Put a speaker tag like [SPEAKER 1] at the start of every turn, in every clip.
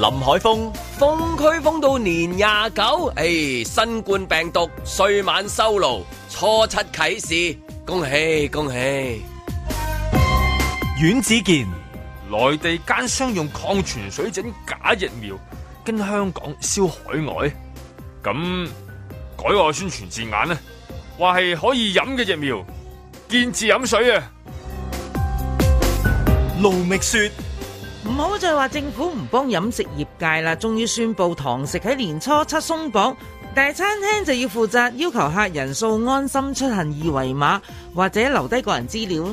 [SPEAKER 1] 林海峰，封區封到年廿九，誒，新冠病毒歲晚收爐，初七啟示，恭喜恭喜！
[SPEAKER 2] 阮子健，
[SPEAKER 3] 內地奸商用礦泉水整假疫苗，跟香港銷海外，咁海外宣傳字眼呢，話係可以飲嘅疫苗，見字飲水啊！
[SPEAKER 2] 盧覓雪，
[SPEAKER 4] 唔好再話政府唔幫飲食業界啦，終於宣布堂食喺年初七鬆綁，但係餐廳就要負責要求客人掃安心出行二維碼或者留低個人資料，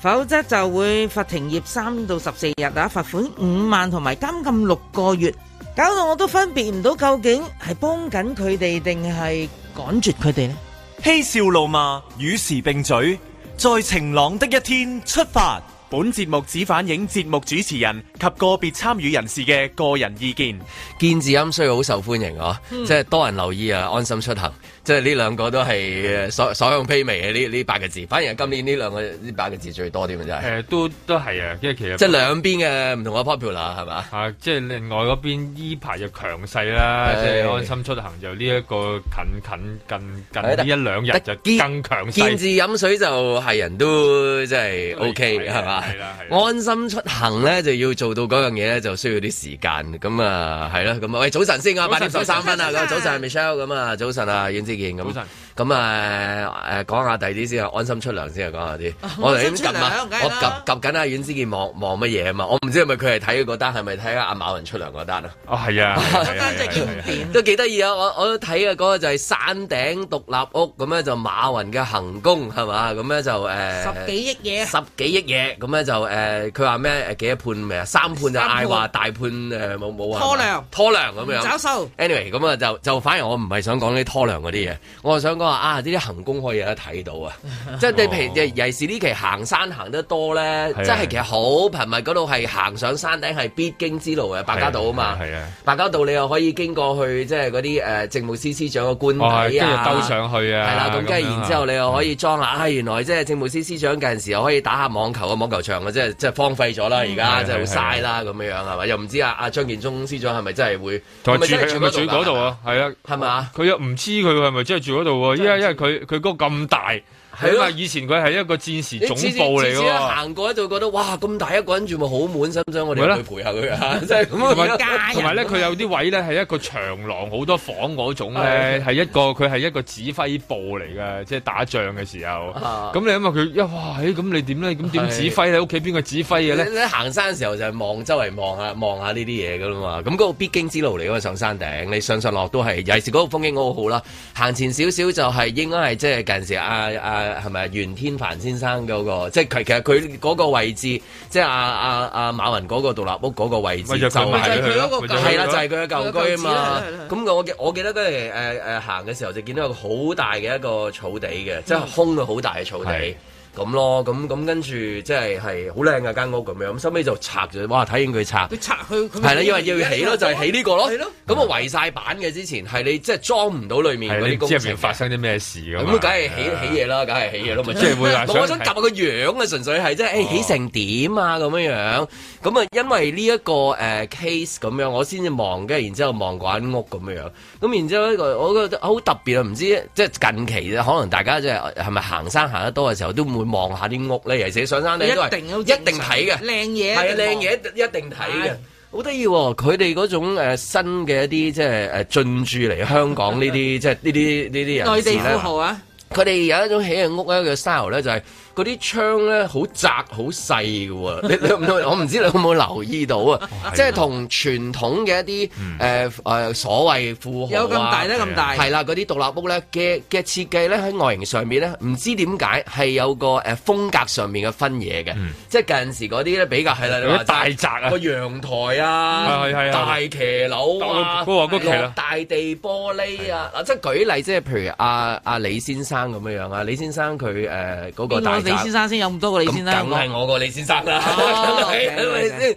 [SPEAKER 4] 否則就會罰停業三到十四日啊，罰款五萬同埋監禁六個月，搞到我都分辨唔到究竟係幫緊佢哋定係趕絕佢哋呢？
[SPEAKER 2] 嬉笑怒罵，與時並舉，在晴朗的一天出發。
[SPEAKER 5] 本節目只反映節目主持人及個別參與人士嘅個人意見。
[SPEAKER 1] 見字音雖好受歡迎啊，即係多人留意啊，安心出行，即係呢兩個都係誒呃所所向披靡嘅呢呢八個字，反而係今年呢兩個呢八個字最多啲嘅真係，
[SPEAKER 3] 誒，都都係啊，因為其實
[SPEAKER 1] 即係兩邊嘅唔同嘅 popular 係嘛？
[SPEAKER 3] 啊，即係另外嗰邊依排就強勢啦，
[SPEAKER 1] 係
[SPEAKER 3] 即係安心出行就呢一個近近近近
[SPEAKER 1] 係啊
[SPEAKER 3] 呢
[SPEAKER 1] 得
[SPEAKER 3] 一兩日就
[SPEAKER 1] 得見
[SPEAKER 3] 更強
[SPEAKER 1] 見字
[SPEAKER 3] 勢。
[SPEAKER 1] 飲水就係人都即係
[SPEAKER 3] 都理
[SPEAKER 1] OK
[SPEAKER 3] 解
[SPEAKER 1] 嘅
[SPEAKER 3] 嘅
[SPEAKER 1] 係嘛
[SPEAKER 3] 係啦？係啦
[SPEAKER 1] 安心出行咧就要做到嗰樣嘢咧，就需要啲時間。咁啊係啦，咁啊喂早晨先啊，八
[SPEAKER 3] 早
[SPEAKER 1] 點
[SPEAKER 3] 晨
[SPEAKER 1] 十三分啊，
[SPEAKER 4] 早
[SPEAKER 1] 咁
[SPEAKER 4] 晨
[SPEAKER 1] 早晨 Michelle 咁啊，早晨啊阮之健咁
[SPEAKER 3] 早晨。
[SPEAKER 1] 咁啊誒講下第啲先啊，安心出糧先啊講下啲。我哋點撳啊
[SPEAKER 4] 安心出糧？梗係
[SPEAKER 1] 我
[SPEAKER 4] 啦
[SPEAKER 1] 及及緊啊阮之健望望乜嘢啊嘛？我唔知係咪佢係睇嗰單，係咪睇阿馬雲出糧嗰單啊？
[SPEAKER 3] 哦，係啊，係
[SPEAKER 4] 間
[SPEAKER 3] 啊
[SPEAKER 4] 真
[SPEAKER 3] 係啊
[SPEAKER 4] 係
[SPEAKER 3] 係啊係啊
[SPEAKER 4] 經典，
[SPEAKER 1] 都幾得意啊！我我都睇啊，嗰、個就係山頂獨立屋咁咧，就馬雲嘅行宮係嘛？咁咧就誒、
[SPEAKER 4] 十幾億嘢，
[SPEAKER 1] 十幾億嘢，咁咧就誒，佢話咩？誒幾多判未啊？三判就嗌話大判誒冇冇啊？
[SPEAKER 4] 拖糧
[SPEAKER 1] 拖糧咁
[SPEAKER 4] 找
[SPEAKER 1] 樣。
[SPEAKER 4] 數。
[SPEAKER 1] anyway，咁啊就就反而我唔係想講呢啲拖糧嗰啲嘢，我係想講話啊呢啲行工可以有得睇到啊！即係你譬如尤其是呢期行山行得多咧，
[SPEAKER 3] 係啊
[SPEAKER 1] 即係其實好頻密嗰度係行上山頂係必經之路嘅白加道啊嘛。
[SPEAKER 3] 係啊，
[SPEAKER 1] 白加道你又可以經過去即係嗰啲誒政務司司長嘅官
[SPEAKER 3] 哦，係
[SPEAKER 1] 邸
[SPEAKER 3] 跟
[SPEAKER 1] 啊，
[SPEAKER 3] 住兜上去啊，
[SPEAKER 1] 係啦，咁跟住
[SPEAKER 3] 樣啊嗯
[SPEAKER 1] 然之後，你又可以裝下，啊原來即係政務司司長近時又可以打下網球嘅網球場啊，即係即係荒廢咗啦，而家
[SPEAKER 3] 嗯係啊
[SPEAKER 1] 即係好
[SPEAKER 3] 係
[SPEAKER 1] 嘥啦咁樣樣係咪？又唔知啊阿張建宗司長係咪真係會
[SPEAKER 3] 同埋
[SPEAKER 1] 咪
[SPEAKER 3] 住
[SPEAKER 1] 真係
[SPEAKER 3] 係咪住嗰度
[SPEAKER 1] 㗎？
[SPEAKER 3] 啊？係啊，
[SPEAKER 1] 係咪啊？
[SPEAKER 3] 佢又唔知佢係咪真係住嗰度喎？因為因為佢佢嗰個咁大，
[SPEAKER 1] 係
[SPEAKER 3] 係
[SPEAKER 1] 咯
[SPEAKER 3] 啊，以前佢係一個戰時總
[SPEAKER 1] 次次
[SPEAKER 3] 部嚟
[SPEAKER 1] 次次
[SPEAKER 3] 㗎
[SPEAKER 1] 一
[SPEAKER 3] 喎。
[SPEAKER 1] 行過喺度覺得哇咁大一個人住咪好悶，使唔使我
[SPEAKER 3] 咪
[SPEAKER 1] 哋
[SPEAKER 3] 啦
[SPEAKER 1] 去陪下佢啊？ 即係咁
[SPEAKER 3] 同埋
[SPEAKER 1] 樣
[SPEAKER 4] 家人
[SPEAKER 3] 同埋咧，佢有啲位咧係一個長廊，好多房嗰種咧，係一個佢係一個指揮部嚟嘅，即係打仗嘅時候。
[SPEAKER 1] 啊
[SPEAKER 3] 咁你諗下佢一哇，咦咁你點咧？咁
[SPEAKER 1] 係
[SPEAKER 3] 點指揮咧？屋企邊個指揮嘅咧？
[SPEAKER 1] 你你行山嘅時候就係望周圍望下望下呢啲嘢噶啦嘛，咁嗰個必經之路嚟噶嘛，上山頂你上上落都係，尤其是嗰個風景好好啦。行前少少就係應該係即係近時阿阿係咪袁天凡先生嗰、個，即係佢其實佢嗰個位置，即係阿阿阿馬雲嗰個獨立屋嗰個位置
[SPEAKER 3] 咪
[SPEAKER 1] 就
[SPEAKER 3] 啊就
[SPEAKER 1] 係
[SPEAKER 3] 佢賣咗
[SPEAKER 4] 咪
[SPEAKER 3] 佢
[SPEAKER 4] 就係佢嗰
[SPEAKER 3] 咯
[SPEAKER 4] 個
[SPEAKER 3] 咪
[SPEAKER 4] 價
[SPEAKER 1] 係
[SPEAKER 3] 佢
[SPEAKER 1] 啦，
[SPEAKER 3] 咯
[SPEAKER 1] 就係佢嘅舊居啊嘛
[SPEAKER 4] 佢舊。
[SPEAKER 1] 咁我記我記得嗰陣誒誒行嘅時候就見到有個好大嘅一個草地嘅，即係空嘅好大嘅草
[SPEAKER 3] 係
[SPEAKER 1] 地。咁咯，咁咁跟住即係係好靚嘅間屋咁樣，咁收尾就拆咗，哇！睇完佢拆，
[SPEAKER 4] 佢拆去佢咪
[SPEAKER 1] 係啦，因為要起咯，就係起呢個咯
[SPEAKER 4] 係咯。
[SPEAKER 1] 咁啊圍晒板嘅之前係你即係裝唔到裡面
[SPEAKER 3] 係
[SPEAKER 1] 嗰啲
[SPEAKER 3] 你唔知
[SPEAKER 1] 工
[SPEAKER 3] 入面
[SPEAKER 1] 程
[SPEAKER 3] 發
[SPEAKER 1] 嘅。
[SPEAKER 3] 生啲咩事㗎
[SPEAKER 1] 咁
[SPEAKER 3] 嘛
[SPEAKER 1] 梗係起起嘢啦，梗係起嘢咯，咪
[SPEAKER 3] 即係會話
[SPEAKER 1] 唔係我想
[SPEAKER 3] 想
[SPEAKER 1] 及下個樣啊，純粹係即係誒起成點啊咁樣樣。咁啊，因為呢、一個誒、呃 case 咁樣，我先至望，跟住然之後望嗰間屋咁樣樣。咁然之後呢個我覺得好特別啊，唔知即係近期咧，可能大家即係係咪行山行得多嘅時候，都會望下啲屋咧，尤其是上山咧都係
[SPEAKER 4] 一定好
[SPEAKER 1] 一定睇嘅。
[SPEAKER 4] 靚嘢，
[SPEAKER 1] 係啊，
[SPEAKER 4] 一定
[SPEAKER 1] 靚
[SPEAKER 4] 望
[SPEAKER 1] 嘢一一定睇嘅
[SPEAKER 4] 係。
[SPEAKER 1] 好得意喎！佢哋嗰種、呃、新嘅一啲即係誒進駐嚟香港呢啲即係呢啲呢啲人
[SPEAKER 4] 內
[SPEAKER 1] 士
[SPEAKER 4] 地
[SPEAKER 1] 咧
[SPEAKER 4] 富豪啊，
[SPEAKER 1] 佢哋有一種起嘅屋咧嘅 style 咧，就係嗰啲窗咧好窄好細嘅喎。你你有冇我唔知你有冇留意到啊？即係同傳統嘅一啲誒誒所謂富豪啊
[SPEAKER 4] 有咁大咧咁大，
[SPEAKER 1] 係啦，嗰啲獨立屋咧嘅嘅設計咧喺外形上面咧，唔知點解係有個誒風格上面嘅分野嘅，即係近時嗰啲咧比較係啦，你
[SPEAKER 3] 有
[SPEAKER 1] 話
[SPEAKER 3] 啲大
[SPEAKER 1] 齋
[SPEAKER 3] 宅啊
[SPEAKER 1] 個，陽台 啊，
[SPEAKER 3] 係係係
[SPEAKER 1] 大騎樓啊，
[SPEAKER 3] 我我話嗰騎樓
[SPEAKER 1] 落大地玻璃啊，嗱即係舉例，即係譬如阿阿李先生咁樣樣啊，李先生佢誒嗰個
[SPEAKER 4] 邊
[SPEAKER 1] 大
[SPEAKER 4] 個
[SPEAKER 1] 宅
[SPEAKER 4] 李先生先有咁多個李先
[SPEAKER 1] 咁
[SPEAKER 4] 生？
[SPEAKER 1] 梗係我個李先生啦，
[SPEAKER 4] 哦
[SPEAKER 1] 係
[SPEAKER 4] 明白
[SPEAKER 1] 咪先？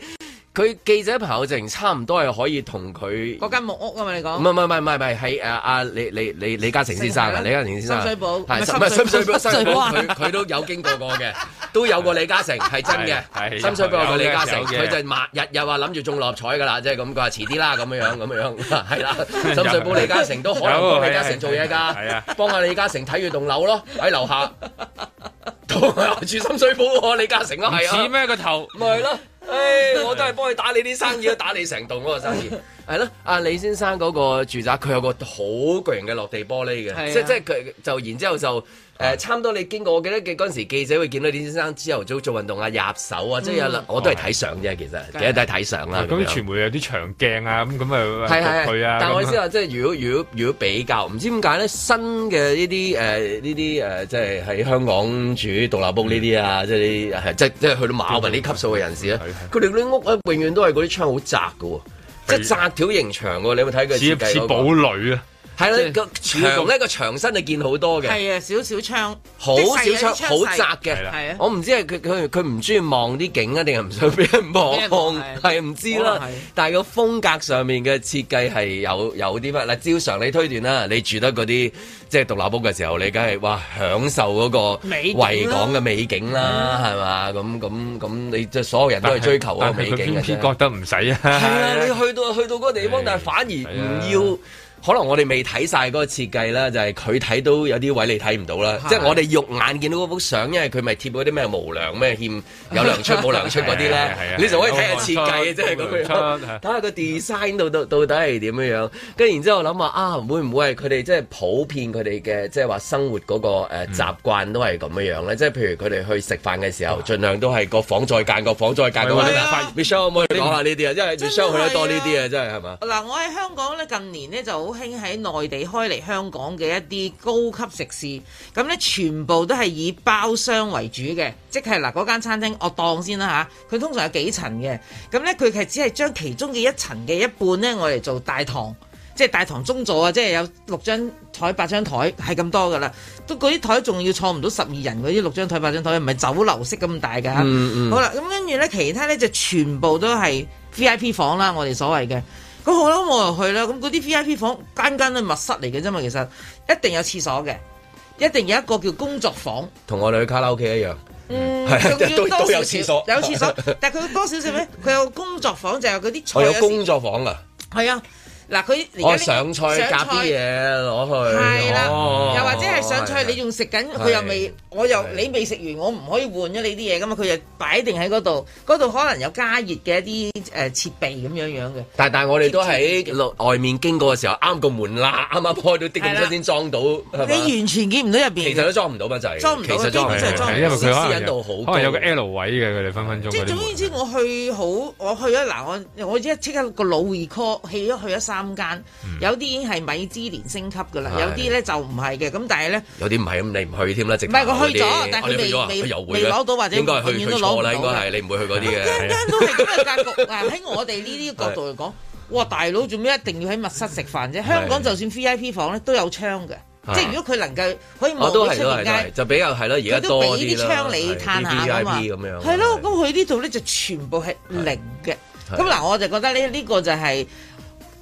[SPEAKER 1] 佢記者朋友淨差唔多係可以同佢
[SPEAKER 4] 嗰間木屋啊嘛，你
[SPEAKER 1] 唔
[SPEAKER 4] 講
[SPEAKER 1] 係唔係唔係唔係係誒阿李李李李嘉誠先生啊，
[SPEAKER 4] 成係啦
[SPEAKER 1] 李嘉誠先生啊
[SPEAKER 4] 深水埗唔
[SPEAKER 1] 係
[SPEAKER 4] 係
[SPEAKER 1] 深唔係深
[SPEAKER 4] 深
[SPEAKER 1] 水
[SPEAKER 4] 水埗
[SPEAKER 1] 埗，深
[SPEAKER 4] 深
[SPEAKER 1] 水埗
[SPEAKER 4] 水埗啊
[SPEAKER 1] 佢佢都有經過過嘅，都有個李嘉誠係真
[SPEAKER 3] 係
[SPEAKER 1] 嘅，
[SPEAKER 3] 係
[SPEAKER 1] 深水埗有個李嘉
[SPEAKER 3] 有
[SPEAKER 1] 誠，
[SPEAKER 3] 嘅有
[SPEAKER 1] 佢
[SPEAKER 3] 嘅
[SPEAKER 1] 就晚日日話諗住中六合彩㗎啦，即係咁佢話遲啲啦咁樣樣咁樣樣係 啦。深水埗李嘉誠都可能幫李嘉誠做嘢
[SPEAKER 3] 係啊
[SPEAKER 1] 㗎，幫下李嘉誠睇佢棟樓咯，喺 樓下 同埋住深水埗喎，李嘉誠咯，
[SPEAKER 3] 唔
[SPEAKER 1] 係啊
[SPEAKER 3] 似。咩個頭？
[SPEAKER 1] 咪係咯，唉，我都係幫佢打你啲生意，都打你成棟嗰個生 意。係咯，阿李先生嗰個住宅，佢有個好巨型嘅落地玻璃
[SPEAKER 6] 係啊啊
[SPEAKER 1] 嘅，即即係佢就然之後就。誒，差唔多你經過，我記得嘅嗰陣時，記者會見到李先生朝頭早做運動啊、入手啊，即係有
[SPEAKER 6] 嗯
[SPEAKER 1] 兩我都係睇相啫，其實其實都係睇相啦。
[SPEAKER 3] 啊咁
[SPEAKER 1] 樣
[SPEAKER 3] 傳媒有啲長鏡啊，咁咁啊，
[SPEAKER 1] 係
[SPEAKER 3] 焗
[SPEAKER 1] 係
[SPEAKER 3] 佢啊，
[SPEAKER 1] 但我意
[SPEAKER 3] 咁
[SPEAKER 1] 思
[SPEAKER 3] 啊
[SPEAKER 1] 話，即係如果如果如果比較，唔知點解咧，新嘅呢啲誒呢啲誒，呃即係喺香港住獨立屋呢啲
[SPEAKER 3] 嗯
[SPEAKER 1] 啊，即係啲係即係即係去到馬雲呢級數嘅人士咧，佢哋嗰啲屋咧永遠都係嗰啲窗好窄嘅喎。即係窄條形長喎，你有冇睇佢設
[SPEAKER 3] 似
[SPEAKER 1] 計
[SPEAKER 3] 似
[SPEAKER 1] 嗰個？
[SPEAKER 3] 堡壘啊，
[SPEAKER 1] 係啦，個
[SPEAKER 3] 似個
[SPEAKER 1] 長咧個長身你見好多嘅，
[SPEAKER 6] 係啊，少少窗，
[SPEAKER 1] 好
[SPEAKER 6] 即係細
[SPEAKER 1] 少窗，
[SPEAKER 6] 窗
[SPEAKER 1] 好窄
[SPEAKER 6] 細
[SPEAKER 3] 係啦
[SPEAKER 1] 嘅
[SPEAKER 6] 係啊。
[SPEAKER 1] 我唔知係佢佢佢唔中意望啲景啊，定係唔想俾人望
[SPEAKER 6] 俾人望係
[SPEAKER 1] 係唔知
[SPEAKER 6] 可
[SPEAKER 1] 啦
[SPEAKER 6] 能係。
[SPEAKER 1] 但係個風格上面嘅設計係有有啲乜嗱？照常你推斷啦，你住得嗰啲即係獨立屋嘅時候，你梗係哇享受嗰個
[SPEAKER 6] 美景啦
[SPEAKER 1] 維港嘅美景啦，係嘛？咁咁咁，你即係所有人都係追求嗰個
[SPEAKER 3] 但
[SPEAKER 1] 美
[SPEAKER 3] 係佢
[SPEAKER 1] 景
[SPEAKER 3] 偏
[SPEAKER 1] 嘅
[SPEAKER 3] 偏
[SPEAKER 1] 啫
[SPEAKER 3] 覺得唔使啊，
[SPEAKER 1] 係啊，你去到去到嗰個地方
[SPEAKER 3] 係，
[SPEAKER 1] 但係反而
[SPEAKER 3] 係
[SPEAKER 1] 唔要。可能我哋未睇晒嗰個設計啦，就係佢睇到有啲位你睇唔到啦，即係我哋肉眼見到嗰幅相，因為佢咪貼嗰啲咩無良咩欠有糧出冇糧出嗰啲
[SPEAKER 3] 係
[SPEAKER 1] 咧
[SPEAKER 3] 啊係啊，
[SPEAKER 1] 你就可以睇下設計，
[SPEAKER 3] 有
[SPEAKER 1] 即係咁樣
[SPEAKER 3] 出係，
[SPEAKER 1] 睇下個 design 到到到底係點樣樣，跟住然之後諗下啊，會唔會係佢哋即係普遍佢哋嘅即係話生活嗰個誒習慣都係咁樣樣咧？即係譬如佢哋去食飯嘅時候，盡量都係個房再間個房再間咁
[SPEAKER 3] 係
[SPEAKER 1] 樣
[SPEAKER 3] 啊。
[SPEAKER 1] Michelle 可唔可以講下呢啲啊？因為 Michelle 去得多呢啲啊，真係係嘛？
[SPEAKER 6] 嗱，我喺香港咧，近年咧就好興喺內地開嚟香港嘅一啲高級食肆，咁咧全部都係以包廂為主嘅，即係嗱嗰間餐廳，我當先啦吓，佢通常有幾層嘅，咁咧佢係只係將其中嘅一層嘅一半咧，我嚟做大堂。即係大堂中座啊，即係有六張台、八張台，係咁多噶啦。都嗰啲台仲要坐唔到十二人嗰啲六張台、八張台，唔係酒樓式咁大㗎。
[SPEAKER 1] 嗯
[SPEAKER 6] 好啦，咁跟住咧，其他咧就全部都係 V I P 房啦，我哋所謂嘅。咁好啦，我就去啦。咁嗰啲 V I P 房間間都係密室嚟嘅啫嘛，其實一定有廁所嘅，一定有一個叫工作房。
[SPEAKER 1] 同我哋去卡拉 OK 一樣，
[SPEAKER 6] 嗯，
[SPEAKER 1] 係啊
[SPEAKER 6] 仲要
[SPEAKER 1] 都
[SPEAKER 6] 多
[SPEAKER 1] 都有
[SPEAKER 6] 少少
[SPEAKER 1] 廁所
[SPEAKER 6] 有廁所， 但係佢多少少咩？佢有工作房，就有嗰啲菜
[SPEAKER 1] 我有
[SPEAKER 6] 時
[SPEAKER 1] 工作房啊，
[SPEAKER 6] 係啊，嗱佢而家
[SPEAKER 1] 我
[SPEAKER 6] 呢
[SPEAKER 1] 上菜夾啲嘢攞去，
[SPEAKER 6] 係啦，
[SPEAKER 1] 哦
[SPEAKER 6] 又或者係上菜你仲食緊，佢又未，我又你未食完，我唔可以換咗你啲嘢噶嘛，佢就擺定喺嗰度，嗰度可能有加熱嘅一啲誒設備咁樣樣嘅，
[SPEAKER 1] 但但我哋都喺路外面經過嘅時候，啱個門罅，啱啱開到啲咁
[SPEAKER 6] 係
[SPEAKER 1] 多
[SPEAKER 6] 啦
[SPEAKER 1] 先裝到，係嘛？
[SPEAKER 6] 你完全見唔到入
[SPEAKER 1] 其實
[SPEAKER 6] 邊。
[SPEAKER 1] 都裝唔到乜滯，
[SPEAKER 6] 裝唔到
[SPEAKER 1] 其實裝唔
[SPEAKER 6] 基本上
[SPEAKER 1] 到
[SPEAKER 3] 係
[SPEAKER 6] 裝唔到
[SPEAKER 3] 因為佢
[SPEAKER 1] 私
[SPEAKER 3] 可
[SPEAKER 1] 隱
[SPEAKER 3] 能
[SPEAKER 1] 度
[SPEAKER 3] 有
[SPEAKER 1] 好
[SPEAKER 3] 可能有個
[SPEAKER 1] 高
[SPEAKER 3] L 位嘅，佢哋分分鐘
[SPEAKER 6] 即
[SPEAKER 3] 嗰
[SPEAKER 6] 係
[SPEAKER 3] 啲
[SPEAKER 6] 總
[SPEAKER 3] 門
[SPEAKER 6] 言之，我去好，我去咗嗱，我我一即刻個腦 recall 起咗去咗三間，有啲已經係米芝蓮升級噶啦，
[SPEAKER 1] 係
[SPEAKER 6] 有啲咧就唔係嘅，咁但係咧。
[SPEAKER 1] 有啲唔係咁，你唔去添啦，直
[SPEAKER 6] 唔係佢
[SPEAKER 1] 頭嗰啲
[SPEAKER 6] 去咗但係佢
[SPEAKER 1] 哦你去咗啊
[SPEAKER 6] 未
[SPEAKER 1] 佢又會
[SPEAKER 6] 未
[SPEAKER 1] 嘅
[SPEAKER 6] 攞到或者
[SPEAKER 1] 應該係
[SPEAKER 6] 永
[SPEAKER 1] 去
[SPEAKER 6] 遠都
[SPEAKER 1] 去
[SPEAKER 6] 攞
[SPEAKER 1] 錯
[SPEAKER 6] 唔
[SPEAKER 1] 啦，
[SPEAKER 6] 到
[SPEAKER 1] 應該係啊你唔會去嗰啲嘅。
[SPEAKER 6] 間間都係咁嘅格局。嗱，喺我哋呢啲角度嚟講，哇！大佬做咩一定要喺密室食飯啫？香港就算 V I P 房咧都有窗嘅，即係如果佢能夠可以
[SPEAKER 1] 我
[SPEAKER 6] 望到
[SPEAKER 1] 哦都係
[SPEAKER 6] 出
[SPEAKER 1] 都
[SPEAKER 6] 面
[SPEAKER 1] 係都係
[SPEAKER 6] 街，
[SPEAKER 1] 就比較係咯，而家
[SPEAKER 6] 佢都
[SPEAKER 1] 多
[SPEAKER 6] 俾
[SPEAKER 1] 啲
[SPEAKER 6] 啲
[SPEAKER 1] 啦
[SPEAKER 6] 窗你嘆下
[SPEAKER 1] 係
[SPEAKER 6] 噶嘛。
[SPEAKER 1] 啲 VIP 咁樣
[SPEAKER 6] 係咯，咁佢呢度咧就全部係零嘅。
[SPEAKER 1] 係
[SPEAKER 6] 咁嗱，我就覺得呢呢個就係。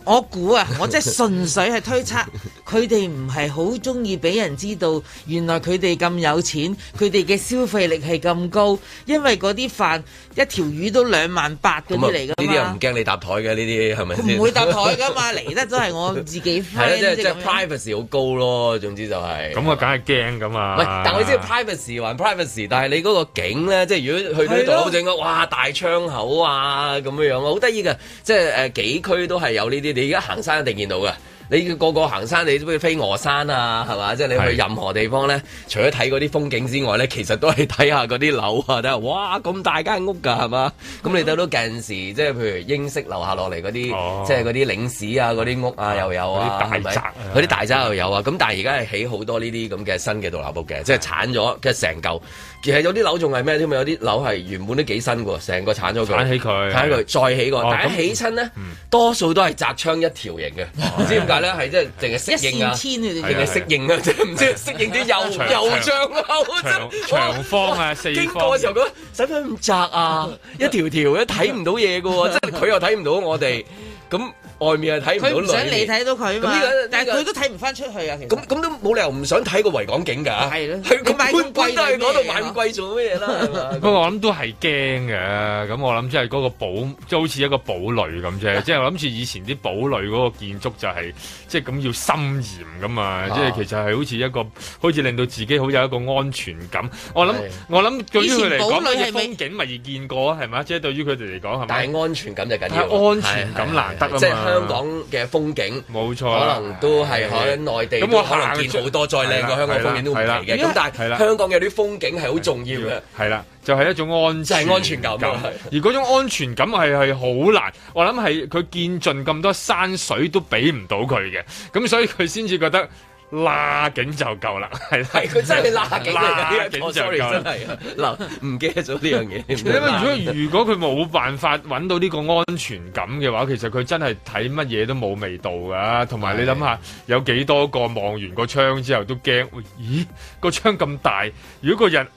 [SPEAKER 6] 我估 啊，我真係純粹係推測，佢哋唔係好中意俾人知道，原來佢哋咁有錢，佢哋嘅消費力係咁高，因為嗰啲飯一條魚都兩萬八嗰
[SPEAKER 1] 咁啊
[SPEAKER 6] 啲嚟
[SPEAKER 1] 呢
[SPEAKER 6] 㗎
[SPEAKER 1] 啲又唔
[SPEAKER 6] 嘛，
[SPEAKER 1] 驚你搭台嘅，呢啲係咪
[SPEAKER 6] 佢
[SPEAKER 1] 先？
[SPEAKER 6] 唔會搭台㗎嘛，嚟得都係我自己 friend
[SPEAKER 1] 係啦，即啊係即
[SPEAKER 6] 啫
[SPEAKER 1] 係
[SPEAKER 6] 咁樣
[SPEAKER 1] privacy 好高咯，總之就係。
[SPEAKER 3] 咁我梗係驚咁啊！
[SPEAKER 1] 喂，但我知 privacy 還 privacy，但係你嗰個景咧，即係如果去到呢
[SPEAKER 6] 係
[SPEAKER 1] 度
[SPEAKER 6] 咯
[SPEAKER 1] 好整個，哇大窗口啊咁樣樣啊，好得意嘅，即係誒幾區都係有呢啲，你而家行山一定見到嘅。你個個行山，你都會飛鵝山啊，係嘛？即係你去
[SPEAKER 3] 係
[SPEAKER 1] 任何地方咧，除咗睇嗰啲風景之外咧，其實都係睇下嗰啲樓啊，睇下哇咁大間屋㗎，係嘛？咁你睇到近時，即係譬如英式留下落嚟嗰啲，
[SPEAKER 3] 哦
[SPEAKER 1] 即係嗰啲領事啊，嗰啲屋啊又有啊，
[SPEAKER 3] 嗰啲大宅
[SPEAKER 1] 係咪
[SPEAKER 3] 啊
[SPEAKER 1] 嗰啲大宅又有啊，咁但係而家係起好多呢啲咁嘅新嘅獨立屋嘅，即係剷咗嘅成嚿。其實有啲樓仲係咩添啊？有啲樓係原本都幾新嘅喎，成個剷咗佢，
[SPEAKER 3] 鏟起佢
[SPEAKER 1] 剷起佢再起過。
[SPEAKER 3] 哦
[SPEAKER 1] 但係
[SPEAKER 3] 咁
[SPEAKER 1] 起親咧，多數都係窄窗一條形嘅，唔知點解咧，係即係淨係
[SPEAKER 6] 一
[SPEAKER 1] 適應啊
[SPEAKER 6] 線，天佢哋
[SPEAKER 1] 淨
[SPEAKER 3] 係
[SPEAKER 1] 係
[SPEAKER 3] 啊
[SPEAKER 6] 哋
[SPEAKER 1] 適應啊，即 係唔知適應啲右
[SPEAKER 3] 長
[SPEAKER 1] 右窗口
[SPEAKER 3] 長
[SPEAKER 1] 真係
[SPEAKER 3] 長方啊，四
[SPEAKER 1] 經
[SPEAKER 3] 方
[SPEAKER 1] 過嘅時候覺得使唔使咁窄啊？一條條嘅睇唔到嘢嘅喎，即係佢又睇唔到我哋，咁外面係睇
[SPEAKER 6] 佢
[SPEAKER 1] 唔
[SPEAKER 6] 唔
[SPEAKER 1] 到
[SPEAKER 6] 想
[SPEAKER 1] 裏
[SPEAKER 6] 你
[SPEAKER 1] 面。
[SPEAKER 6] 睇到
[SPEAKER 1] 咁
[SPEAKER 6] 佢嘛
[SPEAKER 1] 呢個，
[SPEAKER 6] 但係
[SPEAKER 1] 呢個
[SPEAKER 6] 佢都睇唔翻出去啊。其實
[SPEAKER 1] 咁咁都冇理由唔想睇個維港景㗎，
[SPEAKER 6] 係咯
[SPEAKER 1] 啊係
[SPEAKER 6] 你買咁
[SPEAKER 1] 咁搬
[SPEAKER 6] 貴
[SPEAKER 1] 都去嗰
[SPEAKER 6] 做
[SPEAKER 1] 度
[SPEAKER 6] 咩啊
[SPEAKER 1] 買咁貴做乜嘢啦？ 係
[SPEAKER 3] 不
[SPEAKER 1] 嘛
[SPEAKER 3] 過我諗都係驚嘅，咁我諗即係嗰個堡，即係好似一個堡壘咁 啫。即係我諗住以前啲堡壘嗰個建築就係、即係咁要森嚴噶
[SPEAKER 1] 啊
[SPEAKER 3] 嘛，即係其實係好似一個，好似令到自己好有一個安全感。我諗
[SPEAKER 1] 係
[SPEAKER 3] 我諗對於佢嚟
[SPEAKER 6] 以前堡
[SPEAKER 3] 講，
[SPEAKER 6] 壘
[SPEAKER 3] 乜嘢
[SPEAKER 6] 係咪
[SPEAKER 3] 風景咪見過啊，係咪？即係對於佢哋嚟講係咪
[SPEAKER 1] 但？係安全感就緊要啦，
[SPEAKER 3] 但係安全感難得啊
[SPEAKER 1] 係係
[SPEAKER 3] 嘛
[SPEAKER 1] 係即係香港嘅風景。
[SPEAKER 3] 冇錯
[SPEAKER 1] 可
[SPEAKER 3] 啦，
[SPEAKER 1] 能都係可能內地
[SPEAKER 3] 咁我
[SPEAKER 1] 可能
[SPEAKER 3] 行
[SPEAKER 1] 見好多再靚過香港風景都唔奇
[SPEAKER 3] 係啦
[SPEAKER 1] 嘅，咁但
[SPEAKER 3] 係
[SPEAKER 1] 係
[SPEAKER 3] 啦
[SPEAKER 1] 香港有啲風景係好重要嘅。
[SPEAKER 3] 係啦，就係、一種安
[SPEAKER 1] 就係安全感啊係
[SPEAKER 3] 而嗰種安全感係係好難，我諗係佢見盡咁多山水都俾唔到佢嘅，咁所以佢先至覺得拉景就夠啦，係啦。
[SPEAKER 1] 係佢真係拉景嚟嘅呢一個
[SPEAKER 3] 拉景就
[SPEAKER 1] ，sorry
[SPEAKER 3] 夠
[SPEAKER 1] 真係嗱唔記得咗 呢樣
[SPEAKER 3] 因為
[SPEAKER 1] 嘢。
[SPEAKER 3] 如果如果佢冇辦法揾到呢個安全感嘅話，其實佢真係睇乜嘢都冇味道噶。同埋你諗下，有幾多個望完個窗之後都驚？喂咦，個窗咁大，如果個人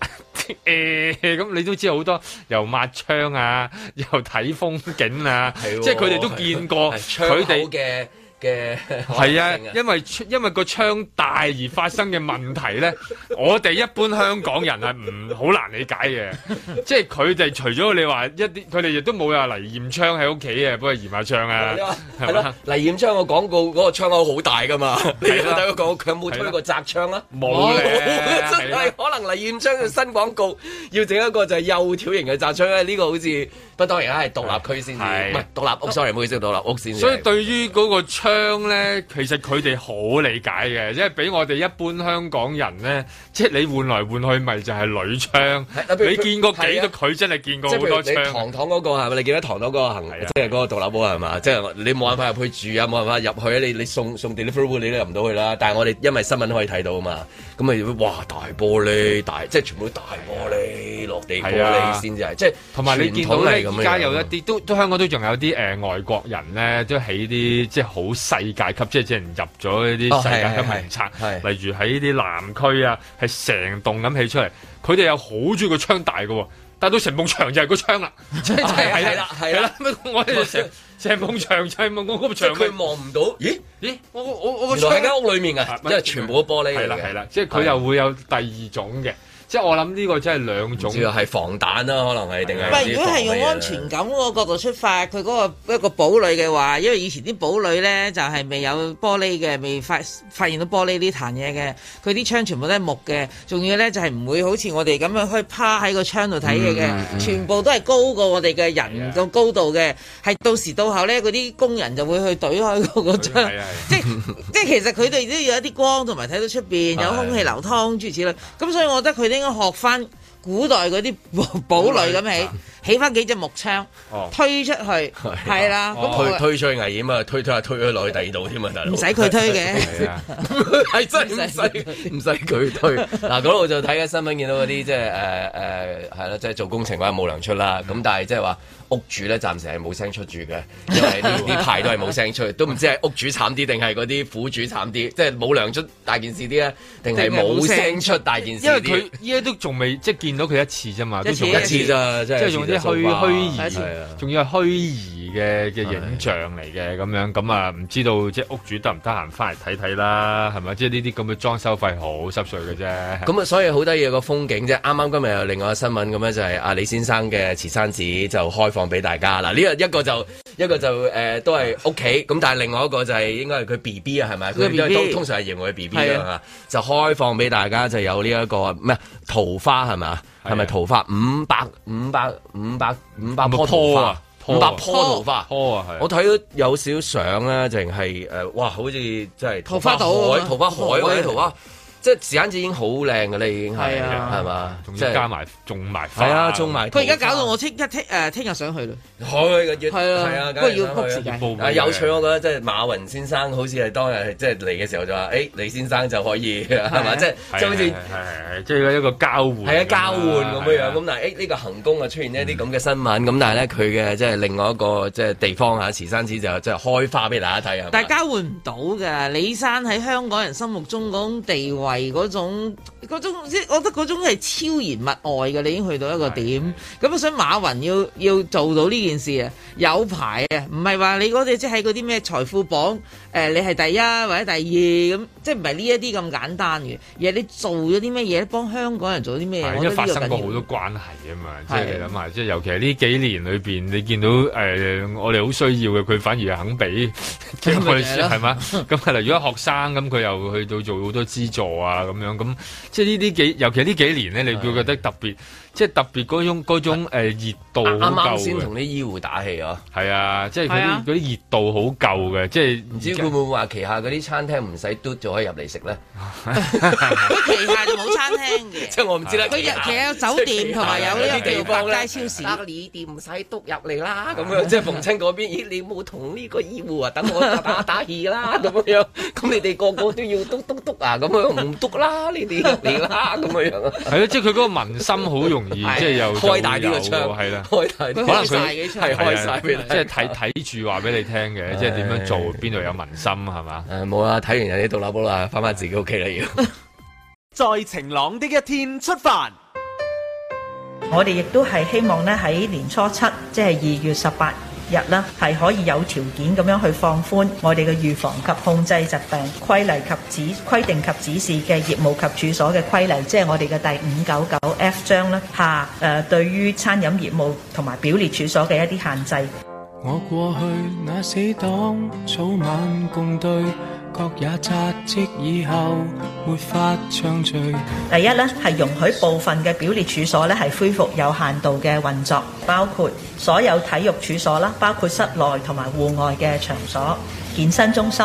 [SPEAKER 3] 誒咁，你都知好多又抹窗啊，又睇風景啊，
[SPEAKER 1] 係喎
[SPEAKER 3] 即係佢哋都見過，
[SPEAKER 1] 係窗口
[SPEAKER 3] 佢哋
[SPEAKER 1] 嘅嘅
[SPEAKER 3] 係
[SPEAKER 1] 可
[SPEAKER 3] 啊
[SPEAKER 1] 能性，
[SPEAKER 3] 因為出因為個窗大而發生嘅問題咧， 我哋一般香港人係唔好難理解嘅， 即係佢哋除咗你話一啲，佢哋亦都冇話嚟驗窗喺屋企嘅，不過驗下窗啊
[SPEAKER 1] 你話，係
[SPEAKER 3] 係嘛
[SPEAKER 1] 咯？黎豔昌個廣告嗰個窗口好大噶 嘛？你有
[SPEAKER 3] 係啦
[SPEAKER 1] 睇佢講佢有冇推過窄窗啊？
[SPEAKER 3] 冇咧，
[SPEAKER 1] 真
[SPEAKER 3] 係
[SPEAKER 1] 係
[SPEAKER 3] 啦
[SPEAKER 1] 可能黎豔昌嘅新廣告要整一個就係幼條型嘅窄窗咧，呢個好似不當然啦，係獨立區先至，
[SPEAKER 3] 係
[SPEAKER 1] 唔係獨立屋，sorry，唔好意思，哦獨立屋先至。
[SPEAKER 3] 所以對於嗰個窗咧，其實佢哋好理解嘅，即係俾我哋一般香港人咧，即係你換來換去咪就係女窗
[SPEAKER 1] 係嗱譬，如
[SPEAKER 3] 你見過
[SPEAKER 1] 係
[SPEAKER 3] 幾
[SPEAKER 1] 啊
[SPEAKER 3] 多？佢真係見過
[SPEAKER 1] 即
[SPEAKER 3] 好
[SPEAKER 1] 係譬如
[SPEAKER 3] 多
[SPEAKER 1] 你
[SPEAKER 3] 窗。啊
[SPEAKER 1] 糖糖嗰個係咪？你記得糖糖嗰個行
[SPEAKER 3] 係啊，
[SPEAKER 1] 即係嗰個獨立屋係嘛？即係你冇辦法入去住啊，冇辦法入去啊！你你送送 delivery 你都入唔到去啦。但係我哋因為新聞可以睇到啊嘛，咁咪哇大玻璃大，即係全部都大玻璃落地玻
[SPEAKER 3] 係啊
[SPEAKER 1] 璃先至係，即係
[SPEAKER 3] 同埋你見到
[SPEAKER 1] 傳統係
[SPEAKER 3] 咧，
[SPEAKER 1] 咁樣啊
[SPEAKER 3] 而家有一啲都都香港都仲有啲誒、呃外國人咧，都起啲即係好世界級，即係之前入咗一
[SPEAKER 1] 哦
[SPEAKER 3] 啲世
[SPEAKER 1] 係
[SPEAKER 3] 界
[SPEAKER 1] 係
[SPEAKER 3] 級
[SPEAKER 1] 係
[SPEAKER 3] 名冊，
[SPEAKER 1] 係
[SPEAKER 3] 例如喺啲南區啊，係成棟咁起出嚟，佢哋又好中意個窗大嘅喎。但到成埲牆就係個 窗啦，即係
[SPEAKER 1] 係
[SPEAKER 3] 係
[SPEAKER 1] 係
[SPEAKER 3] 啦
[SPEAKER 1] 啦，係啦
[SPEAKER 3] 係
[SPEAKER 1] 啊
[SPEAKER 3] 啦，我哋就成成埲牆就係我嗰個
[SPEAKER 1] 即係
[SPEAKER 3] 牆
[SPEAKER 1] 佢望唔到，咦？
[SPEAKER 3] 咦，我我我個
[SPEAKER 1] 原
[SPEAKER 3] 窗
[SPEAKER 1] 來喺間屋裏面啊，
[SPEAKER 3] 係
[SPEAKER 1] 因為全部都玻璃嚟
[SPEAKER 3] 係啦
[SPEAKER 1] 嘅
[SPEAKER 3] 係啦，即係佢又會有第二種嘅，即係我諗呢個真係兩
[SPEAKER 1] 唔
[SPEAKER 3] 種
[SPEAKER 1] 知啊係防彈啦，可能係定係
[SPEAKER 6] 唔
[SPEAKER 1] 唔
[SPEAKER 6] 係，
[SPEAKER 1] 知
[SPEAKER 6] 如果係
[SPEAKER 1] 防乜
[SPEAKER 6] 用
[SPEAKER 1] 嘢啊
[SPEAKER 6] 安全啊感嗰個角度出發，佢嗰、個一個堡壘嘅話，因為以前啲堡壘咧就係、未有玻璃嘅，未發發現到玻璃呢壇嘢嘅，佢啲窗全部都係木嘅，仲要咧就係、唔會好似我哋咁樣可以趴喺個窗度睇嘢
[SPEAKER 1] 嗯
[SPEAKER 6] 嘅，全部都係高過我哋嘅
[SPEAKER 1] 啊
[SPEAKER 6] 人個高度嘅，係到時到後咧嗰啲工人就會去懟開嗰個
[SPEAKER 3] 係
[SPEAKER 6] 窗
[SPEAKER 3] 啊。係啊
[SPEAKER 6] 即即係 其實佢哋都要有一啲光，同埋睇到出邊有空氣流通諸如此類。咁所以我覺得佢哋應該學翻古代嗰啲 堡堡壘咁起，起翻幾隻木窗
[SPEAKER 3] 哦
[SPEAKER 6] 推出去，係啦。咁
[SPEAKER 1] 推
[SPEAKER 6] 我
[SPEAKER 1] 推出去危險啊！推推下推咗落去第二度添啊，大佬
[SPEAKER 6] 唔使 佢推嘅。
[SPEAKER 3] 係啊。
[SPEAKER 1] 係真係唔使唔使佢推 嗱，嗰度就睇緊新聞，見到嗰啲即係誒誒係啦，即係做工程嗰日冇糧出啦。
[SPEAKER 3] 嗯
[SPEAKER 1] 咁但係即係話屋主咧，暫時係冇聲出住嘅，因為 呢呢排都係冇聲出，都唔知係屋主慘啲定係嗰啲苦主慘啲，即係冇糧出大件事啲咧，定係冇聲出大件事
[SPEAKER 3] 因為
[SPEAKER 1] 啲
[SPEAKER 3] 佢。依家都仲未即係見到佢一次啫嘛，都仲
[SPEAKER 6] 一
[SPEAKER 1] 一次咋，即
[SPEAKER 3] 即
[SPEAKER 1] 係
[SPEAKER 3] 係用啲虛虛
[SPEAKER 1] 係
[SPEAKER 3] 擬
[SPEAKER 1] 啊，
[SPEAKER 3] 仲要係虛擬嘅嘅影像嚟嘅咁樣，咁啊唔知道即係屋主得唔得閒翻嚟睇睇啦，係咪？即係呢啲咁嘅裝修費好濕碎嘅 啫。
[SPEAKER 1] 咁啊，所以好得意有個風景啫。啱啱今日有另外一個新聞咁樣，就係、阿李先生嘅慈山寺就開放俾大家啦。呢個一個就一個就誒、呃都係屋企，咁但係另外一個就係應該係佢 B B 啊，係咪？
[SPEAKER 6] 佢
[SPEAKER 1] 佢因為
[SPEAKER 6] BB
[SPEAKER 1] 都通常係形容佢 B B
[SPEAKER 6] 係
[SPEAKER 1] 㗎
[SPEAKER 6] 啊
[SPEAKER 1] 嘛，就開放俾大家就有呢、一個咩桃花係咪？係咪桃花五百五百五百五百棵桃
[SPEAKER 3] 棵
[SPEAKER 1] 花
[SPEAKER 3] 啊？棵啊
[SPEAKER 1] 五百棵桃花。
[SPEAKER 3] 拖啊係
[SPEAKER 1] 我睇到有少少相咧，淨係誒，哇！好似真係
[SPEAKER 6] 桃花島啊
[SPEAKER 1] 海、桃花海或者桃花，即係時間子已經好靚嘅啦，已經係
[SPEAKER 6] 係啊
[SPEAKER 1] 係嘛？
[SPEAKER 3] 仲
[SPEAKER 1] 即
[SPEAKER 3] 要
[SPEAKER 1] 係
[SPEAKER 3] 加埋種埋花，
[SPEAKER 1] 係啊，種埋
[SPEAKER 6] 佢而家搞到我即刻聽誒聽日想去啦，
[SPEAKER 1] 佢嘅月
[SPEAKER 6] 係啊，不過要
[SPEAKER 1] 梗係
[SPEAKER 6] 撲時
[SPEAKER 1] 想去啊
[SPEAKER 6] 間。
[SPEAKER 3] 報名
[SPEAKER 1] 啊有趣，我覺得即係馬雲先生好似係當日係即係嚟嘅時候就話，誒李先生就可以 係
[SPEAKER 6] 啊
[SPEAKER 1] 嘛？即係
[SPEAKER 3] 係
[SPEAKER 1] 即係好似
[SPEAKER 3] 係。係係即係一個交換咁樣啦，
[SPEAKER 1] 係啊，交換咁樣樣，
[SPEAKER 3] 係
[SPEAKER 1] 咁但係誒呢個行宮啊出現一啲咁嘅新聞，咁但係咧佢嘅即係另外一個即係地方啊，慈山寺就即係開花俾大家睇啊。係嘛
[SPEAKER 6] 但係交換唔到㗎，李生喺香港人心目中嗰種地位為嗰種嗰種，即係我覺得嗰種係超然物外嘅，你已經去到一個點。咁啊所以馬雲要要做到呢件事啊，有排啊，唔係話你嗰啲即係嗰啲咩財富榜，誒、你係第一或者第二咁，即係唔係呢一啲咁簡單嘅，而係你做咗啲咩嘢，幫香港人做啲咩嘢，
[SPEAKER 3] 係因
[SPEAKER 6] 我覺
[SPEAKER 3] 為
[SPEAKER 6] 得
[SPEAKER 3] 發
[SPEAKER 6] 呢個
[SPEAKER 3] 生過
[SPEAKER 6] 緊
[SPEAKER 3] 好
[SPEAKER 6] 要。
[SPEAKER 3] 多關係啊嘛，即
[SPEAKER 6] 係
[SPEAKER 3] 係你諗下，即係尤其係呢幾年裏邊，你見到誒、我哋好需要嘅，佢反而肯俾，即係我哋
[SPEAKER 6] 咁咪就係咯
[SPEAKER 3] 係嘛？咁係啦，如果學生咁，佢又去到做好多資助啊咁樣，咁即係呢啲幾，尤其係呢幾年咧，你會覺得特別，即係特別嗰種嗰種誒、熱度
[SPEAKER 1] 啊啱
[SPEAKER 3] 好
[SPEAKER 1] 啱
[SPEAKER 3] 夠
[SPEAKER 1] 先
[SPEAKER 3] 嘅
[SPEAKER 1] 同，啲醫護打氣啊！
[SPEAKER 3] 係啊，即係佢
[SPEAKER 6] 係啊
[SPEAKER 3] 啲嗰啲熱度好夠嘅，即係
[SPEAKER 1] 唔知會唔會話旗下嗰啲餐廳唔使嘟就可以入嚟食咧？
[SPEAKER 6] 佢旗下就冇餐廳 嘅，
[SPEAKER 1] 即係我唔知啦。
[SPEAKER 6] 佢
[SPEAKER 1] 旗下
[SPEAKER 6] 入其實有酒店同埋有呢個
[SPEAKER 1] 啊地
[SPEAKER 6] 叫
[SPEAKER 1] 方咧啊
[SPEAKER 6] 百佳超市。
[SPEAKER 1] 得你店唔使督入嚟啦，咁樣即係逢親嗰邊，咦你冇同呢個醫護啊，等我打打氣 啦，咁樣，咁你哋個個都要督督督啊，咁樣唔督 啦，你哋入嚟啦，咁樣啊，
[SPEAKER 3] 係咯，即係佢嗰個民心好容 易，即係又
[SPEAKER 1] 開大啲
[SPEAKER 3] 就
[SPEAKER 1] 個
[SPEAKER 3] 有
[SPEAKER 1] 窗，
[SPEAKER 3] 係啦。
[SPEAKER 1] 開大
[SPEAKER 6] 佢
[SPEAKER 1] 啲，
[SPEAKER 3] 可能
[SPEAKER 6] 開
[SPEAKER 3] 佢
[SPEAKER 6] 晒嘅
[SPEAKER 1] 係
[SPEAKER 6] 窗，
[SPEAKER 1] 開晒俾你，
[SPEAKER 3] 啊即係睇睇住話俾你聽嘅，即係點樣做，邊度有民心係嘛？
[SPEAKER 1] 誒冇啦，睇完人哋杜立波啦，翻返自己屋企啦要。
[SPEAKER 5] 在晴朗的一天出發。
[SPEAKER 7] 我哋亦都係希望咧喺年初七，即係二月十八日啦，係可以有條件咁樣去放寬我哋嘅預防及控制疾病規例及指規定及指示嘅業務及處所嘅規例，即係我哋嘅第五九九 F 章啦下誒、呃，對於餐飲業務同埋表列處所嘅一啲限制。
[SPEAKER 8] 我過去那死黨，早晚共對，各也扎職以後，沒法暢聚。
[SPEAKER 7] 第一咧係容許部分嘅表列處所咧係恢復有限度嘅運作，包括所有體育處所啦，包括室內同埋戶外嘅場所、健身中心、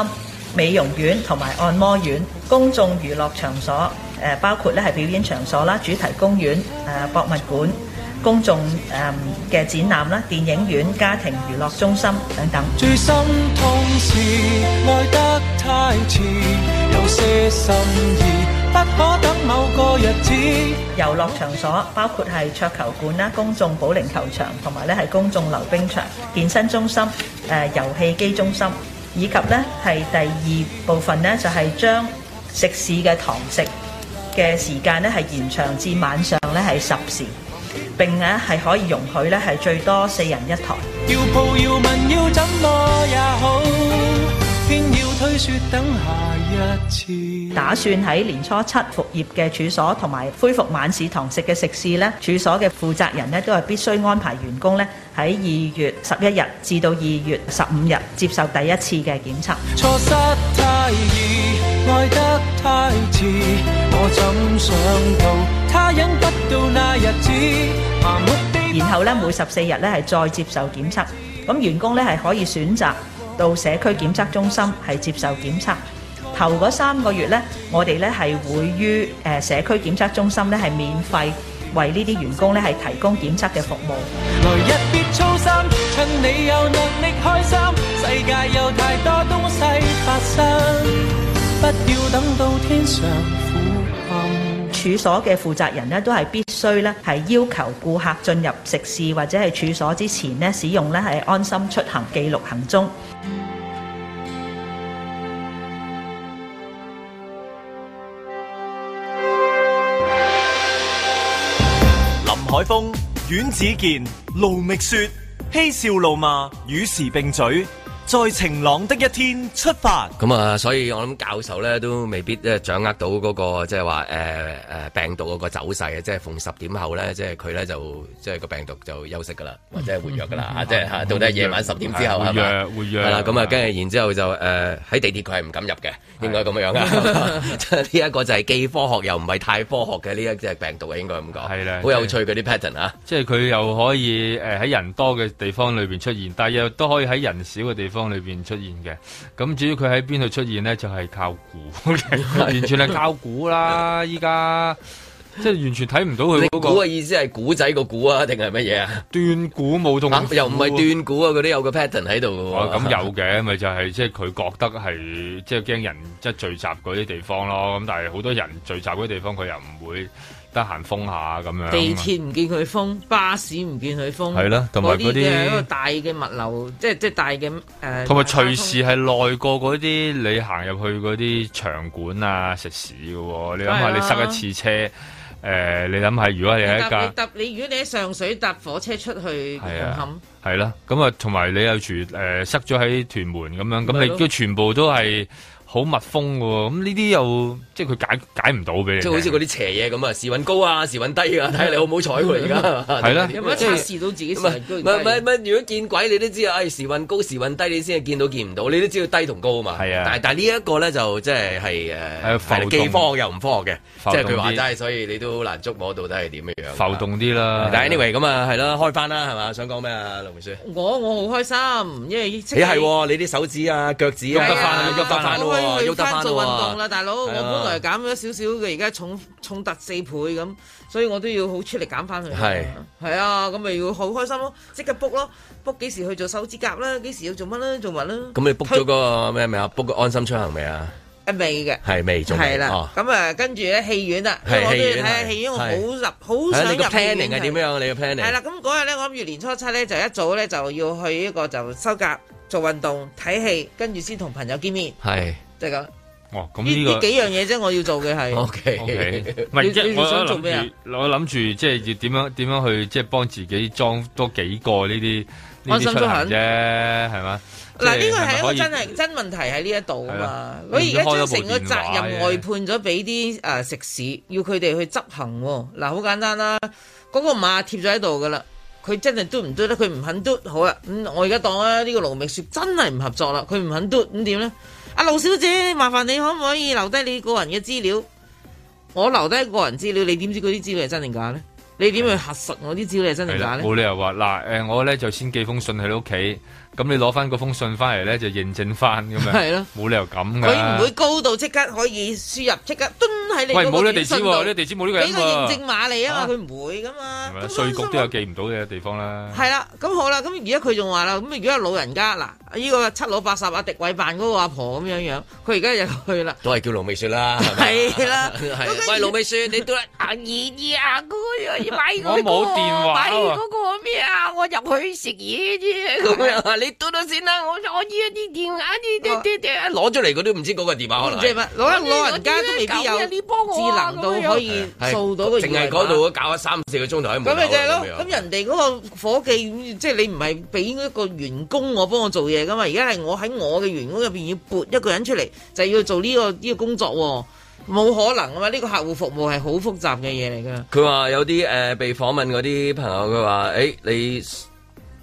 [SPEAKER 7] 美容院同埋按摩院、公眾娛樂場所，誒、包括咧係表演場所啦、主題公園、誒、博物館、公眾誒嘅、展覽啦、電影院、家庭娛樂中心等等。
[SPEAKER 8] 最心痛是愛得太遲，有些心意不可等某個日子。
[SPEAKER 7] 遊樂場所包括係桌球館啦、公眾保齡球場同埋咧係公眾溜冰場、健身中心、誒、遊戲機中心，以及咧係第二部分咧就係、將食肆嘅堂食嘅時間咧係延長至晚上咧係十時，並咧係可以容許咧係最多四人一台。
[SPEAKER 8] 要抱要問要怎麼也好，偏要推說等下一次。
[SPEAKER 7] 打算喺年初七復業嘅處所同埋恢復晚市堂食嘅食肆呢，處所嘅負責人呢都係必須安排員工呢喺二月十一日至到二月十五日接受第一次嘅檢測。
[SPEAKER 8] 錯失太易，愛得太遲，我怎想到他忍不到那日子，麻木地
[SPEAKER 7] 然後咧每十四日咧係再接受檢測。咁員工咧係可以選擇到社區檢測中心係接受檢測。頭嗰三個月咧，我哋咧係會於誒、呃社區檢測中心咧係免費為呢啲員工咧係提供檢測嘅服務。
[SPEAKER 8] 來日別操心，趁你有能力開心，世界有太多東西發生，不要等到天上苦暗。
[SPEAKER 7] 處所嘅負責人呢，都係必須咧係要求顧客進入食肆或者係處所之前呢，使用咧係安心出行記錄行蹤。
[SPEAKER 2] 林海峰、阮子健、卢觅雪，嬉笑怒骂，与时并举，在晴朗的一天出发。
[SPEAKER 1] 咁啊，所以我諗教授咧都未必咧掌握到嗰、個即係話誒誒病毒嗰個走勢啊，即係逢十點後咧，即係佢咧就即係個病毒就休息㗎啦，或者係活躍 㗎啦，啊即係嚇到底係夜晚十點之後
[SPEAKER 3] 活
[SPEAKER 1] 係咪？
[SPEAKER 3] 躍活躍
[SPEAKER 1] 係啦，咁啊，跟住然之後就誒喺地鐵佢係唔敢入嘅，應該咁樣啊。 即係呢一個就係既科學又唔係太科學嘅呢一隻病毒啊，應該咁講。
[SPEAKER 3] 係啦
[SPEAKER 1] 好有趣嗰啲 pattern 啊！
[SPEAKER 3] 即係佢又可以誒喺、人多嘅地方裏邊出現，但係又都可以喺人少嘅地方裏邊出現嘅。咁至於佢喺邊度出現呢，就係、靠估 嘅，完全係靠估啦！依家即係完全睇唔到佢
[SPEAKER 1] 你
[SPEAKER 3] 嗰、
[SPEAKER 1] 估啊
[SPEAKER 3] 個
[SPEAKER 1] 嘅意思係古仔個估啊，定係乜嘢啊？
[SPEAKER 3] 斷估冇同、
[SPEAKER 1] 啊又唔係斷估啊，嗰啲有個 pattern 喺度嘅
[SPEAKER 3] 哦，
[SPEAKER 1] 喎。
[SPEAKER 3] 咁 有嘅，咪就係即係佢覺得係即係驚人即係聚集嗰啲地方咯。咁但係好多人聚集嗰啲地方，佢又唔會得閒封下咁樣。
[SPEAKER 6] 地鐵唔見佢封，巴士唔見佢封，
[SPEAKER 3] 係啦同埋嗰啲
[SPEAKER 6] 嘅一個大嘅物流，即係即係大嘅誒，呃
[SPEAKER 3] 同埋隨時係耐過嗰啲你行入去嗰啲場館啊食肆嘅喎，你諗下
[SPEAKER 6] 係啊
[SPEAKER 3] 你塞一次車，誒、你諗下如果你
[SPEAKER 6] 你
[SPEAKER 3] 係一
[SPEAKER 6] 搭你
[SPEAKER 3] 架
[SPEAKER 6] 搭你，如果你喺上水搭火車出去
[SPEAKER 3] 係
[SPEAKER 6] 紅
[SPEAKER 3] 啊
[SPEAKER 6] 磡，，
[SPEAKER 3] 係啦，咁啊同埋你又住誒、塞咗喺屯門咁樣，咁
[SPEAKER 6] 咪
[SPEAKER 3] 你
[SPEAKER 6] 咯
[SPEAKER 3] 都全部都係好密封嘅喎，咁呢啲又即係佢解解唔到俾你聽，
[SPEAKER 1] 即係好似嗰啲邪嘢咁啊，時運高啊，時運低啊，睇下你好唔好彩喎而家。
[SPEAKER 3] 係啦
[SPEAKER 6] 有
[SPEAKER 1] 因
[SPEAKER 6] 冇
[SPEAKER 1] 為
[SPEAKER 6] 得
[SPEAKER 1] 即係
[SPEAKER 6] 啊測試到自己
[SPEAKER 1] 唔
[SPEAKER 6] 時
[SPEAKER 1] 係
[SPEAKER 6] 間
[SPEAKER 1] 唔係唔係唔係，如果見鬼你都知啊，唉、時運高時運低，你先係見到見唔到，你都知道低同高啊嘛。
[SPEAKER 3] 係啊
[SPEAKER 1] 但係但係呢一個咧就即係係
[SPEAKER 3] 係
[SPEAKER 1] 誒
[SPEAKER 3] 浮動
[SPEAKER 1] 係既科學又唔科學嘅，
[SPEAKER 3] 浮
[SPEAKER 1] 即係
[SPEAKER 3] 動啲
[SPEAKER 1] 佢話齋，所以你都好難捉摸到底係點樣樣。
[SPEAKER 3] 浮動啲啦。
[SPEAKER 1] 但係 anyway 咁啊，係啦，開翻啦，係嘛？想講咩啊，盧明書？
[SPEAKER 6] 我我好開心，因為你
[SPEAKER 1] 你係喎，你啲手指啊、腳趾啊，
[SPEAKER 3] 喐得返喐得返
[SPEAKER 1] 翻喎，
[SPEAKER 6] 我可以
[SPEAKER 1] 喐得
[SPEAKER 6] 去翻
[SPEAKER 1] 翻
[SPEAKER 6] 做運動啦，
[SPEAKER 1] 喎。
[SPEAKER 6] 大佬，我
[SPEAKER 1] 係啊
[SPEAKER 6] 本來減咗少少嘅，而家重重突四倍咁，所以我都要好出力減翻佢。
[SPEAKER 1] 係
[SPEAKER 6] 係啊，咁咪要好開心咯，即刻 book 咯，book 幾時去做手指甲啦，幾時要做乜啦，做乜啦。
[SPEAKER 1] 咁你 book 咗個咩名啊？book 個安心出行未啊？
[SPEAKER 6] 誒未嘅。
[SPEAKER 1] 係未仲未
[SPEAKER 6] 係
[SPEAKER 1] 哦
[SPEAKER 6] 啦，咁啊，跟住咧戲院啊啦，因
[SPEAKER 1] 係
[SPEAKER 6] 為我都要
[SPEAKER 1] 戲院
[SPEAKER 6] 睇下
[SPEAKER 1] 係
[SPEAKER 6] 戲院，我好
[SPEAKER 1] 係
[SPEAKER 6] 入，好
[SPEAKER 1] 係啊
[SPEAKER 6] 想
[SPEAKER 1] 你個
[SPEAKER 6] 入戲院
[SPEAKER 1] planning 係點
[SPEAKER 6] 睇
[SPEAKER 1] 樣？你個 planning
[SPEAKER 6] 係啦，咁嗰日咧，我諗住年初七咧就一早咧就要去呢個就收甲、做運動、睇戲，跟住先同朋友見面，
[SPEAKER 1] 係
[SPEAKER 6] 就係咁。
[SPEAKER 3] 哦，咁
[SPEAKER 6] 呢
[SPEAKER 3] 呢
[SPEAKER 6] 呢
[SPEAKER 3] 個。
[SPEAKER 6] 幾樣嘢啫，我要做 嘅
[SPEAKER 1] 哦
[SPEAKER 6] 係。
[SPEAKER 3] O K，
[SPEAKER 1] OK。
[SPEAKER 3] 唔係
[SPEAKER 6] 你
[SPEAKER 3] 即係
[SPEAKER 6] 你
[SPEAKER 3] 我
[SPEAKER 6] 想做咩啊
[SPEAKER 3] 諗住，我諗住即係要點樣點樣去即係幫自己裝多幾個呢啲呢
[SPEAKER 6] 安
[SPEAKER 3] 啲
[SPEAKER 6] 心
[SPEAKER 3] 出
[SPEAKER 6] 出
[SPEAKER 3] 行
[SPEAKER 6] 行
[SPEAKER 3] 啫，係嘛？
[SPEAKER 6] 嗱，呢
[SPEAKER 3] 即
[SPEAKER 6] 個係一
[SPEAKER 3] 咪可
[SPEAKER 6] 個
[SPEAKER 3] 以
[SPEAKER 6] 真係真問題喺呢一度啊嘛。
[SPEAKER 3] 係啦
[SPEAKER 6] 佢而家
[SPEAKER 3] 你唔知開
[SPEAKER 6] 將
[SPEAKER 3] 咗部
[SPEAKER 6] 成個責任
[SPEAKER 3] 電話嘅
[SPEAKER 6] 外判咗俾啲誒食肆，要佢哋去執行喎。嗱，好簡單啦，嗰個碼貼咗喺度噶啦。佢真係嘟唔嘟得，佢唔肯嘟，好啦，咁、我而家當啊呢個盧覓雪真係唔合作啦，佢唔肯嘟，咁點呢？阿盧小姐，麻煩你可唔可以留低你個人嘅資料？我留低個人資料，你點知嗰啲資料係真定假呢？你點去核實我啲資料係真定
[SPEAKER 3] 係
[SPEAKER 6] 假
[SPEAKER 3] 啦，
[SPEAKER 6] 呢？
[SPEAKER 3] 冇理由話嗱誒，我咧就先寄封信喺屋企，咁你攞翻嗰封信翻嚟咧就認證翻咁樣，
[SPEAKER 6] 係咯，
[SPEAKER 3] 冇理由咁噶。
[SPEAKER 6] 佢唔會高到即刻可以輸入，即刻蹲喺你
[SPEAKER 3] 喂
[SPEAKER 6] 嗰
[SPEAKER 3] 冇呢
[SPEAKER 6] 個
[SPEAKER 3] 個地
[SPEAKER 6] 短
[SPEAKER 3] 址
[SPEAKER 6] 信
[SPEAKER 3] 喎，
[SPEAKER 6] 度
[SPEAKER 3] 呢個地址冇呢個人
[SPEAKER 6] 俾個認證
[SPEAKER 3] 喎，
[SPEAKER 6] 碼你啊
[SPEAKER 3] 啊
[SPEAKER 6] 嘛，佢唔會噶嘛
[SPEAKER 3] 係咪，
[SPEAKER 6] 咁我
[SPEAKER 3] 稅
[SPEAKER 6] 心
[SPEAKER 3] 局
[SPEAKER 6] 諗
[SPEAKER 3] 都有寄唔到嘅地方啦。
[SPEAKER 6] 係啦，咁好啦，咁而家佢仲話啦，咁如果有老人家嗱，呢、個七老八十阿迪偉扮嗰個阿婆咁樣樣，佢而家就 去啦，
[SPEAKER 1] 都係叫盧美雪啦，
[SPEAKER 6] 係啦，
[SPEAKER 1] 係啊
[SPEAKER 6] 咁
[SPEAKER 1] 喂，
[SPEAKER 6] 跟住
[SPEAKER 1] 盧美雪，你都係
[SPEAKER 9] 啊！二二啊，嗰個要買嗰個，
[SPEAKER 3] 我冇電話啊
[SPEAKER 9] 買嗰個咩啊？我入去食嘢啫， 咁樣啊你嘟咗先啦，我我要一啲電話，啲啲啲啲。
[SPEAKER 1] 攞咗嚟嗰啲唔知嗰個電話可
[SPEAKER 6] 唔
[SPEAKER 1] 能
[SPEAKER 6] 知
[SPEAKER 1] 係
[SPEAKER 6] 係乜，老人老人家
[SPEAKER 9] 我
[SPEAKER 6] 都
[SPEAKER 9] 知
[SPEAKER 6] 未必有
[SPEAKER 9] 狗嘅你幫我
[SPEAKER 6] 智
[SPEAKER 9] 啊
[SPEAKER 6] 能到可以
[SPEAKER 1] 係
[SPEAKER 6] 掃到個二
[SPEAKER 1] 淨係嗰
[SPEAKER 6] 維碼
[SPEAKER 1] 度都搞咗三四個鐘頭喺門口
[SPEAKER 6] 咁咪就係咯
[SPEAKER 1] 咁，樣
[SPEAKER 6] 咁人哋嗰個伙計，即係你唔係俾一個員工我幫我做嘢噶嘛？而家係我喺我嘅員工入邊要撥一個人出嚟，就係要做呢、個呢、個工作喎。冇可能啊嘛！呢、個客戶服務係好複雜嘅嘢嚟噶，
[SPEAKER 1] 佢話有啲誒、呃被訪問嗰啲朋友，佢話：誒、你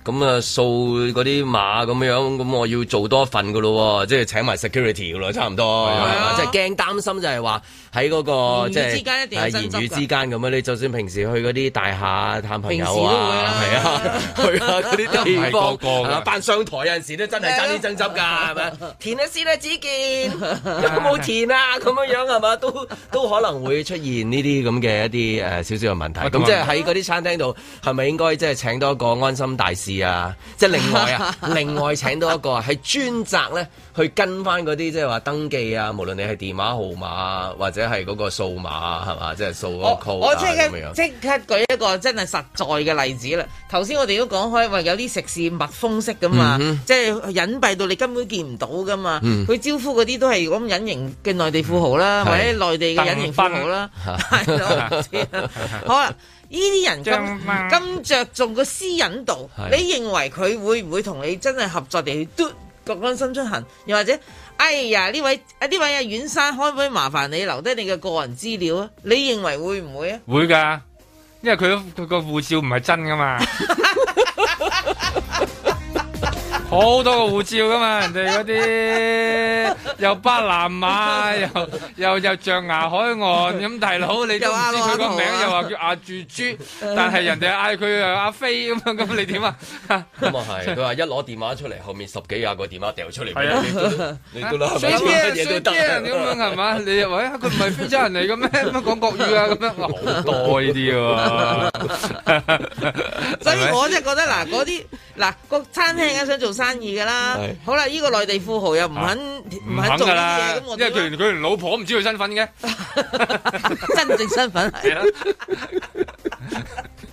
[SPEAKER 1] 咁啊掃嗰啲碼咁樣，咁我要做多份噶咯喎，即係請埋 security 噶咯，差唔多，係嘛
[SPEAKER 6] 啊
[SPEAKER 1] 即係驚擔心就係話喺嗰個
[SPEAKER 6] 言語
[SPEAKER 1] 即係
[SPEAKER 6] 之間一定有
[SPEAKER 1] 係
[SPEAKER 6] 爭執
[SPEAKER 1] 言
[SPEAKER 6] 㗎
[SPEAKER 1] 語之間咁樣。啊你就算平時去嗰啲大廈探朋友啊，
[SPEAKER 6] 平
[SPEAKER 1] 係
[SPEAKER 6] 時都
[SPEAKER 1] 啊去
[SPEAKER 6] 會 啦，
[SPEAKER 1] 啊嗰啲地
[SPEAKER 3] 唔係個
[SPEAKER 1] 方
[SPEAKER 3] 個㗎
[SPEAKER 1] 啊辦商台有陣時都真係爭啲爭執㗎，係 咪？填一先啦，子健， 有冇填啊？咁樣樣係嘛，都都可能會出現呢啲咁嘅一啲誒少少嘅問題。
[SPEAKER 3] 喂
[SPEAKER 1] 咁即係喺嗰啲餐廳度，係咪應該即係請多一個安心大使啊？即係另外啊，另外請多一個係專責咧去跟翻嗰啲即係話登記啊，無論你係電話號碼啊或者係嗰個數碼啊係嘛，即係掃嗰
[SPEAKER 6] 我
[SPEAKER 1] 個 code
[SPEAKER 6] 我
[SPEAKER 1] 啊
[SPEAKER 6] 即
[SPEAKER 1] 咁
[SPEAKER 6] 刻
[SPEAKER 1] 樣。
[SPEAKER 6] 即刻舉一個真係實在嘅例子啦。頭先我哋都講開話有啲食肆密封式噶嘛，
[SPEAKER 1] 嗯
[SPEAKER 6] 即係隱蔽到你根本見唔到噶嘛。佢、招呼嗰啲都係咁隱形嘅內地富豪啦，
[SPEAKER 1] 係
[SPEAKER 6] 或者內地嘅隱形富豪啦，係咯，我唔知啦好啦。呢啲人咁咁着重個私隱度，
[SPEAKER 1] 係
[SPEAKER 6] 你認為佢會唔會同你真係合作地去嘟個安心出行？又或者，哎呀呢位啊呢位阿阮生，可唔可以麻煩你留低你嘅個人資料啊？你認為會唔會啊？
[SPEAKER 3] 會㗎，因為佢佢個護照唔係真㗎嘛，好多個護照㗎嘛，人哋嗰啲又巴拿馬，又又又象牙海岸，咁大佬你都唔知佢個名，又話叫阿住豬，但係人哋嗌佢又阿飛咁樣，咁你點啊？
[SPEAKER 1] 咁 啊係，佢話一攞電話出嚟，後面十幾廿個電話掉出嚟
[SPEAKER 3] 係啊
[SPEAKER 1] 俾你，你都你都啦，係
[SPEAKER 3] 水
[SPEAKER 1] 咪
[SPEAKER 3] 邊
[SPEAKER 1] 乜嘢
[SPEAKER 3] 水
[SPEAKER 1] 都得啊
[SPEAKER 3] 邊咁樣係嘛？你又話哎呀佢唔係非洲人嚟嘅咩？乜講國語啊咁樣，好多呢啲喎。
[SPEAKER 6] 所以我真係覺得嗱，嗰啲嗱個餐廳啊想做生生意㗎啦
[SPEAKER 1] 係。啊
[SPEAKER 6] 好啦，呢個內地富豪又唔肯
[SPEAKER 3] 唔
[SPEAKER 6] 唔
[SPEAKER 3] 肯
[SPEAKER 6] 肯做
[SPEAKER 3] 㗎
[SPEAKER 6] 呢
[SPEAKER 3] 啦
[SPEAKER 6] 啲嘢，咁，我
[SPEAKER 3] 因為
[SPEAKER 6] 點
[SPEAKER 3] 佢
[SPEAKER 6] 啊
[SPEAKER 3] 連佢連老婆唔知佢身份 嘅，
[SPEAKER 6] 真正身份係
[SPEAKER 3] 係啦，啊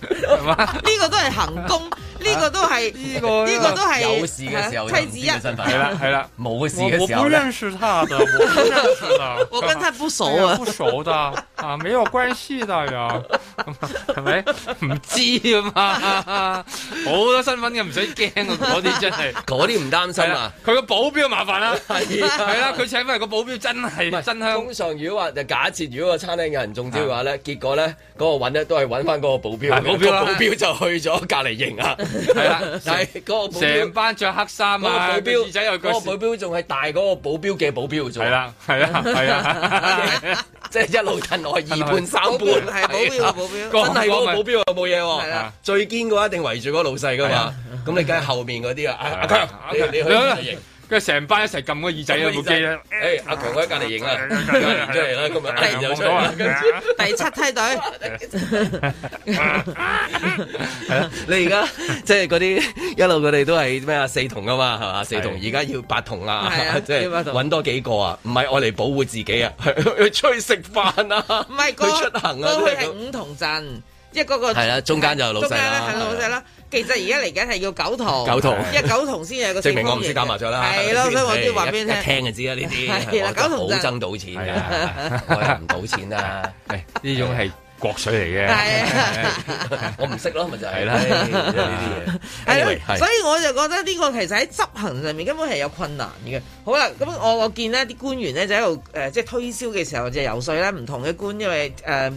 [SPEAKER 3] 係嘛？
[SPEAKER 6] 呢個都係行宮，呢個都 係
[SPEAKER 3] 呢個
[SPEAKER 6] 呢個都係
[SPEAKER 1] 有事嘅時候
[SPEAKER 6] 係
[SPEAKER 1] 就
[SPEAKER 6] 啊妻
[SPEAKER 1] 唔
[SPEAKER 6] 子
[SPEAKER 1] 知
[SPEAKER 6] 一
[SPEAKER 1] 佢身份，
[SPEAKER 3] 係啦係 啦，
[SPEAKER 1] 冇事嘅時候呢
[SPEAKER 3] 認識他的，我不認識 的
[SPEAKER 6] 我跟他不熟
[SPEAKER 3] 哎呀
[SPEAKER 6] 啊
[SPEAKER 3] 不。熟的啊，沒有關係的呀， 係咪？唔知啊嘛，好多身份嘅唔使驚啊，嗰啲真係。
[SPEAKER 1] 嗰啲唔擔心
[SPEAKER 3] 係
[SPEAKER 1] 啊
[SPEAKER 3] 啦。，佢個保鏢麻煩啦，係啊啦，佢請翻嚟個保鏢真係真香
[SPEAKER 1] 通。常如果話就假設，如果個餐廳有人中招嘅話咧，結果咧嗰個揾咧都係揾翻嗰個保鏢，
[SPEAKER 3] 係保鏢啦
[SPEAKER 1] 個保鏢就去咗隔離營啊。
[SPEAKER 3] 係啦
[SPEAKER 1] 但係嗰個保
[SPEAKER 3] 成
[SPEAKER 1] 鏢，
[SPEAKER 3] 班着黑衫
[SPEAKER 1] 嗰個保
[SPEAKER 3] 啊，個
[SPEAKER 1] 鏢
[SPEAKER 3] 耳仔有個
[SPEAKER 1] 嗰個保鏢仲係大嗰個保鏢嘅保鏢做。
[SPEAKER 3] 係，啦，係啦， 係啊，
[SPEAKER 1] 即係一路褪落去二半三
[SPEAKER 6] 保
[SPEAKER 1] 半，
[SPEAKER 6] 鏢係保
[SPEAKER 1] 係啊
[SPEAKER 6] 鏢，保鏢。
[SPEAKER 1] 真係嗰個保鏢有冇嘢
[SPEAKER 6] 係
[SPEAKER 1] 喎
[SPEAKER 6] 啦？
[SPEAKER 1] 最堅嗰個一定圍住嗰個老細噶
[SPEAKER 3] 係
[SPEAKER 1] 嘛
[SPEAKER 3] 啊。
[SPEAKER 1] 咁你梗係後面嗰啲啊，啊阿強，你
[SPEAKER 3] 係啊
[SPEAKER 1] 你去
[SPEAKER 3] 你
[SPEAKER 1] 隔離
[SPEAKER 3] 去
[SPEAKER 1] 營。
[SPEAKER 3] 跟住成班一齊撳個耳仔有部機啦。
[SPEAKER 1] 誒，阿強喺隔離影
[SPEAKER 3] 啊
[SPEAKER 1] 啦，
[SPEAKER 3] 哎
[SPEAKER 1] 出嚟啦，今日阿 強又出嚟啦，跟住
[SPEAKER 3] 係啊
[SPEAKER 6] 第七梯隊，
[SPEAKER 1] 你而家即係嗰啲一路佢哋都係咩啊四童啊嘛，係嘛四童，而家要八童啦
[SPEAKER 6] 係啊，
[SPEAKER 1] 即係
[SPEAKER 6] 要八童
[SPEAKER 1] 揾多幾個啊，唔係愛嚟保護自己啊， 去出去食飯啊，
[SPEAKER 6] 唔係
[SPEAKER 1] 去出行啊，
[SPEAKER 6] 過去
[SPEAKER 1] 即
[SPEAKER 6] 係
[SPEAKER 1] 係
[SPEAKER 6] 五同陣，即係嗰個
[SPEAKER 1] 係啦中間就係老細啦
[SPEAKER 6] 中間係老細啦。其實而家嚟緊係要九同，
[SPEAKER 1] 九同
[SPEAKER 6] 因為九同先有個
[SPEAKER 1] 證明我唔識打麻雀啦，
[SPEAKER 6] 係咯，所以我都要話俾你
[SPEAKER 1] 一
[SPEAKER 6] 聽。
[SPEAKER 1] 聽就知啦呢
[SPEAKER 6] 係
[SPEAKER 1] 啲，
[SPEAKER 6] 啦
[SPEAKER 1] 我
[SPEAKER 6] 九同
[SPEAKER 1] 就
[SPEAKER 6] 陣
[SPEAKER 1] 好憎賭錢
[SPEAKER 3] 係
[SPEAKER 1] 㗎
[SPEAKER 3] 啊，
[SPEAKER 1] 我又唔賭錢啊，
[SPEAKER 3] 呢種係國粹嚟
[SPEAKER 1] 哎
[SPEAKER 3] 嘅。
[SPEAKER 6] 係啊。
[SPEAKER 1] 我唔識咯，咪就係
[SPEAKER 3] 係
[SPEAKER 1] 啦
[SPEAKER 3] 啦
[SPEAKER 1] 呢啲
[SPEAKER 6] 係
[SPEAKER 1] 嘢
[SPEAKER 6] 咯
[SPEAKER 1] Anyway，係，
[SPEAKER 6] 所以我就覺得呢個其實喺執行上面根本係有困難嘅。好啦，咁我我見呢啲官員咧就喺度誒，即係推銷嘅時候就游說啦，唔同嘅官，因為誒。呃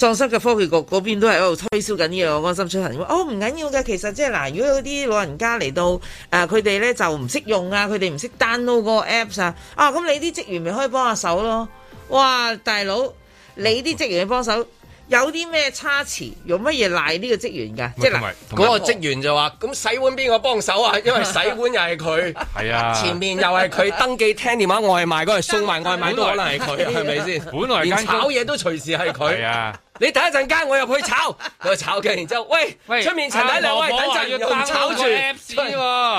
[SPEAKER 6] 葬身嘅科技局嗰邊都係喺度推銷緊呢樣安心出行。哦，唔緊要嘅，其實即係嗱，如果有啲老人家嚟到，誒佢哋咧就唔識用啊，佢哋唔識 download 嗰個 apps 啊，啊咁你啲職員咪可以幫下手咯。哇，大佬，你啲職員幫手有啲咩差池，用乜嘢賴呢個職員㗎？即
[SPEAKER 3] 同
[SPEAKER 6] 係嗱
[SPEAKER 3] 埋，同埋
[SPEAKER 1] 嗰個職員就話：咁洗碗邊個幫手啊？ 因為洗碗又係佢，
[SPEAKER 3] 係啊，
[SPEAKER 1] 前面又係佢登記聽電話外賣嗰個送埋外賣都可能係佢，係咪先？
[SPEAKER 3] 本來
[SPEAKER 1] 連
[SPEAKER 3] 間公
[SPEAKER 1] 炒嘢都隨時係
[SPEAKER 3] 係
[SPEAKER 1] 佢。
[SPEAKER 3] 啊，
[SPEAKER 1] 你等一陣間，我入去炒，佢炒嘅，然之後，喂，
[SPEAKER 3] 喂，啊
[SPEAKER 1] 出面陳太亮，喂，等陣又唔炒住。
[SPEAKER 3] Apps 喎，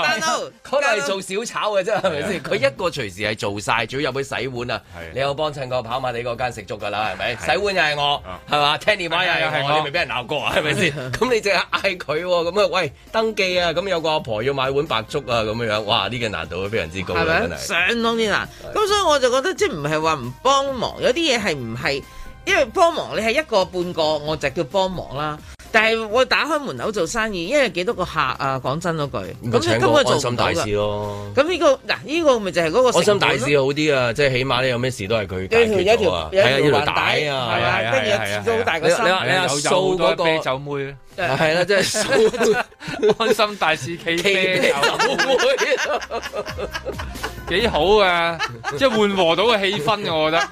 [SPEAKER 6] download
[SPEAKER 1] 嗰度係做小炒嘅啫，係咪先？佢一個隨時係做晒，仲要入去洗碗啊
[SPEAKER 3] 係！
[SPEAKER 1] 你有幫襯過跑馬地嗰間食粥㗎啦，係咪？
[SPEAKER 3] 係
[SPEAKER 1] 洗碗又係我
[SPEAKER 3] 啊，
[SPEAKER 1] 係嘛？聽電話又係
[SPEAKER 3] 係
[SPEAKER 1] 我，
[SPEAKER 3] 我
[SPEAKER 1] 你咪俾人鬧過啊，係咪先？咁你淨係嗌佢喎，咁啊喂登記啊，咁有個阿婆要買碗白粥啊，咁樣樣，哇！呢個難度非常之高啊，
[SPEAKER 6] 係
[SPEAKER 1] 真
[SPEAKER 6] 咪？
[SPEAKER 1] 係。
[SPEAKER 6] 相當之難。咁所以我就覺得即係唔係話唔幫忙，有啲嘢係唔係，因為幫忙你係一個半個，我就叫幫忙啦。但係我打開門口做生意，因為幾多個客啊？講真嗰句，
[SPEAKER 1] 咁
[SPEAKER 6] 咁
[SPEAKER 1] 請
[SPEAKER 6] 你根
[SPEAKER 1] 個
[SPEAKER 6] 本就
[SPEAKER 1] 安
[SPEAKER 6] 做
[SPEAKER 1] 心
[SPEAKER 6] 唔到
[SPEAKER 1] 大
[SPEAKER 6] 㗎
[SPEAKER 1] 使。咯，
[SPEAKER 6] 咁呢個嗱，呢個咪就係嗰個
[SPEAKER 1] 安心大
[SPEAKER 6] 成
[SPEAKER 1] 使
[SPEAKER 6] 本咯
[SPEAKER 1] 好啲啊！即係起碼你有咩事都係佢解
[SPEAKER 6] 有條
[SPEAKER 1] 決
[SPEAKER 6] 有
[SPEAKER 1] 咗啊
[SPEAKER 6] 條，
[SPEAKER 1] 係啊，
[SPEAKER 6] 有
[SPEAKER 1] 一
[SPEAKER 6] 條
[SPEAKER 1] 條
[SPEAKER 6] 環
[SPEAKER 1] 帶
[SPEAKER 6] 帶
[SPEAKER 1] 啊
[SPEAKER 6] 係，
[SPEAKER 3] 係啊係
[SPEAKER 6] 啊
[SPEAKER 3] 啊，
[SPEAKER 6] 跟住
[SPEAKER 3] 係啊
[SPEAKER 6] 有好大個
[SPEAKER 1] 係啊
[SPEAKER 6] 心
[SPEAKER 1] 你。話
[SPEAKER 3] 有有好多啤酒妹，
[SPEAKER 1] 係啦，即係掃
[SPEAKER 3] 安心大士企啤
[SPEAKER 1] 旗
[SPEAKER 3] 酒。
[SPEAKER 1] 啊
[SPEAKER 3] 幾好啊！即係緩和到個氣氛啊，我覺得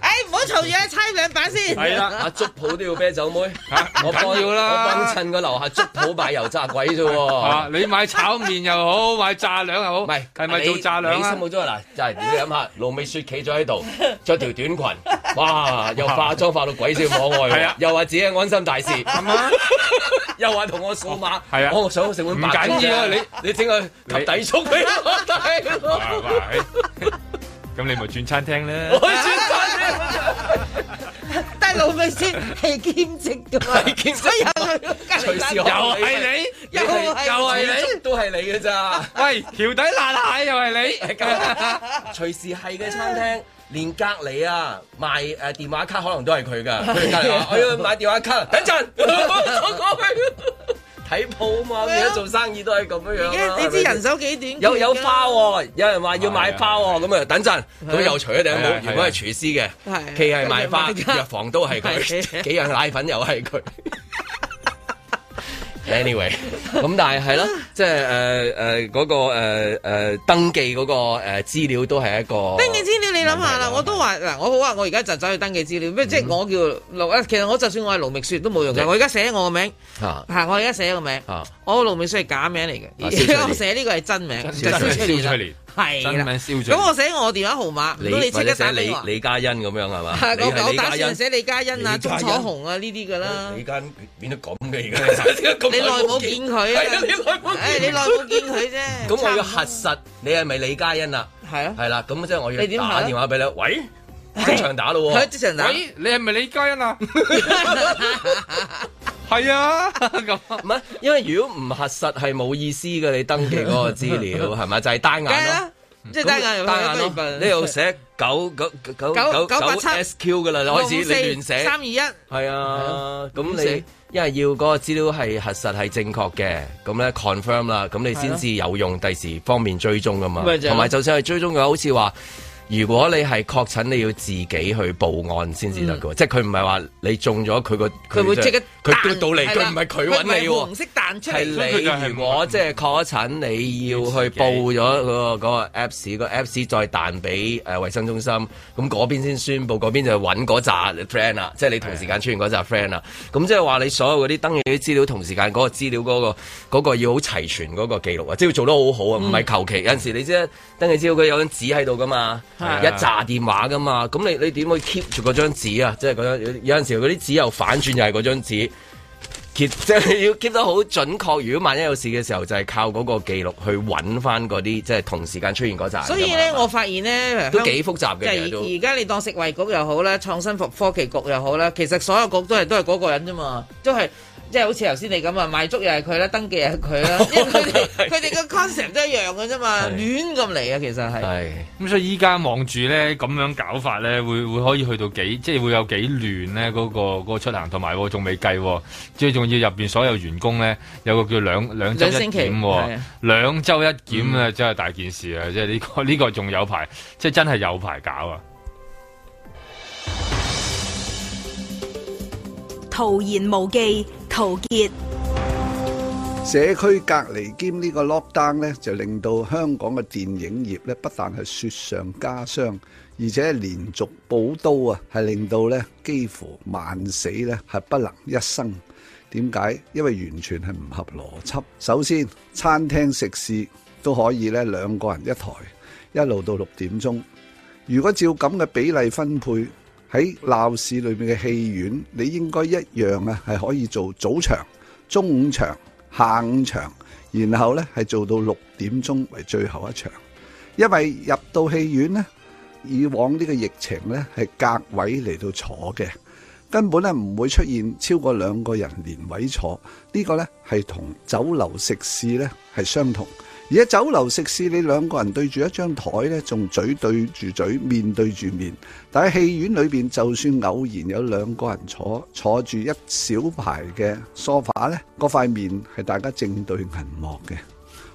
[SPEAKER 6] 哎，唔好嘈住啊，猜兩版先。
[SPEAKER 3] 係啦
[SPEAKER 1] 阿啊粥鋪都要啤 酒妹，
[SPEAKER 3] 唔緊要
[SPEAKER 1] 我幫
[SPEAKER 3] 啦。
[SPEAKER 1] 襯個樓下粥鋪賣油炸鬼啫
[SPEAKER 3] 啊
[SPEAKER 1] 喎。！
[SPEAKER 3] 你買炒麵又好，買炸兩又好，
[SPEAKER 1] 唔係，
[SPEAKER 3] 係咪做炸
[SPEAKER 1] 你
[SPEAKER 3] 兩
[SPEAKER 1] 你
[SPEAKER 3] 啊
[SPEAKER 1] 心？目中嗱，就係你諗下，盧美雪企咗喺度， 着條短裙，哇！又化妝化到鬼死咁可
[SPEAKER 3] 啊係
[SPEAKER 1] 愛
[SPEAKER 3] 啊
[SPEAKER 1] 喎，又話自己係安心大 使， 又話同我掃碼，
[SPEAKER 3] 係啊
[SPEAKER 1] 我想食碗白粥
[SPEAKER 3] 唔緊要啊
[SPEAKER 1] 啫你整個及底粥俾我睇，
[SPEAKER 3] 哇 哇哎咁你咪轉餐廳
[SPEAKER 1] 我
[SPEAKER 3] 咧？
[SPEAKER 1] 轉翻先。
[SPEAKER 6] 但係老味先係兼職㗎嘛，
[SPEAKER 1] 係兼職
[SPEAKER 6] 所以有佢隔離單
[SPEAKER 1] 隨時有
[SPEAKER 3] 又係你？
[SPEAKER 1] 你
[SPEAKER 6] 又係
[SPEAKER 1] 又係
[SPEAKER 6] 你
[SPEAKER 1] 你，都係你嘅咋？
[SPEAKER 3] 喂，橋底辣蟹又係你？
[SPEAKER 1] 隨時係嘅餐廳，連隔離啊賣誒電話卡可能都係佢㗎。佢隔離話：我要買電話卡，等陣，我過去睇鋪啊嘛。而家做生意都係咁樣樣
[SPEAKER 6] 而
[SPEAKER 1] 啦
[SPEAKER 6] 家你知人手幾短缺㗎
[SPEAKER 1] 有有花喎，有人話要買花喎，咁啊等陣，咁又除咗頂
[SPEAKER 3] 係
[SPEAKER 1] 帽
[SPEAKER 3] 啊，
[SPEAKER 1] 原本係廚師嘅，
[SPEAKER 6] 係
[SPEAKER 1] 企係賣花，
[SPEAKER 6] 啊跟住賣花
[SPEAKER 1] 藥房都係佢，
[SPEAKER 6] 係
[SPEAKER 1] 幾樣奶粉又係佢。anyway，咁但係係咯，即係誒誒嗰個誒誒登記嗰個誒資料都係一個
[SPEAKER 6] 登記資料你諗下
[SPEAKER 1] 啊
[SPEAKER 6] 啦，我都話嗱，我好啊，我而家就走去登記資料，咩即係我叫盧啊，其實我就算我係盧覓雪都冇用
[SPEAKER 1] 嗯你
[SPEAKER 6] 嘅，我而家寫我個名，
[SPEAKER 1] 啊
[SPEAKER 6] 嚇我而家寫個名
[SPEAKER 1] 啊，
[SPEAKER 6] 我盧覓雪係假名嚟
[SPEAKER 1] 啊蕭翠蓮
[SPEAKER 6] 嘅，我寫呢個係真名，就
[SPEAKER 3] 真
[SPEAKER 6] 係
[SPEAKER 3] 係
[SPEAKER 6] 蕭翠蓮
[SPEAKER 3] 出
[SPEAKER 6] 啦
[SPEAKER 3] 嚟，
[SPEAKER 6] 係
[SPEAKER 3] 真
[SPEAKER 6] 啦。
[SPEAKER 3] 名肖像
[SPEAKER 6] 咁我寫我電話號碼，唔
[SPEAKER 1] 你
[SPEAKER 6] 到你
[SPEAKER 1] 或
[SPEAKER 6] 即
[SPEAKER 1] 者
[SPEAKER 6] 刻
[SPEAKER 1] 寫
[SPEAKER 6] 打俾
[SPEAKER 1] 李
[SPEAKER 6] 我。
[SPEAKER 1] 李嘉欣咁樣係嘛？
[SPEAKER 6] 係
[SPEAKER 1] 你
[SPEAKER 6] 我
[SPEAKER 1] 係
[SPEAKER 6] 我
[SPEAKER 1] 李
[SPEAKER 6] 打
[SPEAKER 1] 嘉欣。
[SPEAKER 6] 算寫李嘉欣啊、
[SPEAKER 1] 李嘉
[SPEAKER 6] 鍾
[SPEAKER 1] 欣
[SPEAKER 6] 楚紅啊呢啲噶啦。
[SPEAKER 1] 你間變到咁嘅而 家，你
[SPEAKER 6] 你耐冇見佢啊
[SPEAKER 1] 係啊，你耐 冇
[SPEAKER 6] 唉，你
[SPEAKER 1] 見
[SPEAKER 6] 耐冇見佢啫。
[SPEAKER 1] 咁我要
[SPEAKER 6] 差
[SPEAKER 1] 核
[SPEAKER 6] 唔多
[SPEAKER 1] 實你係咪李嘉欣啊？
[SPEAKER 6] 係啊，
[SPEAKER 1] 係啦，咁即係我
[SPEAKER 6] 你點
[SPEAKER 1] 要
[SPEAKER 6] 核
[SPEAKER 1] 打
[SPEAKER 6] 啊
[SPEAKER 1] 電話俾你， 喂，即場打啊咯
[SPEAKER 6] 佢
[SPEAKER 1] 喎，
[SPEAKER 6] 即場打。
[SPEAKER 3] 喂，你係咪李嘉欣啊？係啊，咁
[SPEAKER 1] 唔係，因為如果唔核實係冇意思嘅，你登記嗰個資料係咪？就係單眼
[SPEAKER 6] 梗係
[SPEAKER 1] 咯
[SPEAKER 6] 啦。，即係單眼入去
[SPEAKER 1] 單眼
[SPEAKER 6] 不如
[SPEAKER 1] 咯，呢度寫九九九
[SPEAKER 6] 九
[SPEAKER 1] 九
[SPEAKER 6] 九八七
[SPEAKER 1] SQ 噶啦，開始你亂寫
[SPEAKER 6] 三，二一，
[SPEAKER 1] 係啊，咁你因為要嗰個資料係核實係正確嘅，咁咧 confirm 啦，咁你先至有用，第時方便追蹤噶嘛
[SPEAKER 6] 咪，就係咯
[SPEAKER 1] 同埋就算係追蹤嘅，好似話。如果你係確診，你要自己去報案先至得嘅喎，即係佢唔係話你中咗佢個
[SPEAKER 6] 嗯佢會即刻
[SPEAKER 1] 佢嘟
[SPEAKER 6] 彈
[SPEAKER 1] 到你，
[SPEAKER 6] 係啦
[SPEAKER 1] 佢唔係佢揾你喎
[SPEAKER 6] 佢唔係。紅色彈出
[SPEAKER 1] 係
[SPEAKER 6] 嚟。
[SPEAKER 1] 你如果即係確診，你要去報咗嗰個嗰個 Apps，個 Apps 再彈俾誒衞生中心，咁嗰邊先宣佈，嗰邊就揾嗰扎 friend 啦，即係你同時間出現嗰扎 friend 啦。咁即係話你所有嗰啲登記啲資料，同時間嗰個資料嗰個嗰個要好齊全嗰個記錄啊，即係要做得好好啊，唔
[SPEAKER 6] 嗯
[SPEAKER 1] 係求其。有陣時你知登記資料佢有張紙喺度噶嘛，一紮電話噶嘛，咁你你點去 keep 住嗰張紙啊？即係嗰張有有陣時嗰啲紙又反轉又係嗰張紙。keep 即係要 keep 得好準確。如果萬一有事嘅時候，就係靠嗰個記錄去揾翻嗰啲即係同時間出現嗰扎人㗎啊嘛。
[SPEAKER 6] 所以咧，我發現咧，
[SPEAKER 1] 都幾複雜
[SPEAKER 6] 即
[SPEAKER 1] 嘅，其實都
[SPEAKER 6] 係而家你當食衞局又好啦，創新服科技局又好啦，其實所有局都係都係嗰個人啫嘛，都係即係好似頭先你咁啊，賣粥又係佢啦，登記又係佢啦， 因為佢哋佢哋個 concept 都一樣嘅啫嘛，
[SPEAKER 1] 係
[SPEAKER 6] 亂咁嚟啊，其實係。
[SPEAKER 1] 係
[SPEAKER 3] 咁所以依家望住咧咁樣搞法咧，會會可以去到幾，即係會有幾亂咧？嗰、個嗰個出行同埋喎仲未計喎，最仲要入邊所有員工咧有個叫兩兩週
[SPEAKER 6] 兩星
[SPEAKER 3] 一
[SPEAKER 6] 期
[SPEAKER 3] 檢
[SPEAKER 6] 係
[SPEAKER 3] 喎
[SPEAKER 6] 啊，
[SPEAKER 3] 兩週一檢啊，真係大件事啊！即係呢、個呢、個仲有排，即係真係有排搞啊！
[SPEAKER 10] 徒言無忌，陶傑。
[SPEAKER 11] 社區隔離兼呢個 lockdown 呢，就令到香港嘅電影業呢，不但係雪上加霜，而且連續補刀啊，係令到呢幾乎萬死呢，係不能一生。點解？因為完全係唔合邏輯。首先，餐廳食肆都可以呢兩個人一台，一路到六點鐘。如果照咁嘅比例分配喺鬧市裏面嘅戲院，你應該一樣啊，係可以做早場、中午場、下午場，然後呢係做到六點鐘為最後一場。因為入到戲院呢，以往呢個疫情呢係隔位嚟到坐嘅，根本呢唔會出現超過兩個人連位坐。呢、個呢係同酒樓食肆呢係相同。而家酒樓食肆，你兩個人對住一張台呢，仲嘴對住嘴，面對住面。但係戲院裏邊，就算偶然有兩個人坐坐住一小排嘅梳化呢，嗰塊面係大家正對銀幕嘅，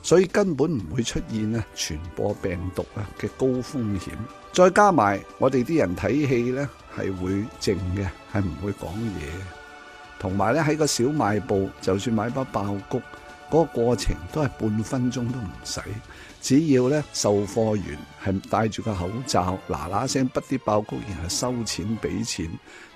[SPEAKER 11] 所以根本唔會出現咧傳播病毒啊嘅高風險。再加埋我哋啲人睇戲呢，係會靜嘅，係唔會講嘢嘅。同埋咧喺個小賣部，就算買包爆谷，嗰、個過程都係半分鐘都唔使。只要咧售貨員係戴住個口罩，嗱嗱聲滗啲爆谷，然後收錢俾錢，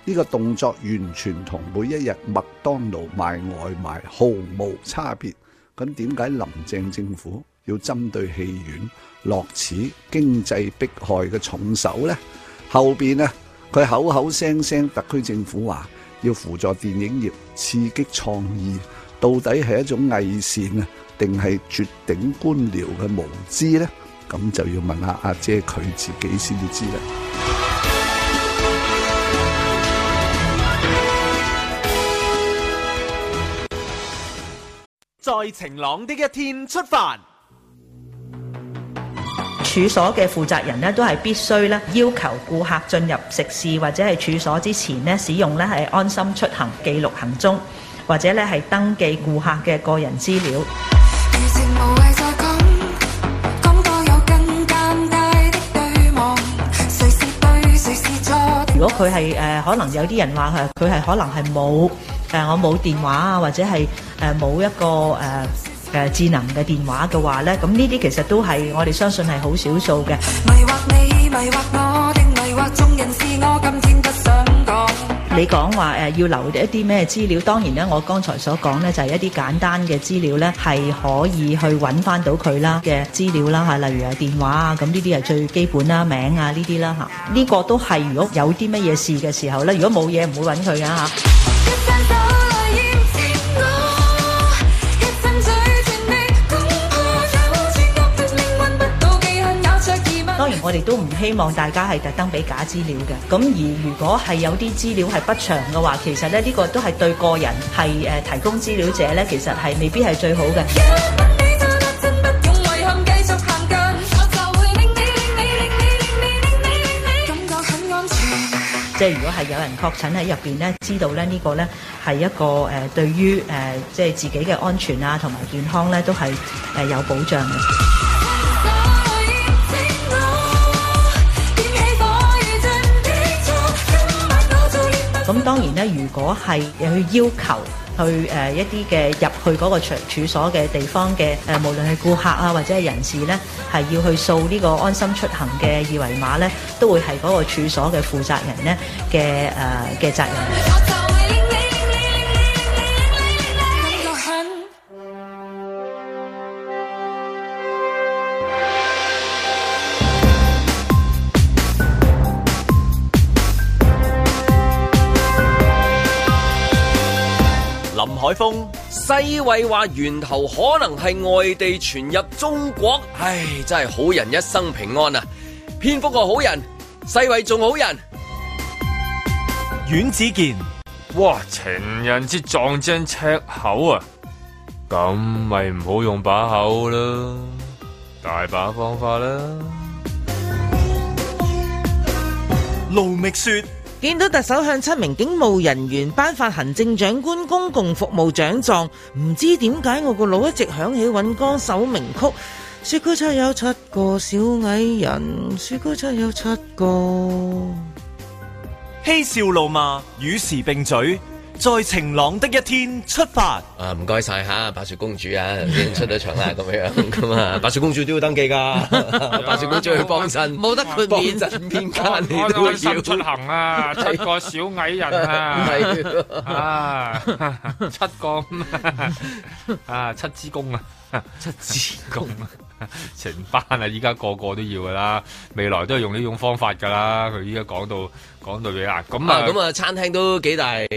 [SPEAKER 11] 呢、個動作完全同每一日麥當勞賣外賣毫無差別。咁點解林鄭政府要針對戲院落此經濟迫害嘅重手呢？後邊啊，佢口口聲聲特區政府話要輔助電影業刺激創意，到底係一種偽善啊，定係絕頂官僚嘅無知呢？咁就要問下阿姐佢自己先至知啦。
[SPEAKER 5] 在晴朗的一天出發。
[SPEAKER 7] 處所嘅負責人呢，都係必須咧要求顧客進入食肆或者係處所之前呢，使用呢係安心出行記錄行蹤，或者呢係登記顧客嘅個人資料。如果佢係誒可能有啲人話呃係佢係可能係冇誒我冇電話啊，或者係誒冇一個誒誒、呃智能嘅電話嘅話咧，咁呢啲其實都係我哋相信係好少數嘅。
[SPEAKER 12] 迷惑你，迷惑我，定迷惑眾人是我今天不想講。
[SPEAKER 7] 你講話誒要留一啲咩資料？當然咧，我剛才所講咧就係一啲簡單嘅資料咧，係可以去揾翻到佢啦嘅資料啦嚇，例如係電話啊，咁呢啲係最基本啦，名啊呢啲啦嚇，呢、個都係如果有啲乜嘢事嘅時候咧，如果冇嘢唔會揾佢啊噶嚇。當然，我哋都唔希望大家係特登俾假資料嘅。咁而如果係有啲資料係不詳嘅話，其實咧呢、個都係對個人係誒、呃提供資料者咧，其實係未必係最好嘅。即係如果係有人確診喺入邊咧，知道咧呢個咧係一個誒、呃、對於誒、呃即係自己嘅安全啊同埋健康咧都係誒、呃有保障嘅。咁當然咧，如果係去要求去誒、呃一啲嘅入去嗰個場處所嘅地方嘅誒、呃，無論係顧客啊或者係人士咧，係要去掃呢個安心出行嘅二維碼咧，都會係嗰個處所嘅負責人咧嘅誒嘅責任。
[SPEAKER 1] 林海峰，世衛話源頭可能係外地傳入中國，唉，真係好人一生平安啊！蝙蝠個好人，世衛仲好人，
[SPEAKER 2] 阮子健，
[SPEAKER 3] 哇！情人節撞正赤口啊，咁咪唔好用把口啦，大把方法啦。
[SPEAKER 2] 盧觅雪。
[SPEAKER 4] 見到特首向七名警務人員頒發行政長官公共服務獎狀，唔知點解我個腦一直響起尹光首名曲。雪糕出有七個小矮人，雪糕出有七 個。
[SPEAKER 2] 嬉笑怒罵，與時並舉，在晴朗的一天出發。
[SPEAKER 1] 啊，唔該晒嚇，白雪公主 啊，已經出咗場啦，咁樣咁啊，白雪公主都要登記㗎， 白雪公主去幫襯，冇得豁免陣邊間你
[SPEAKER 3] 安
[SPEAKER 1] 都
[SPEAKER 3] 安
[SPEAKER 1] 要
[SPEAKER 3] 心 出行啊，七個小矮人
[SPEAKER 1] 係
[SPEAKER 3] 啊，啊，七個 啊，七支公啊，七支公啊。 成班啊！依家個個都要噶啦，未來都係用呢種方法噶啦。佢依家講到講到嘢啊，咁
[SPEAKER 1] 咁啊
[SPEAKER 3] 啊
[SPEAKER 1] 咁啊，餐廳都幾大誒，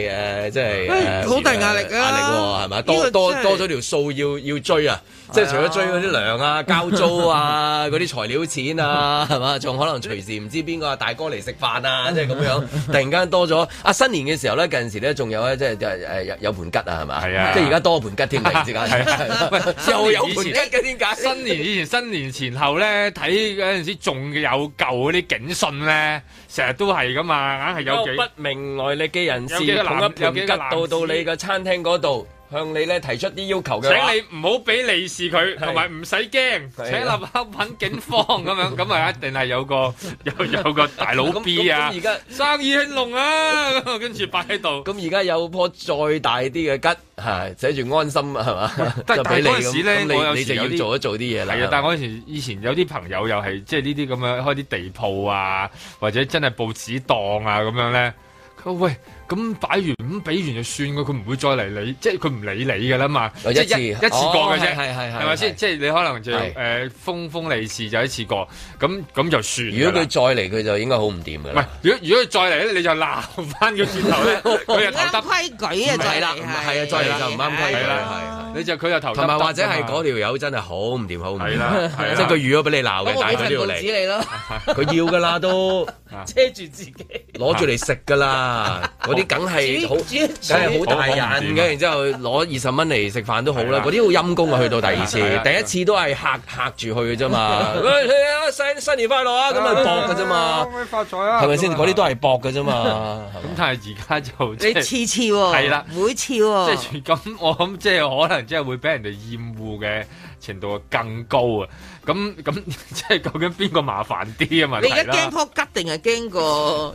[SPEAKER 1] 即係誒
[SPEAKER 3] 好大壓力啊
[SPEAKER 1] 壓力喎，係咪？
[SPEAKER 3] 呢
[SPEAKER 1] 多
[SPEAKER 3] 個
[SPEAKER 1] 多
[SPEAKER 3] 真係
[SPEAKER 1] 多咗條數要要追啊！即係除咗追嗰啲糧 啊、交租啊、嗰啲材料錢啊， 係嘛？仲可能隨時唔知邊個啊大哥嚟食飯 啊，即係咁樣。突然間多咗啊！新年嘅時候咧，近時咧仲有咧，即係誒誒有有盤吉啊，係嘛？係
[SPEAKER 3] 啊
[SPEAKER 1] 即係而家多盤吉 添，突然之間
[SPEAKER 3] 係啊喂
[SPEAKER 1] 又有
[SPEAKER 3] 新
[SPEAKER 1] 盤吉
[SPEAKER 3] 年以
[SPEAKER 1] 嘅
[SPEAKER 3] 前
[SPEAKER 1] 點解？
[SPEAKER 3] 新 年以前、新年前後咧，睇嗰陣時仲有舊嗰啲警訊咧，成日都係噶嘛，硬係有幾
[SPEAKER 1] 有不明來歷嘅人士
[SPEAKER 3] 有幾個男
[SPEAKER 1] 捧一
[SPEAKER 3] 有
[SPEAKER 1] 盤
[SPEAKER 3] 幾
[SPEAKER 1] 吉
[SPEAKER 3] 個男
[SPEAKER 1] 到到
[SPEAKER 3] 子
[SPEAKER 1] 你個餐廳嗰度，向你咧提出啲要求
[SPEAKER 3] 請
[SPEAKER 1] 嘅話
[SPEAKER 3] 你唔好俾利是佢，同埋唔使驚，
[SPEAKER 1] 係啊
[SPEAKER 3] 請立刻揾警方咁樣，咁啊一定係有個有有個大佬 B 啊
[SPEAKER 1] 咁咁咁而，家
[SPEAKER 3] 生意興隆啊， 咁啊跟住擺喺度。
[SPEAKER 1] 咁而家有棵再大啲嘅吉，嚇寫住安心係嘛？
[SPEAKER 3] 但
[SPEAKER 1] 就俾你
[SPEAKER 3] 但係嗰陣
[SPEAKER 1] 咁，
[SPEAKER 3] 時咧我
[SPEAKER 1] 咁
[SPEAKER 3] 有
[SPEAKER 1] 你你就
[SPEAKER 3] 時有
[SPEAKER 1] 要
[SPEAKER 3] 啲
[SPEAKER 1] 做一做啲嘢啦。
[SPEAKER 3] 係啊，但係我以前以前有啲朋友又係即係呢啲咁樣開啲地鋪啊，或者真係報紙檔啊咁樣咧。佢話喂，咁擺完咁俾完就算㗎，佢唔會再嚟你，即係佢唔理你㗎啦嘛。
[SPEAKER 1] 哦一
[SPEAKER 3] 即係
[SPEAKER 1] 次
[SPEAKER 3] 一次過嘅
[SPEAKER 1] 哦係
[SPEAKER 3] 啫，
[SPEAKER 1] 係係係
[SPEAKER 3] 係咪先？
[SPEAKER 1] 係
[SPEAKER 3] 即係你可能就
[SPEAKER 1] 係
[SPEAKER 3] 誒封封利是就一次過，咁咁就算㗎啦。
[SPEAKER 1] 如果佢再嚟，佢就應該好唔掂㗎
[SPEAKER 3] 唔係
[SPEAKER 1] 啦。，
[SPEAKER 3] 如果如果佢再嚟咧，你就鬧翻佢轉頭咧， 佢又頭
[SPEAKER 6] 啱
[SPEAKER 3] 耷。
[SPEAKER 6] 規矩啊，
[SPEAKER 1] 唔係
[SPEAKER 6] 再
[SPEAKER 1] 啦，唔係啊，再嚟就唔啱規矩
[SPEAKER 3] 係
[SPEAKER 1] 啦。係
[SPEAKER 3] 啦，你就佢又頭耷耷
[SPEAKER 1] 同
[SPEAKER 3] 㗎嘛。
[SPEAKER 1] 埋或者係嗰條友真係好唔掂，好唔掂
[SPEAKER 3] 啊係啦係啦，
[SPEAKER 1] 即係佢預咗俾你鬧嘅，但係佢都要嚟，
[SPEAKER 6] 你咯，
[SPEAKER 1] 佢要㗎啦都。
[SPEAKER 6] 遮住自己。
[SPEAKER 1] 攞住嚟食噶 啦，嗰啲梗係好，梗
[SPEAKER 6] 煮煮
[SPEAKER 1] 係好大
[SPEAKER 3] 好好唔
[SPEAKER 1] 人
[SPEAKER 3] 掂
[SPEAKER 1] 嘅。
[SPEAKER 3] 啊
[SPEAKER 1] 然之後攞二十蚊嚟食飯都好啦
[SPEAKER 3] 係，啊
[SPEAKER 1] 嗰啲好陰功啊！去到第二次，
[SPEAKER 3] 係啊係啊
[SPEAKER 1] 第一次都係嚇嚇住去嘅啫 嘛。喂，你啊新新年快樂啊！咁咪搏嘅啫嘛，
[SPEAKER 3] 發財啊
[SPEAKER 1] 係咪先？嗰啲都係搏嘅啫 嘛。
[SPEAKER 3] 咁但係而家就即
[SPEAKER 6] 你
[SPEAKER 3] 係
[SPEAKER 6] 次次喎，
[SPEAKER 3] 係啦
[SPEAKER 6] 每次喎，
[SPEAKER 3] 即係咁，我諗即係可能即係會俾人哋厭惡嘅程度更高啊！咁咁 即係究竟邊個麻煩啲啊？嘛，
[SPEAKER 6] 你而家驚棵吉定係驚個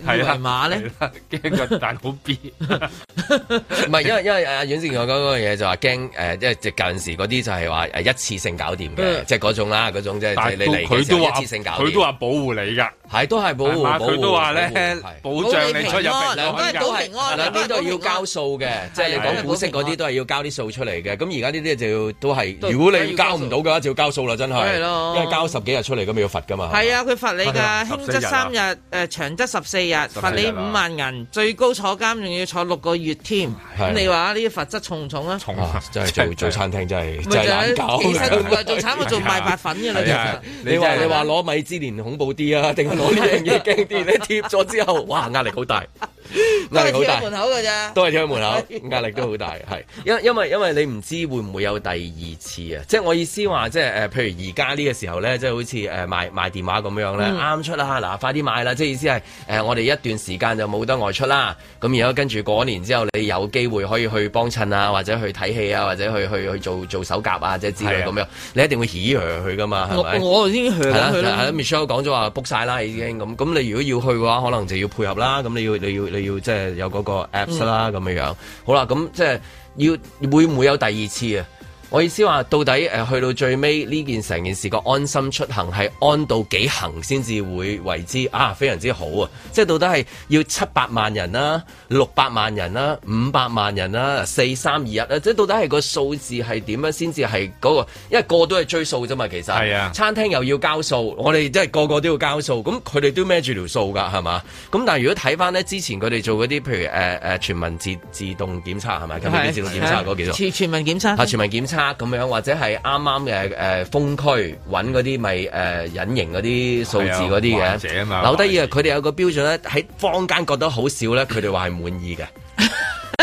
[SPEAKER 6] 二維碼咧？
[SPEAKER 3] 驚 個大佬 B，
[SPEAKER 1] 唔係因為因為阿阮先我講嗰樣嘢就話驚誒，即係即係近時嗰啲就係話誒一次性搞掂嘅，
[SPEAKER 3] 嗯
[SPEAKER 1] 即係嗰種啦，嗰種即係即係
[SPEAKER 3] 但係
[SPEAKER 1] 你嚟嘅
[SPEAKER 3] 佢
[SPEAKER 1] 時
[SPEAKER 3] 都
[SPEAKER 1] 候
[SPEAKER 3] 話
[SPEAKER 1] 一次性搞掂。
[SPEAKER 3] 佢都話保護你㗎，
[SPEAKER 1] 係都係保
[SPEAKER 3] 係嘛
[SPEAKER 1] 護，
[SPEAKER 3] 佢都話咧
[SPEAKER 1] 保護
[SPEAKER 3] 保障你出入
[SPEAKER 1] 係
[SPEAKER 3] 平安㗎
[SPEAKER 1] 兩邊係兩邊都要交數嘅，即係你講股息嗰啲都係要交啲數出嚟嘅。咁而家呢啲就要都
[SPEAKER 6] 都
[SPEAKER 1] 係，如果你交唔到嘅話，就要交數啦，真
[SPEAKER 6] 梗
[SPEAKER 1] 係
[SPEAKER 6] 係咯
[SPEAKER 1] 因為交十幾日出嚟咁要罰㗎嘛。
[SPEAKER 6] 係啊，佢罰你
[SPEAKER 1] 係啊
[SPEAKER 6] 㗎，輕則
[SPEAKER 1] 14
[SPEAKER 6] 三日，誒長則十四日，罰你
[SPEAKER 1] 日啊
[SPEAKER 6] 五萬銀，最高坐監仲要坐六個月添。
[SPEAKER 1] 係啊
[SPEAKER 6] 咁你話呢啲罰則重唔重啊？重
[SPEAKER 1] 啊真係 做做餐廳真係真係難搞。
[SPEAKER 6] 其實唔係做慘過做賣白粉嘅啦，其
[SPEAKER 1] 係
[SPEAKER 6] 實
[SPEAKER 1] 啊。 你話你話攞米芝蓮恐怖啲啊，定係攞呢樣嘢驚啲？你貼咗之後，哇壓力好大，壓力好
[SPEAKER 6] 都係貼
[SPEAKER 1] 大
[SPEAKER 6] 喺。門口㗎咋。
[SPEAKER 1] 都係喺門 口，壓力都好大，係啊哎因因為因為你唔知會唔會有第二次啊！即係我意思話，即係誒、呃譬如而家呢個時候咧，即係好似誒、呃、賣賣電話咁樣咧，
[SPEAKER 3] 嗯
[SPEAKER 1] 啱、出啦，嗱快啲買啦！即係意思係誒、呃我哋一段時間就冇得外出啦，咁然後跟住過年之後，你有機會可以去幫襯啊，或者去睇戲啊，或者去去去做做手甲啊，即係之類咁樣，你一定會起佢去噶嘛，係咪？
[SPEAKER 6] 我我已經去
[SPEAKER 1] 係啦，
[SPEAKER 6] 緊
[SPEAKER 1] 係
[SPEAKER 6] 佢
[SPEAKER 1] 啦
[SPEAKER 6] 啦。
[SPEAKER 1] Michelle 講咗話 book 晒啦，已經咁。咁你如果要去嘅話，可能就要配合啦。咁你要你要你要即係有嗰個 apps 啦，咁樣樣。好啦，咁即係要會唔會有第二次啊？我意思話，到底誒、呃去到最尾呢件成件事個安心出行係安到幾行先至會為之啊非常之好啊！即係到底係要七百萬人啦、六百萬人啦、五百萬人啦、四三二一啦，即係到底係個數字係點樣先至係嗰個？因為個個都係追數啫嘛，其實係啊，餐廳又要交數，我哋即係個個都要交數，咁佢哋都孭住條數㗎，係嘛？咁但係如果睇翻咧之前佢哋做嗰啲，譬如誒誒、呃全民自自動檢測係咪？咁呢啲自動檢測嗰幾種。
[SPEAKER 6] 全全民檢
[SPEAKER 1] 啊，
[SPEAKER 6] 測。
[SPEAKER 1] 全民檢測咁樣，或者係啱啱嘅誒封區揾嗰啲咪誒隱形嗰啲數字嗰
[SPEAKER 3] 係啊
[SPEAKER 1] 啲
[SPEAKER 3] 患者啊
[SPEAKER 1] 嘅，
[SPEAKER 3] 嘛
[SPEAKER 1] 留低啊！佢哋有個標準咧，喺坊間覺得好少咧，佢哋話係滿意嘅。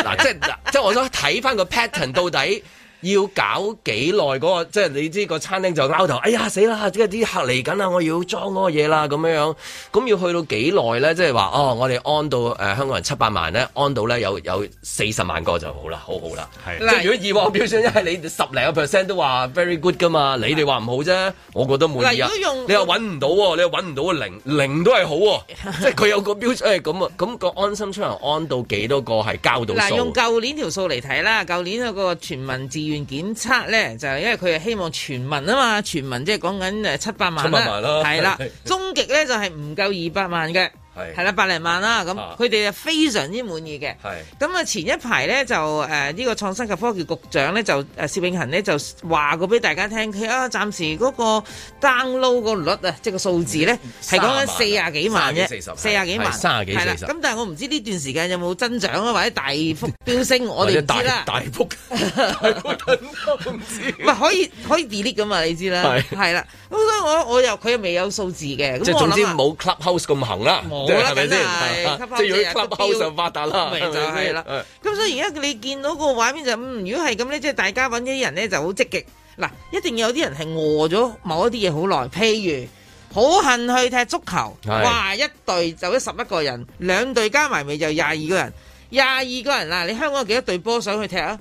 [SPEAKER 1] 嗱，即係嗱即係我想睇翻個 pattern 到底。要搞幾耐嗰個，即係你知個餐廳就拗頭，哎呀死啦！即係啲客嚟緊啦，我要裝嗰個嘢啦，咁樣樣，咁要去到幾耐咧？即係話哦，我哋安到誒、呃香港人七百萬咧，安到咧有有四十萬個就好啦，好好 啦。係即係如果以往標準，因為你十零個 percent 都話 very good 噶嘛，你哋話唔好啫，我覺得滿意啊
[SPEAKER 6] 嗱如果用。
[SPEAKER 1] 你又揾唔到喎，你又揾唔到個零零都係好 喎，即係佢有個標準係咁啊，咁、個安心出行安到幾多個係交到
[SPEAKER 6] 嗱，
[SPEAKER 1] 數？
[SPEAKER 6] 用舊年條數嚟睇啦，舊年嗰個全民自願檢測咧，就係因為佢係希望全民啊嘛，全民即係講緊誒七百萬
[SPEAKER 1] 700萬啦
[SPEAKER 6] 啦，係啦
[SPEAKER 1] 係，
[SPEAKER 6] 終極咧就係唔夠二百萬嘅，
[SPEAKER 1] 係
[SPEAKER 6] 係啦，百零萬啦，咁
[SPEAKER 1] 啊
[SPEAKER 6] 佢哋就非常之滿意嘅。
[SPEAKER 1] 係。
[SPEAKER 6] 咁啊，前一排咧就呃誒呢、個創新及科技局長咧就誒薛永恒咧就話過俾大家聽，佢啊暫時嗰個 download 個率啊，即係個數
[SPEAKER 1] 嗯
[SPEAKER 6] 字咧係講緊四廿幾萬啫，四廿幾萬，
[SPEAKER 1] 30幾
[SPEAKER 6] 係啦
[SPEAKER 1] 40
[SPEAKER 6] 咁但係我唔知呢段時間有冇增長啊，或者大幅飆升，我
[SPEAKER 1] 或
[SPEAKER 6] 哋
[SPEAKER 1] 者
[SPEAKER 6] 唔
[SPEAKER 1] 大
[SPEAKER 6] 知啦。
[SPEAKER 1] 大 幅
[SPEAKER 6] 唔係可以可以 delete 噶嘛？你知啦，
[SPEAKER 1] 係
[SPEAKER 6] 係啦。咁所以我我又佢又未有數字嘅，
[SPEAKER 1] 即
[SPEAKER 6] 咁
[SPEAKER 1] 係
[SPEAKER 6] 我
[SPEAKER 1] 總之
[SPEAKER 6] 諗啊
[SPEAKER 1] 冇 clubhouse 咁行啦，
[SPEAKER 6] 冇
[SPEAKER 1] 即係
[SPEAKER 6] 啦
[SPEAKER 1] 係咪先啊
[SPEAKER 6] 梗係？
[SPEAKER 1] 即 係如
[SPEAKER 6] clubhouse
[SPEAKER 1] 果 clubhouse 就發達啦，
[SPEAKER 6] 咪就
[SPEAKER 1] 係咪
[SPEAKER 6] 係
[SPEAKER 1] 先
[SPEAKER 6] 啦
[SPEAKER 1] 係
[SPEAKER 6] 咁所以而家你見到個畫面就嗯，如果係咁咧，即係大家揾啲人咧就好積極。嗱，一定有啲人係餓咗某一啲嘢好耐，譬如好恨去踢足球，
[SPEAKER 1] 係
[SPEAKER 6] 哇！一隊就咗十一個人，兩隊加埋咪就廿二個人，廿二個人嗱，你香港有幾多隊波想去踢啊？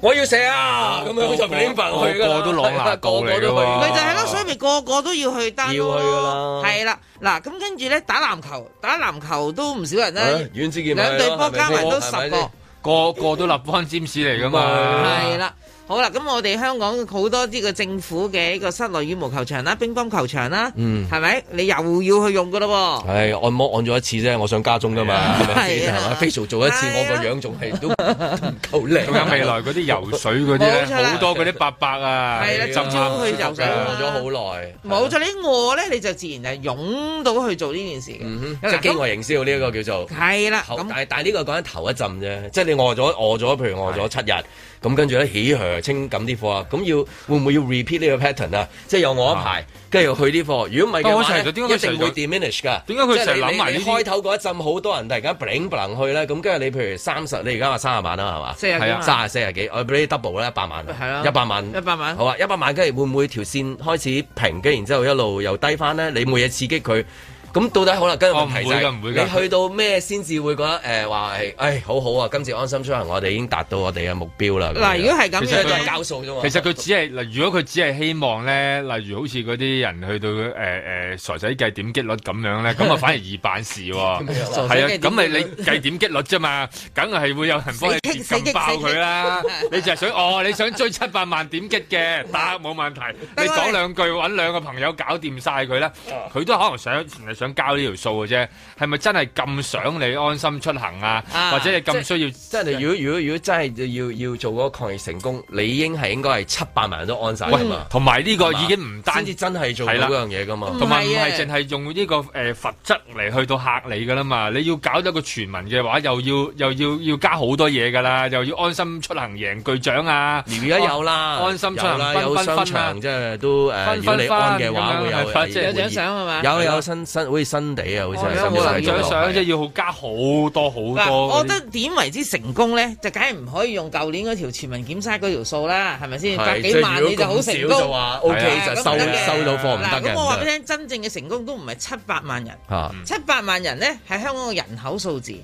[SPEAKER 1] 我要寫啊，咁樣就拎份去㗎啦，
[SPEAKER 3] 個個都朗 拿度嚟㗎喎
[SPEAKER 6] 咪就係咯，所以咪個個都要去 download
[SPEAKER 1] 啊要去㗎啦
[SPEAKER 6] 咯係啦，嗱咁跟住咧打籃球，打籃球都唔少人啦
[SPEAKER 1] 唉，阮之健咪
[SPEAKER 6] 兩隊波加埋都十
[SPEAKER 1] 係咪
[SPEAKER 6] 個
[SPEAKER 1] 先。
[SPEAKER 3] 個個都立翻占士嚟㗎嘛，
[SPEAKER 6] 係啦。好啦，咁我哋香港好多啲個政府嘅一個室內羽毛球場啦、乒乓球場啦，
[SPEAKER 1] 嗯
[SPEAKER 6] 係咪？你又要去用噶咯
[SPEAKER 1] 係按摩按咗一次啫，我想家中㗎嘛， 係咪先？
[SPEAKER 6] 係
[SPEAKER 1] 係
[SPEAKER 6] 啊
[SPEAKER 1] 嘛？facial 做一次，我個樣仲係都 都唔夠靚。
[SPEAKER 3] 仲有未來嗰啲游水嗰啲咧，
[SPEAKER 6] 冇錯啦
[SPEAKER 3] 好多嗰啲伯伯啊，
[SPEAKER 6] 係啦
[SPEAKER 3] 浸
[SPEAKER 6] 朝早去游水啊
[SPEAKER 1] 餓咗好耐。
[SPEAKER 6] 喎，冇咗你餓咧，你就自然係湧到去做呢件事嘅。
[SPEAKER 1] 嗯哼即係飢餓營銷呢一個叫做
[SPEAKER 6] 係啦
[SPEAKER 1] 頭但係啊但係呢個講緊頭一陣啫，即係你餓咗餓咗，譬如餓咗七日，咁跟住咧起餚清咁啲貨啊，咁要會唔會要 repeat 呢個 pattern 啊？即係有我一排，跟住又去啲貨，如果唔係嘅
[SPEAKER 3] 但我
[SPEAKER 1] 話
[SPEAKER 3] 成日
[SPEAKER 1] 呢
[SPEAKER 3] 點解
[SPEAKER 1] 一
[SPEAKER 3] 佢成
[SPEAKER 1] 定
[SPEAKER 3] 日
[SPEAKER 1] 會 diminish 㗎。
[SPEAKER 3] 點解佢
[SPEAKER 1] 即係
[SPEAKER 3] 成日
[SPEAKER 1] 你
[SPEAKER 3] 諗
[SPEAKER 1] 你
[SPEAKER 3] 埋呢
[SPEAKER 1] 你
[SPEAKER 3] 啲
[SPEAKER 1] 開頭嗰一陣好多人突然間 bling bling 去咧，咁跟住你譬如三十，你而家話三十萬啦係啊嘛？
[SPEAKER 6] 四十幾
[SPEAKER 3] 啊
[SPEAKER 6] 萬
[SPEAKER 1] 三十四十幾，我俾你 double 啦，一百萬，
[SPEAKER 6] 係啊
[SPEAKER 1] 一百萬，
[SPEAKER 6] 一百萬
[SPEAKER 1] 好啊，一百萬，跟住會唔會條線開始平，跟住然之後一路又低翻咧？你每嘢刺激佢，咁到底好啦，跟住問題就
[SPEAKER 3] 哦唔會㗎
[SPEAKER 1] 係
[SPEAKER 3] 唔會㗎
[SPEAKER 1] 你去到咩先至會覺得誒話係，誒好好啊，今次安心出行我哋已經達到我哋嘅目標啦。
[SPEAKER 6] 嗱如果係咁
[SPEAKER 1] 其
[SPEAKER 6] 樣
[SPEAKER 1] 實都係交數啫嘛。
[SPEAKER 3] 其實佢只係嗱，如果佢只係希望咧，例如好似嗰啲人去到誒誒、呃傻仔計點擊率咁樣咧， 咁啊反而易辦事喎、係啊，
[SPEAKER 6] 傻仔計點擊率
[SPEAKER 3] 咁咪你計點擊率啫嘛，梗係會有人幫你
[SPEAKER 6] 死激死
[SPEAKER 3] 撳
[SPEAKER 6] 激
[SPEAKER 3] 爆佢 啦
[SPEAKER 6] 死激。
[SPEAKER 3] 你就係想哦，你想追七百萬點擊嘅，得冇問題。你講兩句揾兩個朋友搞掂晒佢啦，佢都可能想係想交呢條數嘅啫。係咪真係咁想你安心出行啊？或者你咁需要？
[SPEAKER 1] 即係你如果如果如果真係要要做嗰個抗疫成功，你應係應該係七百萬人都安晒㗎嘛
[SPEAKER 3] 喂。同埋呢個
[SPEAKER 1] 係嘛
[SPEAKER 3] 已經唔單
[SPEAKER 1] 先至真係做到
[SPEAKER 3] 係啦
[SPEAKER 1] 嗰樣嘢㗎嘛。
[SPEAKER 3] 同埋唔係淨係用呢個誒罰則嚟去到嚇你噶啦嘛，你要搞咗個全民嘅話，又要又要要加好多嘢噶啦，又要安心出行贏巨獎啊！
[SPEAKER 1] 而家有啦，
[SPEAKER 3] 安心出
[SPEAKER 1] 有
[SPEAKER 3] 行
[SPEAKER 1] 啦，
[SPEAKER 3] 分
[SPEAKER 1] 有
[SPEAKER 3] 分
[SPEAKER 1] 商
[SPEAKER 3] 分啊
[SPEAKER 1] 場！即係都誒，
[SPEAKER 3] 分
[SPEAKER 1] 如果你
[SPEAKER 3] 分
[SPEAKER 1] 安嘅話
[SPEAKER 3] 分
[SPEAKER 1] 會
[SPEAKER 3] 咁樣係
[SPEAKER 1] 有
[SPEAKER 3] 分即係
[SPEAKER 1] 會
[SPEAKER 3] 有獎
[SPEAKER 6] 賞係嘛
[SPEAKER 1] 有
[SPEAKER 6] 係
[SPEAKER 1] 有
[SPEAKER 6] 啦
[SPEAKER 1] 新新好似新地啊，好似係
[SPEAKER 6] 有
[SPEAKER 1] 新地睇
[SPEAKER 6] 冇留
[SPEAKER 1] 到
[SPEAKER 3] 獎
[SPEAKER 6] 意
[SPEAKER 3] 賞
[SPEAKER 1] 係
[SPEAKER 3] 即係要好加好多好
[SPEAKER 6] 嗱，
[SPEAKER 3] 多
[SPEAKER 6] 我
[SPEAKER 3] 嗰啲。
[SPEAKER 6] 覺得點為之成功咧，就梗係唔可以用舊年嗰條全民檢測嗰條數啦，係咪先？百
[SPEAKER 1] 係
[SPEAKER 6] 幾萬你就好成
[SPEAKER 1] 即係如果咁少
[SPEAKER 6] 功
[SPEAKER 1] 就話 OK
[SPEAKER 6] 係啊
[SPEAKER 1] 就
[SPEAKER 6] 咁
[SPEAKER 1] 收
[SPEAKER 6] 得嘅
[SPEAKER 1] 收到貨唔
[SPEAKER 6] 嗱
[SPEAKER 1] 得嘅。
[SPEAKER 6] 咁我話俾你聽，嗯真正嘅成功都唔係七百萬人，
[SPEAKER 1] 嚇
[SPEAKER 6] 七百萬人咧係香港嘅人口數字。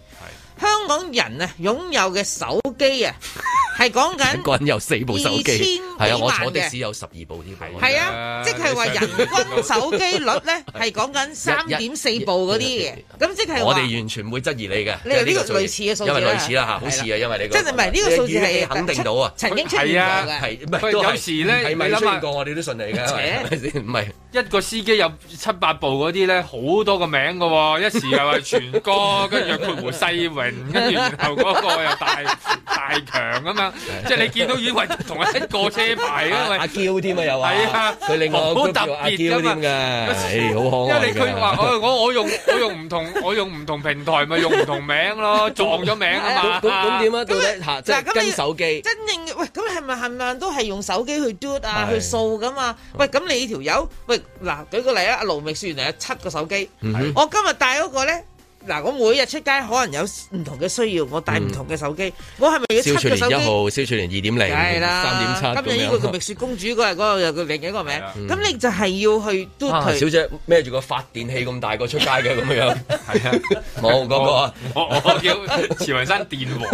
[SPEAKER 6] 香港人啊擁有嘅手機啊，係講
[SPEAKER 1] 一
[SPEAKER 6] 緊
[SPEAKER 1] 個人有四部手
[SPEAKER 6] 二千
[SPEAKER 1] 機
[SPEAKER 6] 幾，
[SPEAKER 1] 係啊，我
[SPEAKER 6] 萬
[SPEAKER 1] 坐的
[SPEAKER 6] 嘅
[SPEAKER 1] 士有十二部添。
[SPEAKER 6] 係啊，即係話人均手機率咧係講緊三點四部嗰啲嘅，咁即係
[SPEAKER 1] 我
[SPEAKER 6] 話
[SPEAKER 1] 哋完全唔會質疑你嘅，
[SPEAKER 6] 你係呢個
[SPEAKER 1] 即係數字
[SPEAKER 6] 類似嘅數字
[SPEAKER 1] 因
[SPEAKER 6] 啦
[SPEAKER 1] 為類似啦嚇，好似啊，因為你
[SPEAKER 6] 真係唔係呢個數字係
[SPEAKER 1] 你嘅語氣肯定到啊，
[SPEAKER 6] 曾經出現
[SPEAKER 3] 係啊
[SPEAKER 6] 過嘅。
[SPEAKER 1] 係唔係
[SPEAKER 3] 喂
[SPEAKER 1] 都係
[SPEAKER 3] 有時咧
[SPEAKER 1] 係咪
[SPEAKER 3] 你諗
[SPEAKER 1] 出
[SPEAKER 3] 下
[SPEAKER 1] 現過我哋都信你嘅，係咪先？唔係
[SPEAKER 3] 一個司機有七八部嗰啲咧，好多個名嘅喎，一時又係全哥，跟住括弧世榮，跟住然後嗰個又大大強咁樣，即係你見到以為同一個車牌啊，喂
[SPEAKER 1] 阿。嬌添啊，又話
[SPEAKER 3] 係啊
[SPEAKER 1] 佢另外
[SPEAKER 3] 好
[SPEAKER 1] 都
[SPEAKER 3] 特
[SPEAKER 1] 叫阿嬌
[SPEAKER 3] 別㗎
[SPEAKER 1] 添
[SPEAKER 3] 嘛哎
[SPEAKER 1] 㗎，唉，好可愛
[SPEAKER 3] 因為
[SPEAKER 1] 㗎
[SPEAKER 3] 你佢話我我我用我用唔同我用唔同平台咪用唔同名 咯，撞咗名啊嘛。
[SPEAKER 1] 咁咁咁點啊？到底嚇即
[SPEAKER 6] 嗱
[SPEAKER 1] 係
[SPEAKER 6] 咁你
[SPEAKER 1] 跟手機。
[SPEAKER 6] 真正嘅喂，咁係咪冚唪唥都係用手機去嘟啊，
[SPEAKER 1] 係
[SPEAKER 6] 去掃噶嘛？喂，咁你條友喂嗱，舉個例啊，阿盧覓雪原來有七個手機，
[SPEAKER 1] 嗯
[SPEAKER 6] 我今日帶嗰個咧。嗱，我每日出街可能有唔同嘅需要，我帶唔同嘅手機，我係咪要七
[SPEAKER 1] 蕭
[SPEAKER 6] 個
[SPEAKER 1] 翠
[SPEAKER 6] 手
[SPEAKER 1] 蓮
[SPEAKER 6] 機？
[SPEAKER 1] 一號，蕭翠蓮二點
[SPEAKER 6] 梗係
[SPEAKER 1] 零，
[SPEAKER 6] 啦，
[SPEAKER 1] 三點七
[SPEAKER 6] 今日呢
[SPEAKER 1] 咁
[SPEAKER 6] 個叫
[SPEAKER 1] 樣啊
[SPEAKER 6] 蜜。雪公主嗰日嗰個又叫另一個名，
[SPEAKER 1] 嗯
[SPEAKER 6] 咁你就係要去嘟
[SPEAKER 1] 啊，
[SPEAKER 6] 佢。
[SPEAKER 1] 小姐孭住個發電器咁大個出街嘅咁樣，
[SPEAKER 3] 係啊，
[SPEAKER 1] 冇嗰個啊
[SPEAKER 3] 我我叫慈雲山電 王，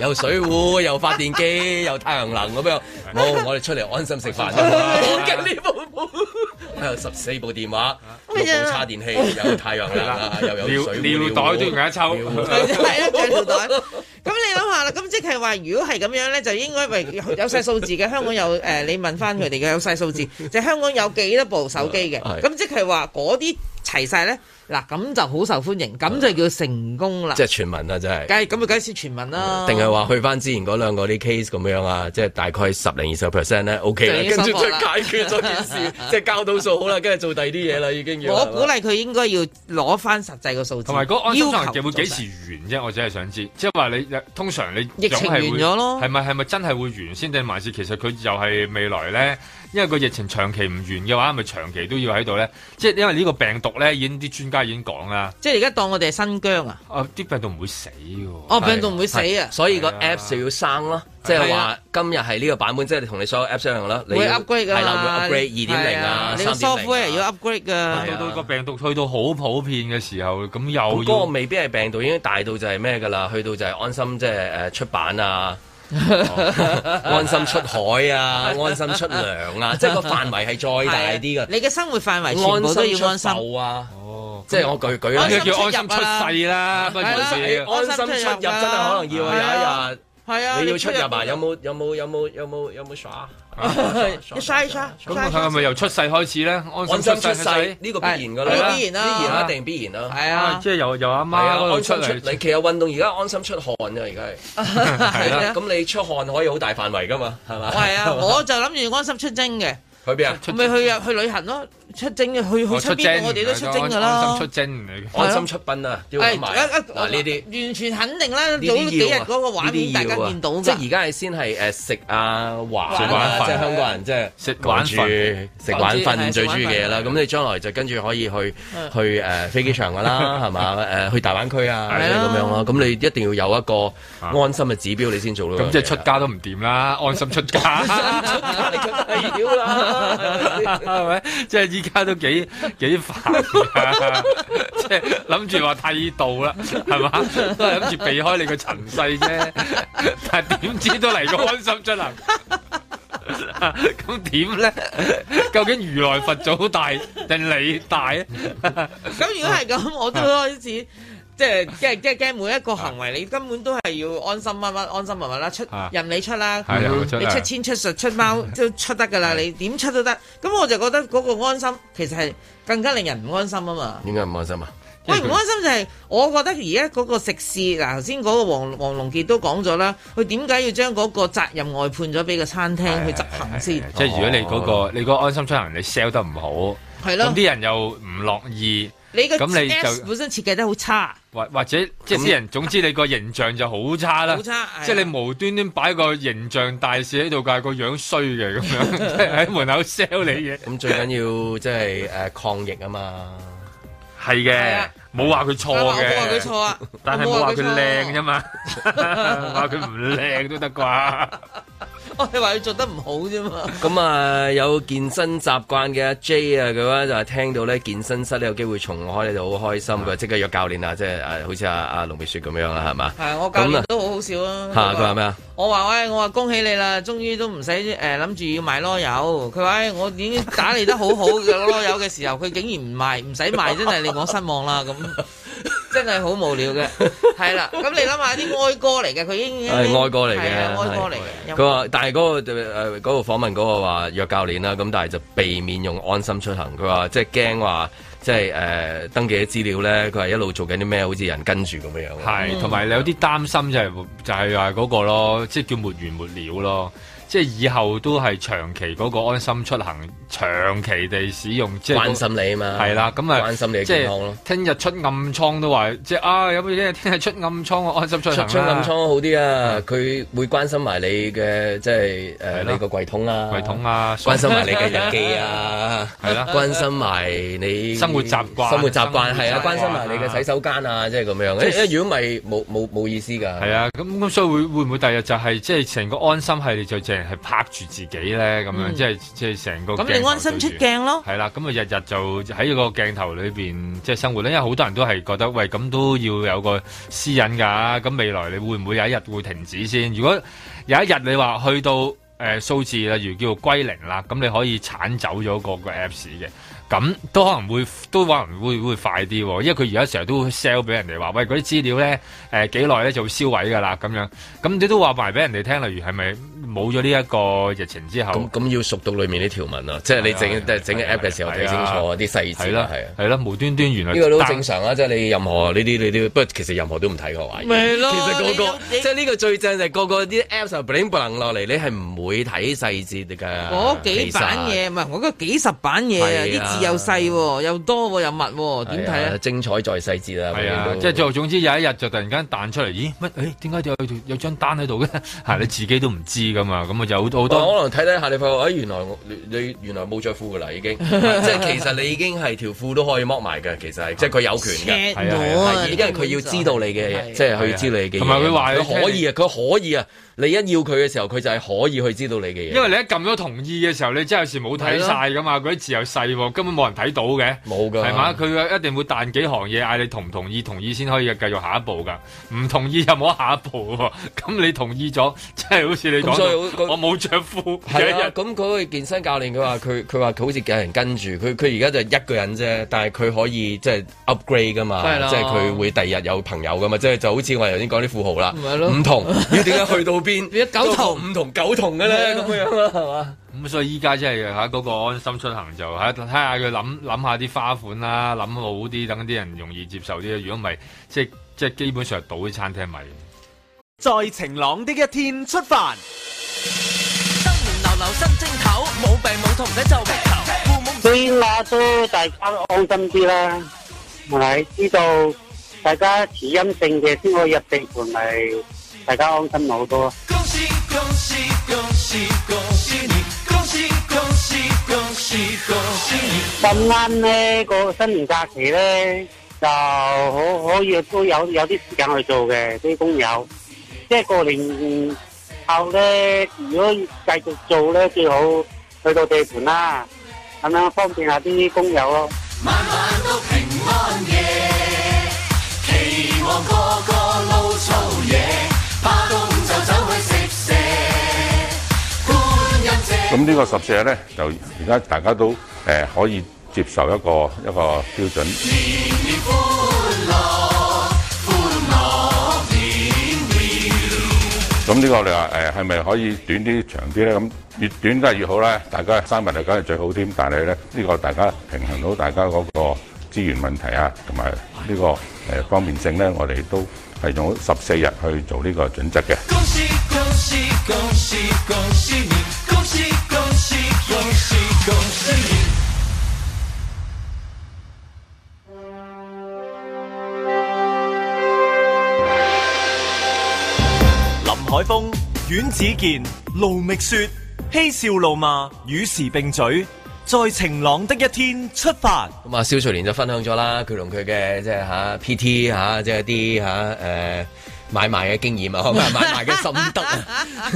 [SPEAKER 1] 有水壺，有發電機，有太陽能咁樣。冇，我哋出嚟安心食飯啫嘛。我嘅呢部 我有十四部電話，六部叉電器，有太陽能啊，又有
[SPEAKER 3] 尿
[SPEAKER 1] 水壺
[SPEAKER 3] 尿袋都要一抽。
[SPEAKER 6] 係啊，長條袋。咁你諗下啦，咁即係話，如果係咁樣咧，就應該喂有晒數字嘅。香港有誒、呃你問翻佢哋嘅有晒 數字，就香港有幾多部手機嘅。
[SPEAKER 1] 係
[SPEAKER 6] 咁即係話嗰啲齊晒咧，嗱咁就好受歡迎，咁就叫成功啦。
[SPEAKER 1] 即係全民啊，真係。
[SPEAKER 6] 梗係咁啊，梗係先全民啦。
[SPEAKER 1] 定係話去翻之前嗰兩個啲 case 咁樣啊，即係大概十零二十 percent 咧，OK
[SPEAKER 6] 就已
[SPEAKER 1] 啦，
[SPEAKER 6] 經
[SPEAKER 1] 跟住
[SPEAKER 6] 收貨
[SPEAKER 1] 再
[SPEAKER 6] 啦
[SPEAKER 1] 解決咗件事，即係交到數好啦，跟住做第二啲嘢啦，已經要。
[SPEAKER 6] 我鼓勵佢應該要攞翻實際個數字，
[SPEAKER 3] 同埋嗰個安心出行期會幾
[SPEAKER 6] 要求做晒？
[SPEAKER 3] 時完啫？我只係想知，即係話你通常你
[SPEAKER 6] 疫情
[SPEAKER 3] 總係會
[SPEAKER 6] 完咗咯
[SPEAKER 3] 係咪係咪真係會完先定還是其實佢又係未來咧？因為個疫情長期唔完嘅話，咪長期都要喺度咧。即係因為呢個病毒咧，已經啲專家已經講啦，
[SPEAKER 6] 即係你而家當我哋係新疆啊！
[SPEAKER 3] 啊啲病毒唔會死嘅喎。
[SPEAKER 6] 哦，病毒唔會死啊！
[SPEAKER 1] 所以個
[SPEAKER 3] 係啊
[SPEAKER 1] app 就要生啦，即係
[SPEAKER 6] 係
[SPEAKER 1] 話
[SPEAKER 6] 啊
[SPEAKER 1] 今日係呢個版本，即係你同你所有 app 相同啦，你
[SPEAKER 6] 會
[SPEAKER 1] 要
[SPEAKER 6] upgrade
[SPEAKER 1] 係
[SPEAKER 6] 㗎嘛
[SPEAKER 1] 啦，會 upgrade 二點零啊，
[SPEAKER 6] 你個
[SPEAKER 1] 三點
[SPEAKER 6] software
[SPEAKER 1] 零
[SPEAKER 6] 要 upgrade 㗎。
[SPEAKER 3] 到到個病毒去到好普遍嘅時候，咁
[SPEAKER 1] 咁
[SPEAKER 3] 又
[SPEAKER 1] 嗰個
[SPEAKER 3] 要
[SPEAKER 1] 未必係病毒，已經大到就係咩㗎啦，去到就係安心即係誒出版啊。哦 安心出海啊，安心出糧啊，即係個範圍係再大啲㗎。
[SPEAKER 6] 啊你嘅生活範圍全部都要安心。
[SPEAKER 1] 出埠啊！即係我舉舉
[SPEAKER 6] 安
[SPEAKER 3] 呢個
[SPEAKER 6] 心
[SPEAKER 1] 例，
[SPEAKER 3] 哦叫安心出世啦，不如
[SPEAKER 6] 係啦
[SPEAKER 3] 你
[SPEAKER 1] 安心出入真係可能要啊有一日。
[SPEAKER 6] 係啊，
[SPEAKER 1] 你要出入啊？有冇
[SPEAKER 6] 冇？
[SPEAKER 1] 有冇有冇有冇有冇啊 耍？
[SPEAKER 6] 你嘥一嘥
[SPEAKER 3] 咁佢係咪由出世開始咧？安
[SPEAKER 1] 安
[SPEAKER 3] 心
[SPEAKER 1] 心
[SPEAKER 3] 出
[SPEAKER 1] 出
[SPEAKER 3] 世
[SPEAKER 1] 世呢個必然㗎
[SPEAKER 6] 哎呢
[SPEAKER 1] 啦，
[SPEAKER 6] 個必然啦
[SPEAKER 1] 必然一定必然啦。
[SPEAKER 6] 係
[SPEAKER 3] 啊
[SPEAKER 6] 啊，
[SPEAKER 3] 即係由由阿
[SPEAKER 1] 係
[SPEAKER 3] 媽
[SPEAKER 1] 啊，
[SPEAKER 3] 嗰度
[SPEAKER 1] 安
[SPEAKER 3] 出
[SPEAKER 1] 心出
[SPEAKER 3] 嚟。
[SPEAKER 1] 你其實運動而家安心出汗啫，而家
[SPEAKER 6] 係
[SPEAKER 1] 係
[SPEAKER 6] 啊，
[SPEAKER 1] 咁你出汗可以好大範圍㗎嘛，係嘛？
[SPEAKER 6] 係啊，我就諗住安心出征嘅，
[SPEAKER 1] 去邊啊？
[SPEAKER 6] 咪去啊去旅行咯，出征去去
[SPEAKER 1] 哦
[SPEAKER 3] 我
[SPEAKER 6] 出邊我哋都出征㗎
[SPEAKER 3] 啊
[SPEAKER 6] 啦。
[SPEAKER 3] 安心出征嚟嘅。
[SPEAKER 1] 安心出殯啊，都要諗埋
[SPEAKER 6] 啊啊
[SPEAKER 1] 嗱呢啲。
[SPEAKER 6] 完全肯定啦，早
[SPEAKER 1] 呢
[SPEAKER 6] 幾
[SPEAKER 1] 啲
[SPEAKER 6] 日
[SPEAKER 1] 要啊
[SPEAKER 6] 嗰個畫面大
[SPEAKER 1] 呢啲
[SPEAKER 6] 家
[SPEAKER 1] 要啊
[SPEAKER 6] 見到
[SPEAKER 1] 即
[SPEAKER 6] 㗎
[SPEAKER 1] 係。而家係先係誒食啊玩
[SPEAKER 6] 食
[SPEAKER 1] 啊，
[SPEAKER 6] 玩
[SPEAKER 1] 即係
[SPEAKER 6] 瞓
[SPEAKER 1] 香港人即係
[SPEAKER 3] 食玩
[SPEAKER 1] 住
[SPEAKER 3] 瞓
[SPEAKER 1] 食玩
[SPEAKER 6] 係
[SPEAKER 1] 瞓
[SPEAKER 6] 食
[SPEAKER 1] 最主
[SPEAKER 6] 玩嗯
[SPEAKER 1] 要嘅嘢啦。
[SPEAKER 6] 瞓
[SPEAKER 1] 咁你將來就跟住可以去去誒飛機場㗎 啦，係嘛？誒去大灣區啊
[SPEAKER 6] 係啊
[SPEAKER 1] 咁樣咯。咁你一定要有一個
[SPEAKER 3] 啊
[SPEAKER 1] 安心嘅指標，你先做到。啊
[SPEAKER 3] 咁即係出。家都唔掂啦，安心出家。
[SPEAKER 1] 你出得係屌啦！
[SPEAKER 3] 係咪？即係依家都幾幾煩㗎，即係諗住話剃度啦，係嘛？都係諗住避開你個塵世啫，但係點知都嚟個安心出行。咁點咧？究竟如來佛祖大定你大啊咧？
[SPEAKER 6] 咁如果係咁，我都開始即係即係即係驚每一個行為，你根本都係要安心乜乜安心乜乜啦，出
[SPEAKER 3] 啊
[SPEAKER 6] 任你出啦，
[SPEAKER 3] 係任佢出
[SPEAKER 6] 你
[SPEAKER 3] 啊
[SPEAKER 6] 出千出術出 貓都出得噶啦，你點出都得。咁我就覺得嗰個安心其實係更加令人唔安心啊嘛。
[SPEAKER 1] 應該唔安心啊！
[SPEAKER 6] 喂，唔安心就係、我覺得而家嗰個食肆嗱，頭先嗰個黃黃龍傑都講咗啦，佢點解要將嗰個責任外判咗俾個餐廳去執行先？
[SPEAKER 3] 即係如果你嗰、個你嗰個安心出行你 sell 得唔好，
[SPEAKER 6] 係咯
[SPEAKER 3] 咁啲人又唔樂意，
[SPEAKER 6] 你個
[SPEAKER 3] 咁你
[SPEAKER 6] apps
[SPEAKER 3] 就
[SPEAKER 6] 本身設計得好差。
[SPEAKER 3] 或或者即係啲人，總之你個形象就好差啦，
[SPEAKER 6] 好差係啊
[SPEAKER 3] 即係你無端端擺個形象大使喺度，但係個樣衰嘅咁 樣，即係喺門口 sell 你嘢。
[SPEAKER 1] 咁最緊要即係誒抗疫啊嘛，
[SPEAKER 3] 係嘅，冇話佢錯
[SPEAKER 6] 我
[SPEAKER 3] 嘅，
[SPEAKER 6] 啊冇話佢錯啊，
[SPEAKER 3] 但係
[SPEAKER 6] 我
[SPEAKER 3] 冇話佢
[SPEAKER 6] 錯啊
[SPEAKER 3] 靚啫 嘛，話佢唔靚都得啩。
[SPEAKER 6] 嗯 我係話佢做得唔好啫 嘛。
[SPEAKER 1] 咁啊，有健身習慣嘅阿 J 啊，佢咧就係聽到咧健身室呢有機會重開咧就好開心，佢即刻約教練啊，即係誒好似阿阿龍美雪咁樣啦，係嘛？
[SPEAKER 6] 係我教
[SPEAKER 1] 咁
[SPEAKER 6] 練
[SPEAKER 1] 啊
[SPEAKER 6] 都好好笑啊。
[SPEAKER 1] 嚇佢話咩啊？
[SPEAKER 6] 我話喂，我話恭喜你啦，終於都唔使誒諗住要賣囉柚。佢話唉我已經打理得好好嘅囉柚嘅時候，佢竟然唔賣，唔使賣，真係令我失望 啦咁。真係好無聊嘅，係啦。咁你諗下啲哀歌嚟嘅，佢已經
[SPEAKER 1] 係哀歌嚟嘅，
[SPEAKER 6] 係啊哀歌嚟
[SPEAKER 1] 係
[SPEAKER 6] 嘅。
[SPEAKER 1] 佢話，但係嗰、個誒誒呃嗰個訪問嗰個話約教練啦，啊咁但係就避免用安心出行。佢話即係驚話即係誒、呃登記啲資料咧，佢係一路做緊啲咩，好似人跟住咁樣樣。
[SPEAKER 3] 係，同埋你有啲擔心就係、就係話嗰個咯，即係叫沒完沒了咯。即係以後都係長期嗰個安心出行，長期地使用，即係嗰
[SPEAKER 1] 關心你啊嘛
[SPEAKER 3] 係啦，咁啊，
[SPEAKER 1] 關心你嘅健康咯。
[SPEAKER 3] 聽日出暗瘡都話，即係啊，有冇啲聽日出暗瘡我安心出
[SPEAKER 1] 出
[SPEAKER 3] 行啦
[SPEAKER 1] 出暗瘡好啲啊！佢會關心埋你嘅即係誒
[SPEAKER 3] 咯
[SPEAKER 1] 你個櫃桶啊，
[SPEAKER 3] 櫃桶啊
[SPEAKER 1] 關心埋你嘅日記啊，
[SPEAKER 3] 係啦
[SPEAKER 1] 關心埋你
[SPEAKER 3] 生活習慣
[SPEAKER 1] 生活習慣
[SPEAKER 3] 生活
[SPEAKER 1] 係啊
[SPEAKER 3] 習慣，
[SPEAKER 1] 關心埋你嘅洗手間啊，即係咁樣。
[SPEAKER 3] 即係
[SPEAKER 1] 因為如果唔係冇冇冇意思㗎。
[SPEAKER 3] 係啊，咁咁所以會會唔會第日就係即係成個安心系列就淨係拍住自己咧咁樣，
[SPEAKER 6] 嗯
[SPEAKER 3] 即係即係成個
[SPEAKER 6] 咁你安心出鏡咯
[SPEAKER 3] 係啦，咁啊日日就喺個鏡頭裏邊即係生活咧，因為好多人都係覺得喂咁都要有個私隱㗎，咁未來你會唔會有一日會停止先？如果呃有一日你話去到誒、呃、數字例如叫做歸零啦，咁你可以剷走咗個個 Apps 嘅。咁都可能會都可能會會快啲喎，因為佢而家成日都 sell 俾人哋話，喂嗰啲資料咧誒幾耐咧就會銷毀㗎啦咁樣。咁你都話埋俾人哋聽，例如係咪冇咗呢一個疫情之後？
[SPEAKER 1] 咁咁要熟讀裏面啲條文啊，即係你整整嘅 app 嘅時候睇清楚啲細節
[SPEAKER 3] 啊係啦
[SPEAKER 1] 啊，係啊。
[SPEAKER 3] 係啦，無端端原來
[SPEAKER 1] 呢個都
[SPEAKER 3] 單
[SPEAKER 1] 正常啊，即係你任何呢啲你都，不過其實任何都唔睇我懷疑。
[SPEAKER 3] 咪咯
[SPEAKER 1] 其實
[SPEAKER 3] 你
[SPEAKER 1] 個個
[SPEAKER 3] 都
[SPEAKER 1] 即係呢個最正就係個個啲 apps 就 bling bling 落嚟，你係唔會睇細節㗎。
[SPEAKER 6] 嗰幾版
[SPEAKER 1] 其實
[SPEAKER 6] 嘢唔係我嗰幾十版嘢啊，
[SPEAKER 1] 係啊
[SPEAKER 6] 啲字又細喎，又多喎，又密喎，點睇
[SPEAKER 1] 係
[SPEAKER 6] 啊？
[SPEAKER 1] 精彩在細節啊！
[SPEAKER 3] 係啊，即係最總之有一日就突然間彈出嚟，咦乜？誒點解有條有張單喺度 嘅？係你自己都唔知噶嘛，咁啊有好多好多。
[SPEAKER 1] 我可能睇睇下你發覺，哎原來我你你原來冇着褲㗎啦， 已經。即係其實你已經係條褲都可以剝埋嘅，其實
[SPEAKER 3] 啊
[SPEAKER 1] 係即係佢有權㗎。
[SPEAKER 6] 赤裸啊
[SPEAKER 1] 係
[SPEAKER 6] 你
[SPEAKER 1] 因為佢要知道你嘅嘢，即係去知你嘅嘢。
[SPEAKER 3] 同埋佢話你
[SPEAKER 1] 佢可以啊，佢可以啊，你一要佢嘅時候，佢就係可以去知道你嘅嘢。
[SPEAKER 3] 因為你一撳咗同意嘅時候，你真係有時冇睇晒噶嘛，嗰啲字又細喎，根本冇人睇到嘅。
[SPEAKER 1] 冇㗎
[SPEAKER 3] 係嘛？佢一定會彈幾行嘢，啊嗌你同唔同意，同意先可以繼續下一步噶。唔同意就冇下一步喎。咁你同意咗，即係好似你
[SPEAKER 1] 咁所以
[SPEAKER 3] 講到，我冇着褲有
[SPEAKER 1] 係
[SPEAKER 3] 一
[SPEAKER 1] 啊
[SPEAKER 3] 日，。
[SPEAKER 1] 咁嗰個健身教練佢話佢佢話佢好似有人跟住佢，佢而家就一個人啫，但係佢可以即係 upgrade 噶嘛
[SPEAKER 3] 係，啦
[SPEAKER 1] 即係佢會第二日有朋友噶嘛，即係就好似我哋頭先講啲富豪啦，
[SPEAKER 3] 咪係咯
[SPEAKER 1] 唔同，要點解去到 邊？
[SPEAKER 3] 九啊
[SPEAKER 1] 同唔同九同嘅咧，咁樣啦，係嘛？
[SPEAKER 3] 咁所以依家真係嚇嗰個安心出行就喺睇下佢諗諗下啲花款啦，諗好啲，等啲人容易接受啲。如果唔係，即係即係基本上係倒啲餐廳米。
[SPEAKER 5] 在晴朗的一天出發。
[SPEAKER 12] 流流新蒸頭，冇病冇痛唔使皺眉頭。父母
[SPEAKER 13] 所以啦，都大家安心啲啦，係咪？知道大家持陰性嘅先可以入地盤，咪大家安心好多。
[SPEAKER 8] 恭喜恭喜恭喜恭喜你！恭喜恭喜恭喜恭喜你！
[SPEAKER 13] 咁啱咧個新年假期咧，就可可以都有有啲時間去做嘅啲工友，即係過年後咧，如果繼續做咧最好去去到地盤啦，咁樣方便下啲工友咯。
[SPEAKER 12] 期望個個撈粗嘢，霸道就走去食蛇。觀音
[SPEAKER 14] 咁
[SPEAKER 12] 姐，
[SPEAKER 14] 呢個十四日咧，就而家大家都誒、呃可以接受一個一個標準。
[SPEAKER 12] 年年歡樂，歡樂年年。
[SPEAKER 14] 咁呢個你話誒係咪可以短啲長啲咧？咁越短梗係越好啦，大家三日嚟梗係最好添。但係咧，呢個大家啊平衡到大家嗰個資源問題啊，同埋呢個誒方便性咧，我哋都係用十四日去做呢個準則嘅。
[SPEAKER 12] 恭喜恭喜恭喜恭喜你，恭喜恭喜恭喜恭喜你。
[SPEAKER 2] 林海峰、阮子健、卢觅雪，嬉笑怒骂，与时并举，在晴朗的一天出发。
[SPEAKER 1] 咁啊，蕭翠蓮就分享咗啦，佢同佢嘅即係吓 PT 吓，即係啲吓誒買賣嘅經驗啊，可 能買賣嘅心得 啊，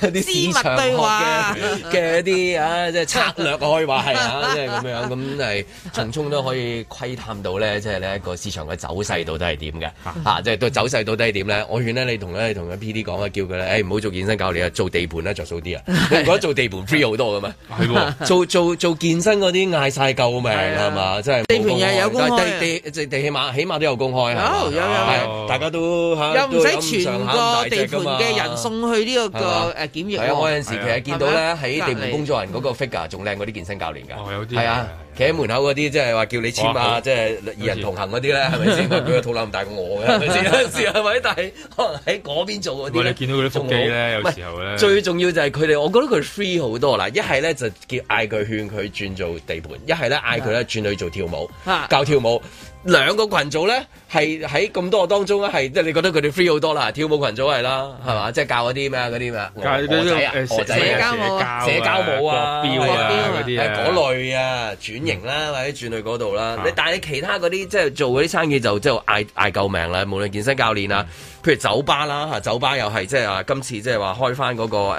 [SPEAKER 1] 啲市場
[SPEAKER 6] 私密對話
[SPEAKER 1] 學嘅嘅一啲 啊，即係策略啊可以話係啊， 即係咁樣咁係從中都可以窺探到咧，即係呢一個市場嘅走勢到底係點嘅嚇，即係到走勢到底係點咧？我勸咧你同咧你同個 PT 講啊，叫佢咧誒唔好做健身教練啊，做地盤啦着數 啲啊，你唔覺得做地盤 free 好多嘅咩？
[SPEAKER 3] 係 喎
[SPEAKER 1] 做做做健身嗰啲嗌晒救命
[SPEAKER 3] 係啊
[SPEAKER 1] 係嘛，真係。
[SPEAKER 6] 地盤又有公開啊
[SPEAKER 1] 但地地地地起碼起碼都有公開啊！
[SPEAKER 6] 有有有
[SPEAKER 1] 係大家都嚇
[SPEAKER 6] 又唔
[SPEAKER 1] 都有咁
[SPEAKER 6] 使全
[SPEAKER 1] 上下
[SPEAKER 6] 個
[SPEAKER 1] 咁大
[SPEAKER 6] 地
[SPEAKER 1] 隻
[SPEAKER 6] 盤
[SPEAKER 1] 㗎嘛
[SPEAKER 6] 嘅人送去呢個
[SPEAKER 1] 係嘛
[SPEAKER 6] 個誒檢疫
[SPEAKER 1] 係啊！
[SPEAKER 6] 喎。
[SPEAKER 1] 我有陣時其實見到咧
[SPEAKER 6] 係啊
[SPEAKER 1] 喺地盤工作人嗰個 figure 仲靚過啲健身教練㗎。有啲係
[SPEAKER 3] 係
[SPEAKER 1] 啊
[SPEAKER 3] 啊，
[SPEAKER 1] 企喺門口嗰啲即係話叫你簽
[SPEAKER 3] 哇
[SPEAKER 1] 啊，
[SPEAKER 3] 好
[SPEAKER 1] 即係二人同行嗰啲咧，係咪 先？佢個肚腩大過我嘅，係咪先？有陣時係咪？但係可能喺嗰邊做嗰啲
[SPEAKER 3] 喂
[SPEAKER 1] 呢，
[SPEAKER 3] 你見到佢啲腹肌咧有時候咧
[SPEAKER 1] 唔係最重要就係佢哋，我覺得佢 free 好多啦。一係咧就叫嗌佢勸佢轉做地盤，一係咧嗌佢咧轉去做跳舞
[SPEAKER 6] 啊，
[SPEAKER 1] 教跳舞。兩個群組咧，係喺咁多個當中咧，係即係你覺得佢哋 free 好多啦，跳舞群組係啦，係嘛？即係教嗰啲咩啊嗰啲咩啊，
[SPEAKER 3] 嗯教嗰啲
[SPEAKER 1] 鵝仔啊
[SPEAKER 3] 誒
[SPEAKER 1] 鵝仔啊
[SPEAKER 3] 社交舞啊
[SPEAKER 1] 社交舞啊、
[SPEAKER 3] 國標啊
[SPEAKER 1] 係
[SPEAKER 3] 嗰啲啊
[SPEAKER 1] 係嗰類啊，轉型
[SPEAKER 3] 嗯
[SPEAKER 1] 啦或者轉去嗰度啦。你但係你其他嗰啲即係做嗰啲生意就即係嗌嗌救命啦，無論健身教練
[SPEAKER 3] 嗯
[SPEAKER 1] 啊，譬如酒吧啦嚇，酒吧又係即係話今次即係話開翻嗰個誒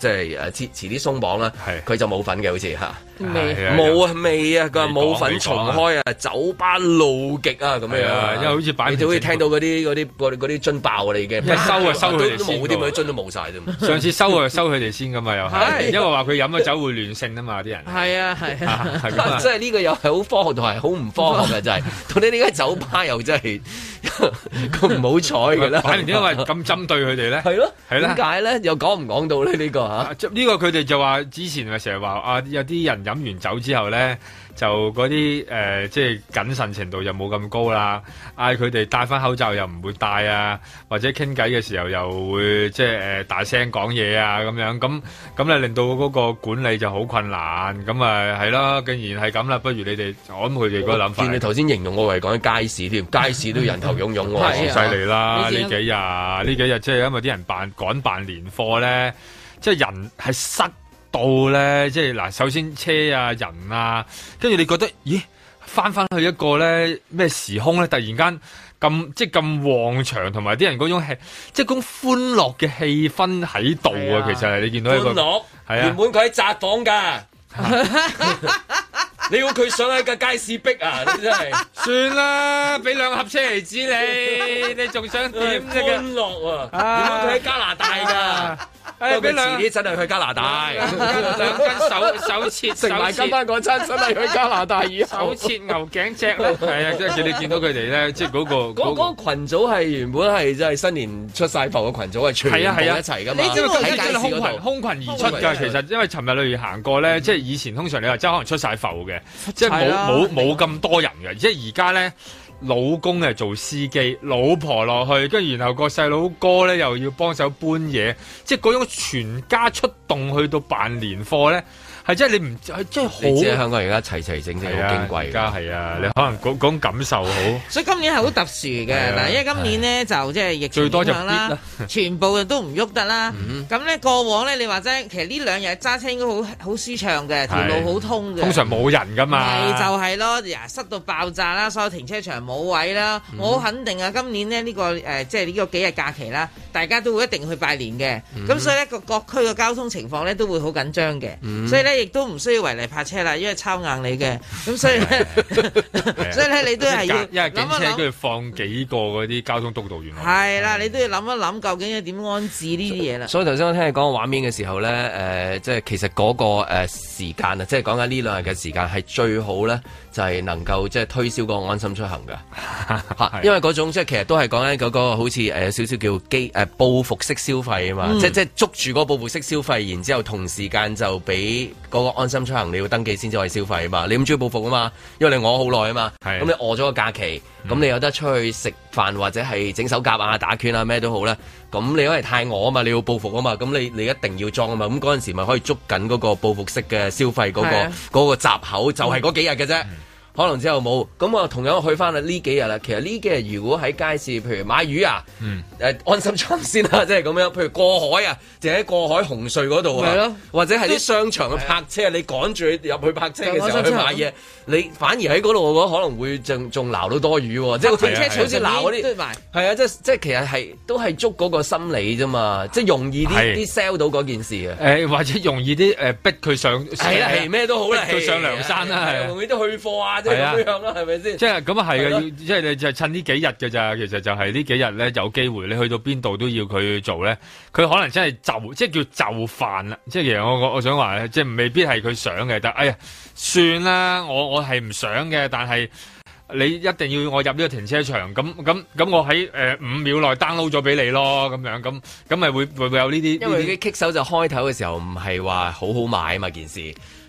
[SPEAKER 1] 即係誒遲遲啲鬆綁啦，佢就冇份嘅好似嚇。
[SPEAKER 6] 未
[SPEAKER 1] 冇啊，未啊，佢話
[SPEAKER 3] 未
[SPEAKER 1] 冇
[SPEAKER 3] 講
[SPEAKER 1] 份
[SPEAKER 3] 未
[SPEAKER 1] 重
[SPEAKER 3] 講啊
[SPEAKER 1] 開啊，酒吧路極啊，咁樣
[SPEAKER 3] 係啊
[SPEAKER 1] 樣，
[SPEAKER 3] 因為好似擺
[SPEAKER 1] 你都會聽到嗰啲嗰啲嗰啲嗰啲樽爆啊，你嘅
[SPEAKER 3] 係收啊收佢哋
[SPEAKER 1] 都
[SPEAKER 3] 先
[SPEAKER 1] 冇啲
[SPEAKER 3] 喎
[SPEAKER 1] 咪樽都冇晒啫。
[SPEAKER 3] 上次收啊收佢哋先噶嘛，又
[SPEAKER 1] 係
[SPEAKER 3] 係，因為話佢飲咗酒會亂性啊嘛，啲 人
[SPEAKER 6] 係啊係啊。
[SPEAKER 3] 啊係咁啊
[SPEAKER 1] 即係呢個又係好科學同埋好唔科學嘅，就係 到底呢間酒吧又真係咁唔好彩嘅啦。
[SPEAKER 3] 反而點解話咁針對佢哋咧？
[SPEAKER 1] 係咯，
[SPEAKER 3] 係啦
[SPEAKER 1] 點解咧？又講唔講到咧？呢個嚇
[SPEAKER 3] 啊即呢個佢哋就話之前咪成日話啊，有啲人飲完酒之後咧，就嗰啲誒即係謹慎程度又冇咁高啦，嗌佢哋戴翻口罩又唔會戴啊，或者傾偈嘅時候又會即係誒、呃大聲講嘢啊咁樣，咁咁咧令到嗰個管理就好困難，咁啊係啦，既然係咁啦，不如你哋我諗佢哋個諗法
[SPEAKER 1] 見你頭先形容我為講街市添， 街市都人頭湧湧
[SPEAKER 3] 哇！
[SPEAKER 1] 喎，
[SPEAKER 3] 哦
[SPEAKER 1] 啊
[SPEAKER 3] 犀利啦！啊呢
[SPEAKER 1] 你
[SPEAKER 3] 幾日呢幾日即係因為啲人辦趕辦年貨咧，即係人係塞到咧，即係嗱，首先車啊人啊，跟住你覺得咦，翻翻去一個咧咩時空咧，突然間咁即係咁旺場，同埋啲人嗰種氣，即係嗰種歡樂嘅氣氛喺度啊！其實係你見到一個
[SPEAKER 1] 歡樂
[SPEAKER 3] 係啊
[SPEAKER 1] 原本佢喺窄房 㗎。你要佢想喺個街市逼啊！你真係
[SPEAKER 3] 算啦，俾兩盒車厘子你，你仲想 點啫？
[SPEAKER 1] 歡樂啊！
[SPEAKER 3] 啊
[SPEAKER 1] 原本佢喺加拿大㗎，
[SPEAKER 3] 哎
[SPEAKER 1] 不過
[SPEAKER 3] 俾
[SPEAKER 1] 佢遲
[SPEAKER 3] 兩
[SPEAKER 1] 啲真係去加拿大。
[SPEAKER 3] 兩斤手手切，
[SPEAKER 1] 食埋
[SPEAKER 3] 手切
[SPEAKER 1] 今晚嗰餐真係去加拿大以後
[SPEAKER 3] 手切牛頸脊咧， 係啊，即係你見到佢哋咧，即係嗰個
[SPEAKER 1] 嗰
[SPEAKER 3] 嗰個
[SPEAKER 1] 嗰個羣組係原本係即係新年出晒埠嘅群組，係全部
[SPEAKER 3] 係啊係啊
[SPEAKER 1] 一齊㗎嘛。
[SPEAKER 3] 你知唔知
[SPEAKER 1] 喺街市嗰
[SPEAKER 3] 空群
[SPEAKER 1] 度，
[SPEAKER 3] 空群而出㗎？其實因為尋日例如行過咧，即係以前通常你話即係可能出晒埠嘅，即係
[SPEAKER 1] 係啊
[SPEAKER 3] 冇冇冇咁多人嘅，即係而家咧。老公係做司機，老婆落去，跟住然後個細佬哥咧又要幫手搬嘢，即係嗰種全家出動去到辦年貨咧，係真係你唔係真係
[SPEAKER 1] 你知啊
[SPEAKER 3] 好
[SPEAKER 1] 香港而家齊齊整整好矜貴㗎
[SPEAKER 3] 而家係啊，你可能嗰嗰種感受好。
[SPEAKER 6] 所以今年係好特殊嘅
[SPEAKER 3] 係啊
[SPEAKER 6] 嗱，因為今年咧就即係疫情
[SPEAKER 3] 最多
[SPEAKER 6] 影
[SPEAKER 3] 就
[SPEAKER 6] 響啦，全部都唔喐得啦。
[SPEAKER 1] 嗯
[SPEAKER 6] 咁咧過往咧，你話齋，其實呢兩日揸車應該好好舒暢嘅，條路好通嘅。
[SPEAKER 3] 通常冇人噶嘛，
[SPEAKER 6] 咪就係咯，呀塞到爆炸啦，所有停車場冇位啦。我好肯定啊，今年呢，呢、個誒、呃即係呢個幾日假期啦，大家都會一定去拜年嘅。咁、所以呢個各區嘅交通情況呢，都會好緊張嘅。
[SPEAKER 12] 嗯
[SPEAKER 6] 所以呢，咧亦都唔需要違例泊車啦，因為抄硬你嘅，咁所以咧， 所以咧你都係要
[SPEAKER 3] 因為警
[SPEAKER 6] 諗一
[SPEAKER 3] 車
[SPEAKER 6] 諗
[SPEAKER 3] 跟住放幾個嗰啲交通督導員落嚟。
[SPEAKER 6] 係啦，你都要諗一諗究竟要點安置呢啲嘢啦。
[SPEAKER 1] 所以頭先我聽你講畫面嘅時候咧，誒、即係其實嗰、個誒、時間啊，即係講緊呢兩日嘅時間係最好咧，就係、能夠即係推銷個安心出行嘅嚇因為嗰種即係其實都係講緊嗰個好似誒、有少少叫機誒、報復式消費啊嘛，
[SPEAKER 3] 嗯
[SPEAKER 1] 即即係捉住嗰個報復式消費，然之後同時間就俾嗰個安心出行你要登記先至可以消費啊嘛，你唔中意報復啊嘛，因為你餓好耐啊嘛，咁你餓咗個假期，
[SPEAKER 3] 嗯
[SPEAKER 1] 咁你有得出去食飯或者係整手甲啊、打拳啊咩都好啦。咁你因為太餓啊嘛，你要報復啊嘛，咁你你一定要裝啊嘛，咁嗰陣時咪可以捉緊嗰個報復式嘅消費嗰、
[SPEAKER 3] 係啊嗯
[SPEAKER 1] 個嗰個閘口，就係嗰幾日嘅啫。可能之後冇，咁我同樣去啊翻啦呢幾日啦。其實呢幾日如果喺街市，譬如買魚啊，
[SPEAKER 3] 嗯，
[SPEAKER 1] 誒安心出行先啦， 即係咁樣。譬如過海啊，就喺過海紅隧嗰度
[SPEAKER 3] 咪
[SPEAKER 1] 啊
[SPEAKER 3] 咯，
[SPEAKER 1] 或者係啲商場嘅泊車，你趕住入去泊車嘅時
[SPEAKER 3] 就
[SPEAKER 1] 候去
[SPEAKER 3] 安心出
[SPEAKER 1] 買
[SPEAKER 3] 行
[SPEAKER 1] 嘢，你反而喺嗰度，我覺得可能會仲仲鬧到多魚喎，即係
[SPEAKER 3] 啊
[SPEAKER 1] 好似
[SPEAKER 6] 停車場
[SPEAKER 1] 好似鬧嗰
[SPEAKER 6] 上面
[SPEAKER 1] 啲
[SPEAKER 6] 都要賣。
[SPEAKER 1] 係啊，即係即係其實係都係捉嗰個心理啫嘛，即係容易啲
[SPEAKER 3] 係
[SPEAKER 1] 啲 sell 到嗰件事嘅。
[SPEAKER 3] 誒或者容易啲誒逼佢上，
[SPEAKER 1] 係啦，係咩都好啦，
[SPEAKER 3] 逼佢上
[SPEAKER 1] 係
[SPEAKER 3] 梁山啦，
[SPEAKER 1] 係
[SPEAKER 3] 係啊
[SPEAKER 1] 容易啲去貨啊，即係
[SPEAKER 3] 係啊
[SPEAKER 1] 咁樣啦，係咪先？
[SPEAKER 3] 即係咁啊，係嘅，
[SPEAKER 1] 咯
[SPEAKER 3] 要即係你就趁呢幾日嘅咋，其實就係呢幾日咧有機會，你去到邊度都要佢做咧，佢可能真係就即係叫就範啦。即係其實我我我想話，即係未必係佢想嘅，但哎呀算啦，我我係唔想嘅，但係。你一定要我入呢個停車場，咁咁咁，我喺誒五秒內 download 咗俾你咯，咁樣咁咁咪會會會有呢啲
[SPEAKER 1] 因
[SPEAKER 3] 呢
[SPEAKER 1] 為
[SPEAKER 3] 啲
[SPEAKER 1] 啲棘手就開頭嘅時候唔係話好好買啊嘛件事，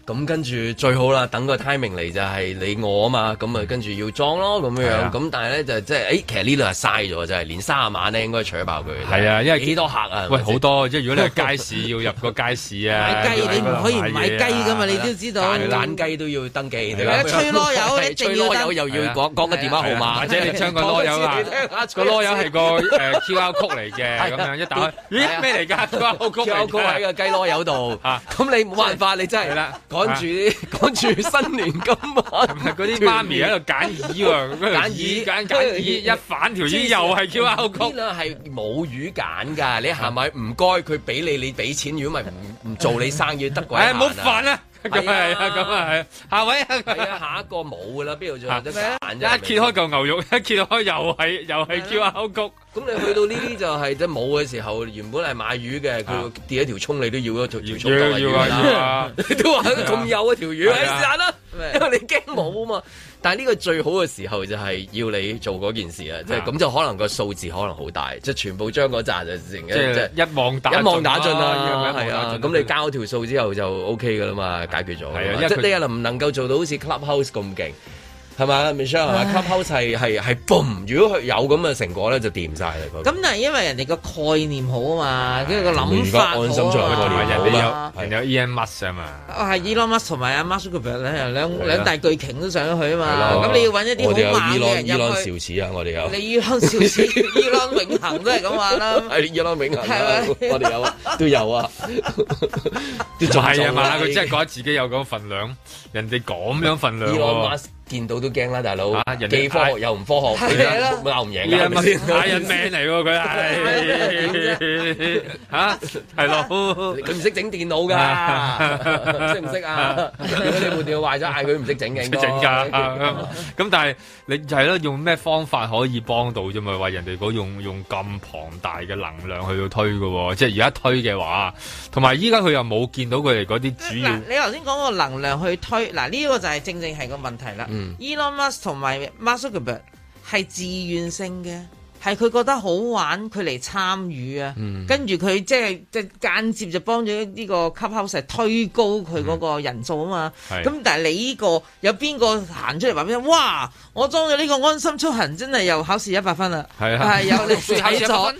[SPEAKER 1] 咁跟住最好啦，等個 timing 嚟就係你我啊嘛，咁啊跟住要裝咯咁樣
[SPEAKER 3] 係
[SPEAKER 1] 樣，
[SPEAKER 3] 啊
[SPEAKER 1] 咁但係咧就即係誒，其實呢兩日嘥咗真係，連卅晚咧應該搶爆佢。
[SPEAKER 3] 係啊，因為
[SPEAKER 1] 幾多客啊？
[SPEAKER 3] 喂，好多！即係如果你係街市要入個街市 啊，
[SPEAKER 1] 買雞
[SPEAKER 3] 要
[SPEAKER 1] 你唔可以唔
[SPEAKER 3] 嘢啊
[SPEAKER 1] 買雞㗎嘛你
[SPEAKER 3] 係啦
[SPEAKER 1] 都知道蛋雞都要登記係啊
[SPEAKER 6] 吹籮柚
[SPEAKER 1] 係
[SPEAKER 6] 你一定
[SPEAKER 1] 吹
[SPEAKER 6] 要
[SPEAKER 1] 籮
[SPEAKER 6] 登
[SPEAKER 1] 柚又
[SPEAKER 3] 係
[SPEAKER 1] 要
[SPEAKER 3] 啊
[SPEAKER 1] 講講個電話號
[SPEAKER 3] 係啊
[SPEAKER 1] 碼，
[SPEAKER 3] 或者你 將個 籮柚啊
[SPEAKER 1] 講多次你聽下
[SPEAKER 3] 個籮柚係個誒 QR code 嚟嘅，
[SPEAKER 1] 係啊
[SPEAKER 3] 咁樣一打開，咦咩嚟 㗎？QR code 嚟
[SPEAKER 1] QR
[SPEAKER 3] 㗎
[SPEAKER 1] code 喺個雞籮柚 度，咁你冇辦法，你真係趕住啲 趕住新年今 晚
[SPEAKER 3] 嗰啲媽 咪喺度揀魚喎，咁
[SPEAKER 1] 揀
[SPEAKER 3] 樣
[SPEAKER 1] 魚
[SPEAKER 3] 揀揀 魚，一反條魚又係 QR
[SPEAKER 1] 呢
[SPEAKER 3] code。
[SPEAKER 1] 兩係冇魚揀㗎，你行埋唔該佢俾你，你俾錢，如果咪唔唔做你生意得鬼
[SPEAKER 3] 唉
[SPEAKER 1] 閒
[SPEAKER 3] 唔好煩啊！咁係 啊，
[SPEAKER 1] 係
[SPEAKER 3] 咁啊係啊，下位啊，
[SPEAKER 1] 係啊，下一個冇㗎啦，邊度仲有得揀啫？
[SPEAKER 3] 一揭開嚿牛肉，一揭開又係又係 QR code。
[SPEAKER 1] 咁你去到呢啲就係即係冇嘅時候，原本係買魚嘅，佢跌一條葱你都要嗰條條葱當係魚
[SPEAKER 3] 要啊要啊
[SPEAKER 1] 啦，你 都話咁幼一條魚，
[SPEAKER 3] 係啊
[SPEAKER 1] 唉是但啦，因為你驚冇啊嘛。但係呢個最好嘅時候就係要你做嗰件事啊，即係咁就可能個數字可能好大，即係全部將嗰扎就成
[SPEAKER 3] 即係一網打盡啦
[SPEAKER 1] 一網打盡啦
[SPEAKER 3] 一網，打盡
[SPEAKER 1] 係啊
[SPEAKER 3] 啦。
[SPEAKER 1] 咁你交條數之後就 OK 噶啦嘛，解決咗㗎嘛。
[SPEAKER 3] 係啊因為
[SPEAKER 1] 即係
[SPEAKER 3] 佢
[SPEAKER 1] 呢一能唔能夠做到好似 Clubhouse 咁勁？係嘛，Michelle 係嘛，Clubhouse 係係係 boom！如果佢有咁嘅成果咧，就掂晒啦。嗰個
[SPEAKER 6] 咁但係因為人哋個概念好啊嘛，跟住個諗法
[SPEAKER 1] 安心
[SPEAKER 6] 好
[SPEAKER 1] 做
[SPEAKER 6] 啊
[SPEAKER 1] 個
[SPEAKER 3] 同埋
[SPEAKER 6] 嘛
[SPEAKER 1] 年
[SPEAKER 3] 人
[SPEAKER 1] 好嘛
[SPEAKER 3] 哋有人哋有 Elon Musk 啊嘛。
[SPEAKER 6] 我係 Elon Musk 同埋阿 Mark Zuckerberg 兩
[SPEAKER 1] 係啊
[SPEAKER 6] 兩兩大巨鯨都上咗去啊嘛，
[SPEAKER 1] 係咯
[SPEAKER 6] 咁你要揾一
[SPEAKER 1] 我哋
[SPEAKER 6] 啲
[SPEAKER 1] 有
[SPEAKER 6] 好猛嘅人
[SPEAKER 1] Elon
[SPEAKER 6] 入
[SPEAKER 1] Elon
[SPEAKER 6] 去。
[SPEAKER 1] 邵氏啊，我哋有
[SPEAKER 6] 你 Elon 少 少 Elon 永恆都係咁話啦。
[SPEAKER 1] 係 Elon 永恆啊
[SPEAKER 6] 係咪
[SPEAKER 1] 我哋有啊都有啊，都
[SPEAKER 3] 就
[SPEAKER 1] 仲
[SPEAKER 3] 係啊
[SPEAKER 1] 做
[SPEAKER 3] 嘛，
[SPEAKER 1] 啦
[SPEAKER 3] 佢真係覺得自己有嗰份量，人哋咁樣份量
[SPEAKER 1] Elon
[SPEAKER 3] 喎
[SPEAKER 1] Musk。見到都驚啦，大佬
[SPEAKER 3] 啊，人哋
[SPEAKER 1] 既科學又唔科學，
[SPEAKER 3] 係 啦
[SPEAKER 1] 佢鬧唔贏㗎係
[SPEAKER 3] Elon
[SPEAKER 1] 咪先
[SPEAKER 3] Musk 打人命嚟喎，佢係 嚇係咯，
[SPEAKER 1] 佢唔識整電腦
[SPEAKER 3] 啊
[SPEAKER 1] 㗎， 識唔識啊？如果你部電腦壞咗，嗌佢唔識整嘅，應該
[SPEAKER 3] 整㗎。咁但係你就係咯，用咩方法可以幫到啫嘛？話人哋嗰用用咁龐大嘅能量去到推嘅喎，即係而家推嘅話，同埋依家佢又冇見到佢哋嗰啲主要
[SPEAKER 6] 嗱，。你頭先講個能量去推，嗱呢個就係正正係個問題啦。
[SPEAKER 3] 嗯
[SPEAKER 6] Elon Musk 同埋 Mark Zuckerberg 係自願性嘅，係佢覺得好玩，佢嚟參與啊。
[SPEAKER 1] 嗯
[SPEAKER 6] 跟住佢即係即係間接就幫咗呢個 Clubhouse 推高佢嗰個人數啊嘛。
[SPEAKER 1] 係
[SPEAKER 6] 咁、但係你呢、個有邊個行出嚟話咩？哇！我裝咗呢個安心出行，真係又考試一百分啦。
[SPEAKER 1] 係啊
[SPEAKER 6] 係有你睇咗。
[SPEAKER 1] 香港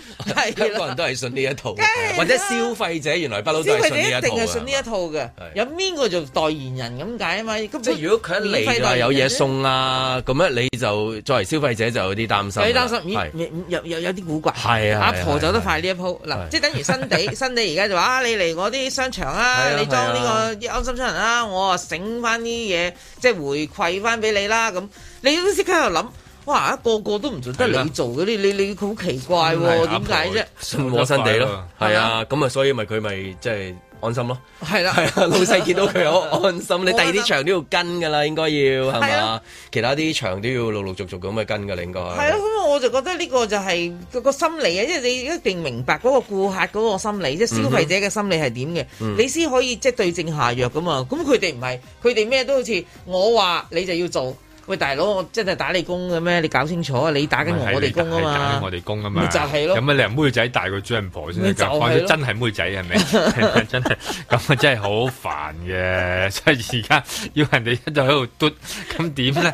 [SPEAKER 1] 人都係信呢一套，或者消費者原來不嬲都
[SPEAKER 6] 消
[SPEAKER 1] 係
[SPEAKER 6] 費
[SPEAKER 1] 信
[SPEAKER 6] 者
[SPEAKER 1] 呢
[SPEAKER 6] 一定
[SPEAKER 1] 一
[SPEAKER 6] 係
[SPEAKER 1] 套啊
[SPEAKER 6] 信呢
[SPEAKER 1] 嘅。
[SPEAKER 6] 一套嘅，有邊個做代言人咁解啊嘛？即係
[SPEAKER 1] 如果佢一嚟就話有嘢，送啊，咁樣你就作為消費者就有啲擔心啦。啊
[SPEAKER 6] 有啲擔心，咦
[SPEAKER 1] 係
[SPEAKER 6] 咦有有有啲古怪，
[SPEAKER 1] 係啊
[SPEAKER 6] 阿
[SPEAKER 1] 係啊
[SPEAKER 6] 婆走
[SPEAKER 1] 係
[SPEAKER 6] 得
[SPEAKER 1] 啊
[SPEAKER 6] 快呢一鋪，嗱，
[SPEAKER 1] 係
[SPEAKER 6] 即係等於新 地，新地而家就話啊，你嚟我啲商場啊
[SPEAKER 1] 係啊，
[SPEAKER 6] 你裝
[SPEAKER 1] 係啊
[SPEAKER 6] 呢個安心出行啦，我啊整翻啲嘢，即係回饋翻俾你啦，咁你都即刻喺度諗，哇，個個都唔做
[SPEAKER 1] 係
[SPEAKER 6] 得
[SPEAKER 1] 啦嗯
[SPEAKER 6] 你做嗰啲，你你佢好奇怪喎，點解啫？
[SPEAKER 1] 信和新地咯，係啊，咁啊，所以咪佢咪即係安心咯。
[SPEAKER 6] 係啦，
[SPEAKER 1] 係啊，老細見到佢好安心，你第二啲場都要跟㗎啦，應該要係
[SPEAKER 6] 係
[SPEAKER 1] 嘛
[SPEAKER 6] 啊？
[SPEAKER 1] 其他啲場都要陸陸續續咁去跟㗎啦，應該
[SPEAKER 6] 係啊，咁我就覺得呢個就係個個心理啊，因為你一定明白嗰個顧客嗰個心理，即
[SPEAKER 3] 嗯
[SPEAKER 6] 係消費者嘅心理係點嘅，
[SPEAKER 1] 嗯
[SPEAKER 6] 你先可以即係對症下藥噶嘛。咁佢哋唔係，佢哋咩都好似我話你就要做。喂，大佬，我真係打你工嘅咩？你搞清楚啊！你打緊我哋工啊
[SPEAKER 3] 係打
[SPEAKER 6] 嘛，
[SPEAKER 3] 緊我哋工啊嘛，
[SPEAKER 6] 咪就係咯
[SPEAKER 3] 有乜理由妹仔大過主人婆先
[SPEAKER 6] 咪
[SPEAKER 3] 得
[SPEAKER 6] 就係
[SPEAKER 3] 㗎？
[SPEAKER 6] 咯
[SPEAKER 3] 話佢真係妹仔係咪？係咪 真係咁啊，真係好煩嘅。 即係而家要人哋一度喺度嘟，咁點咧？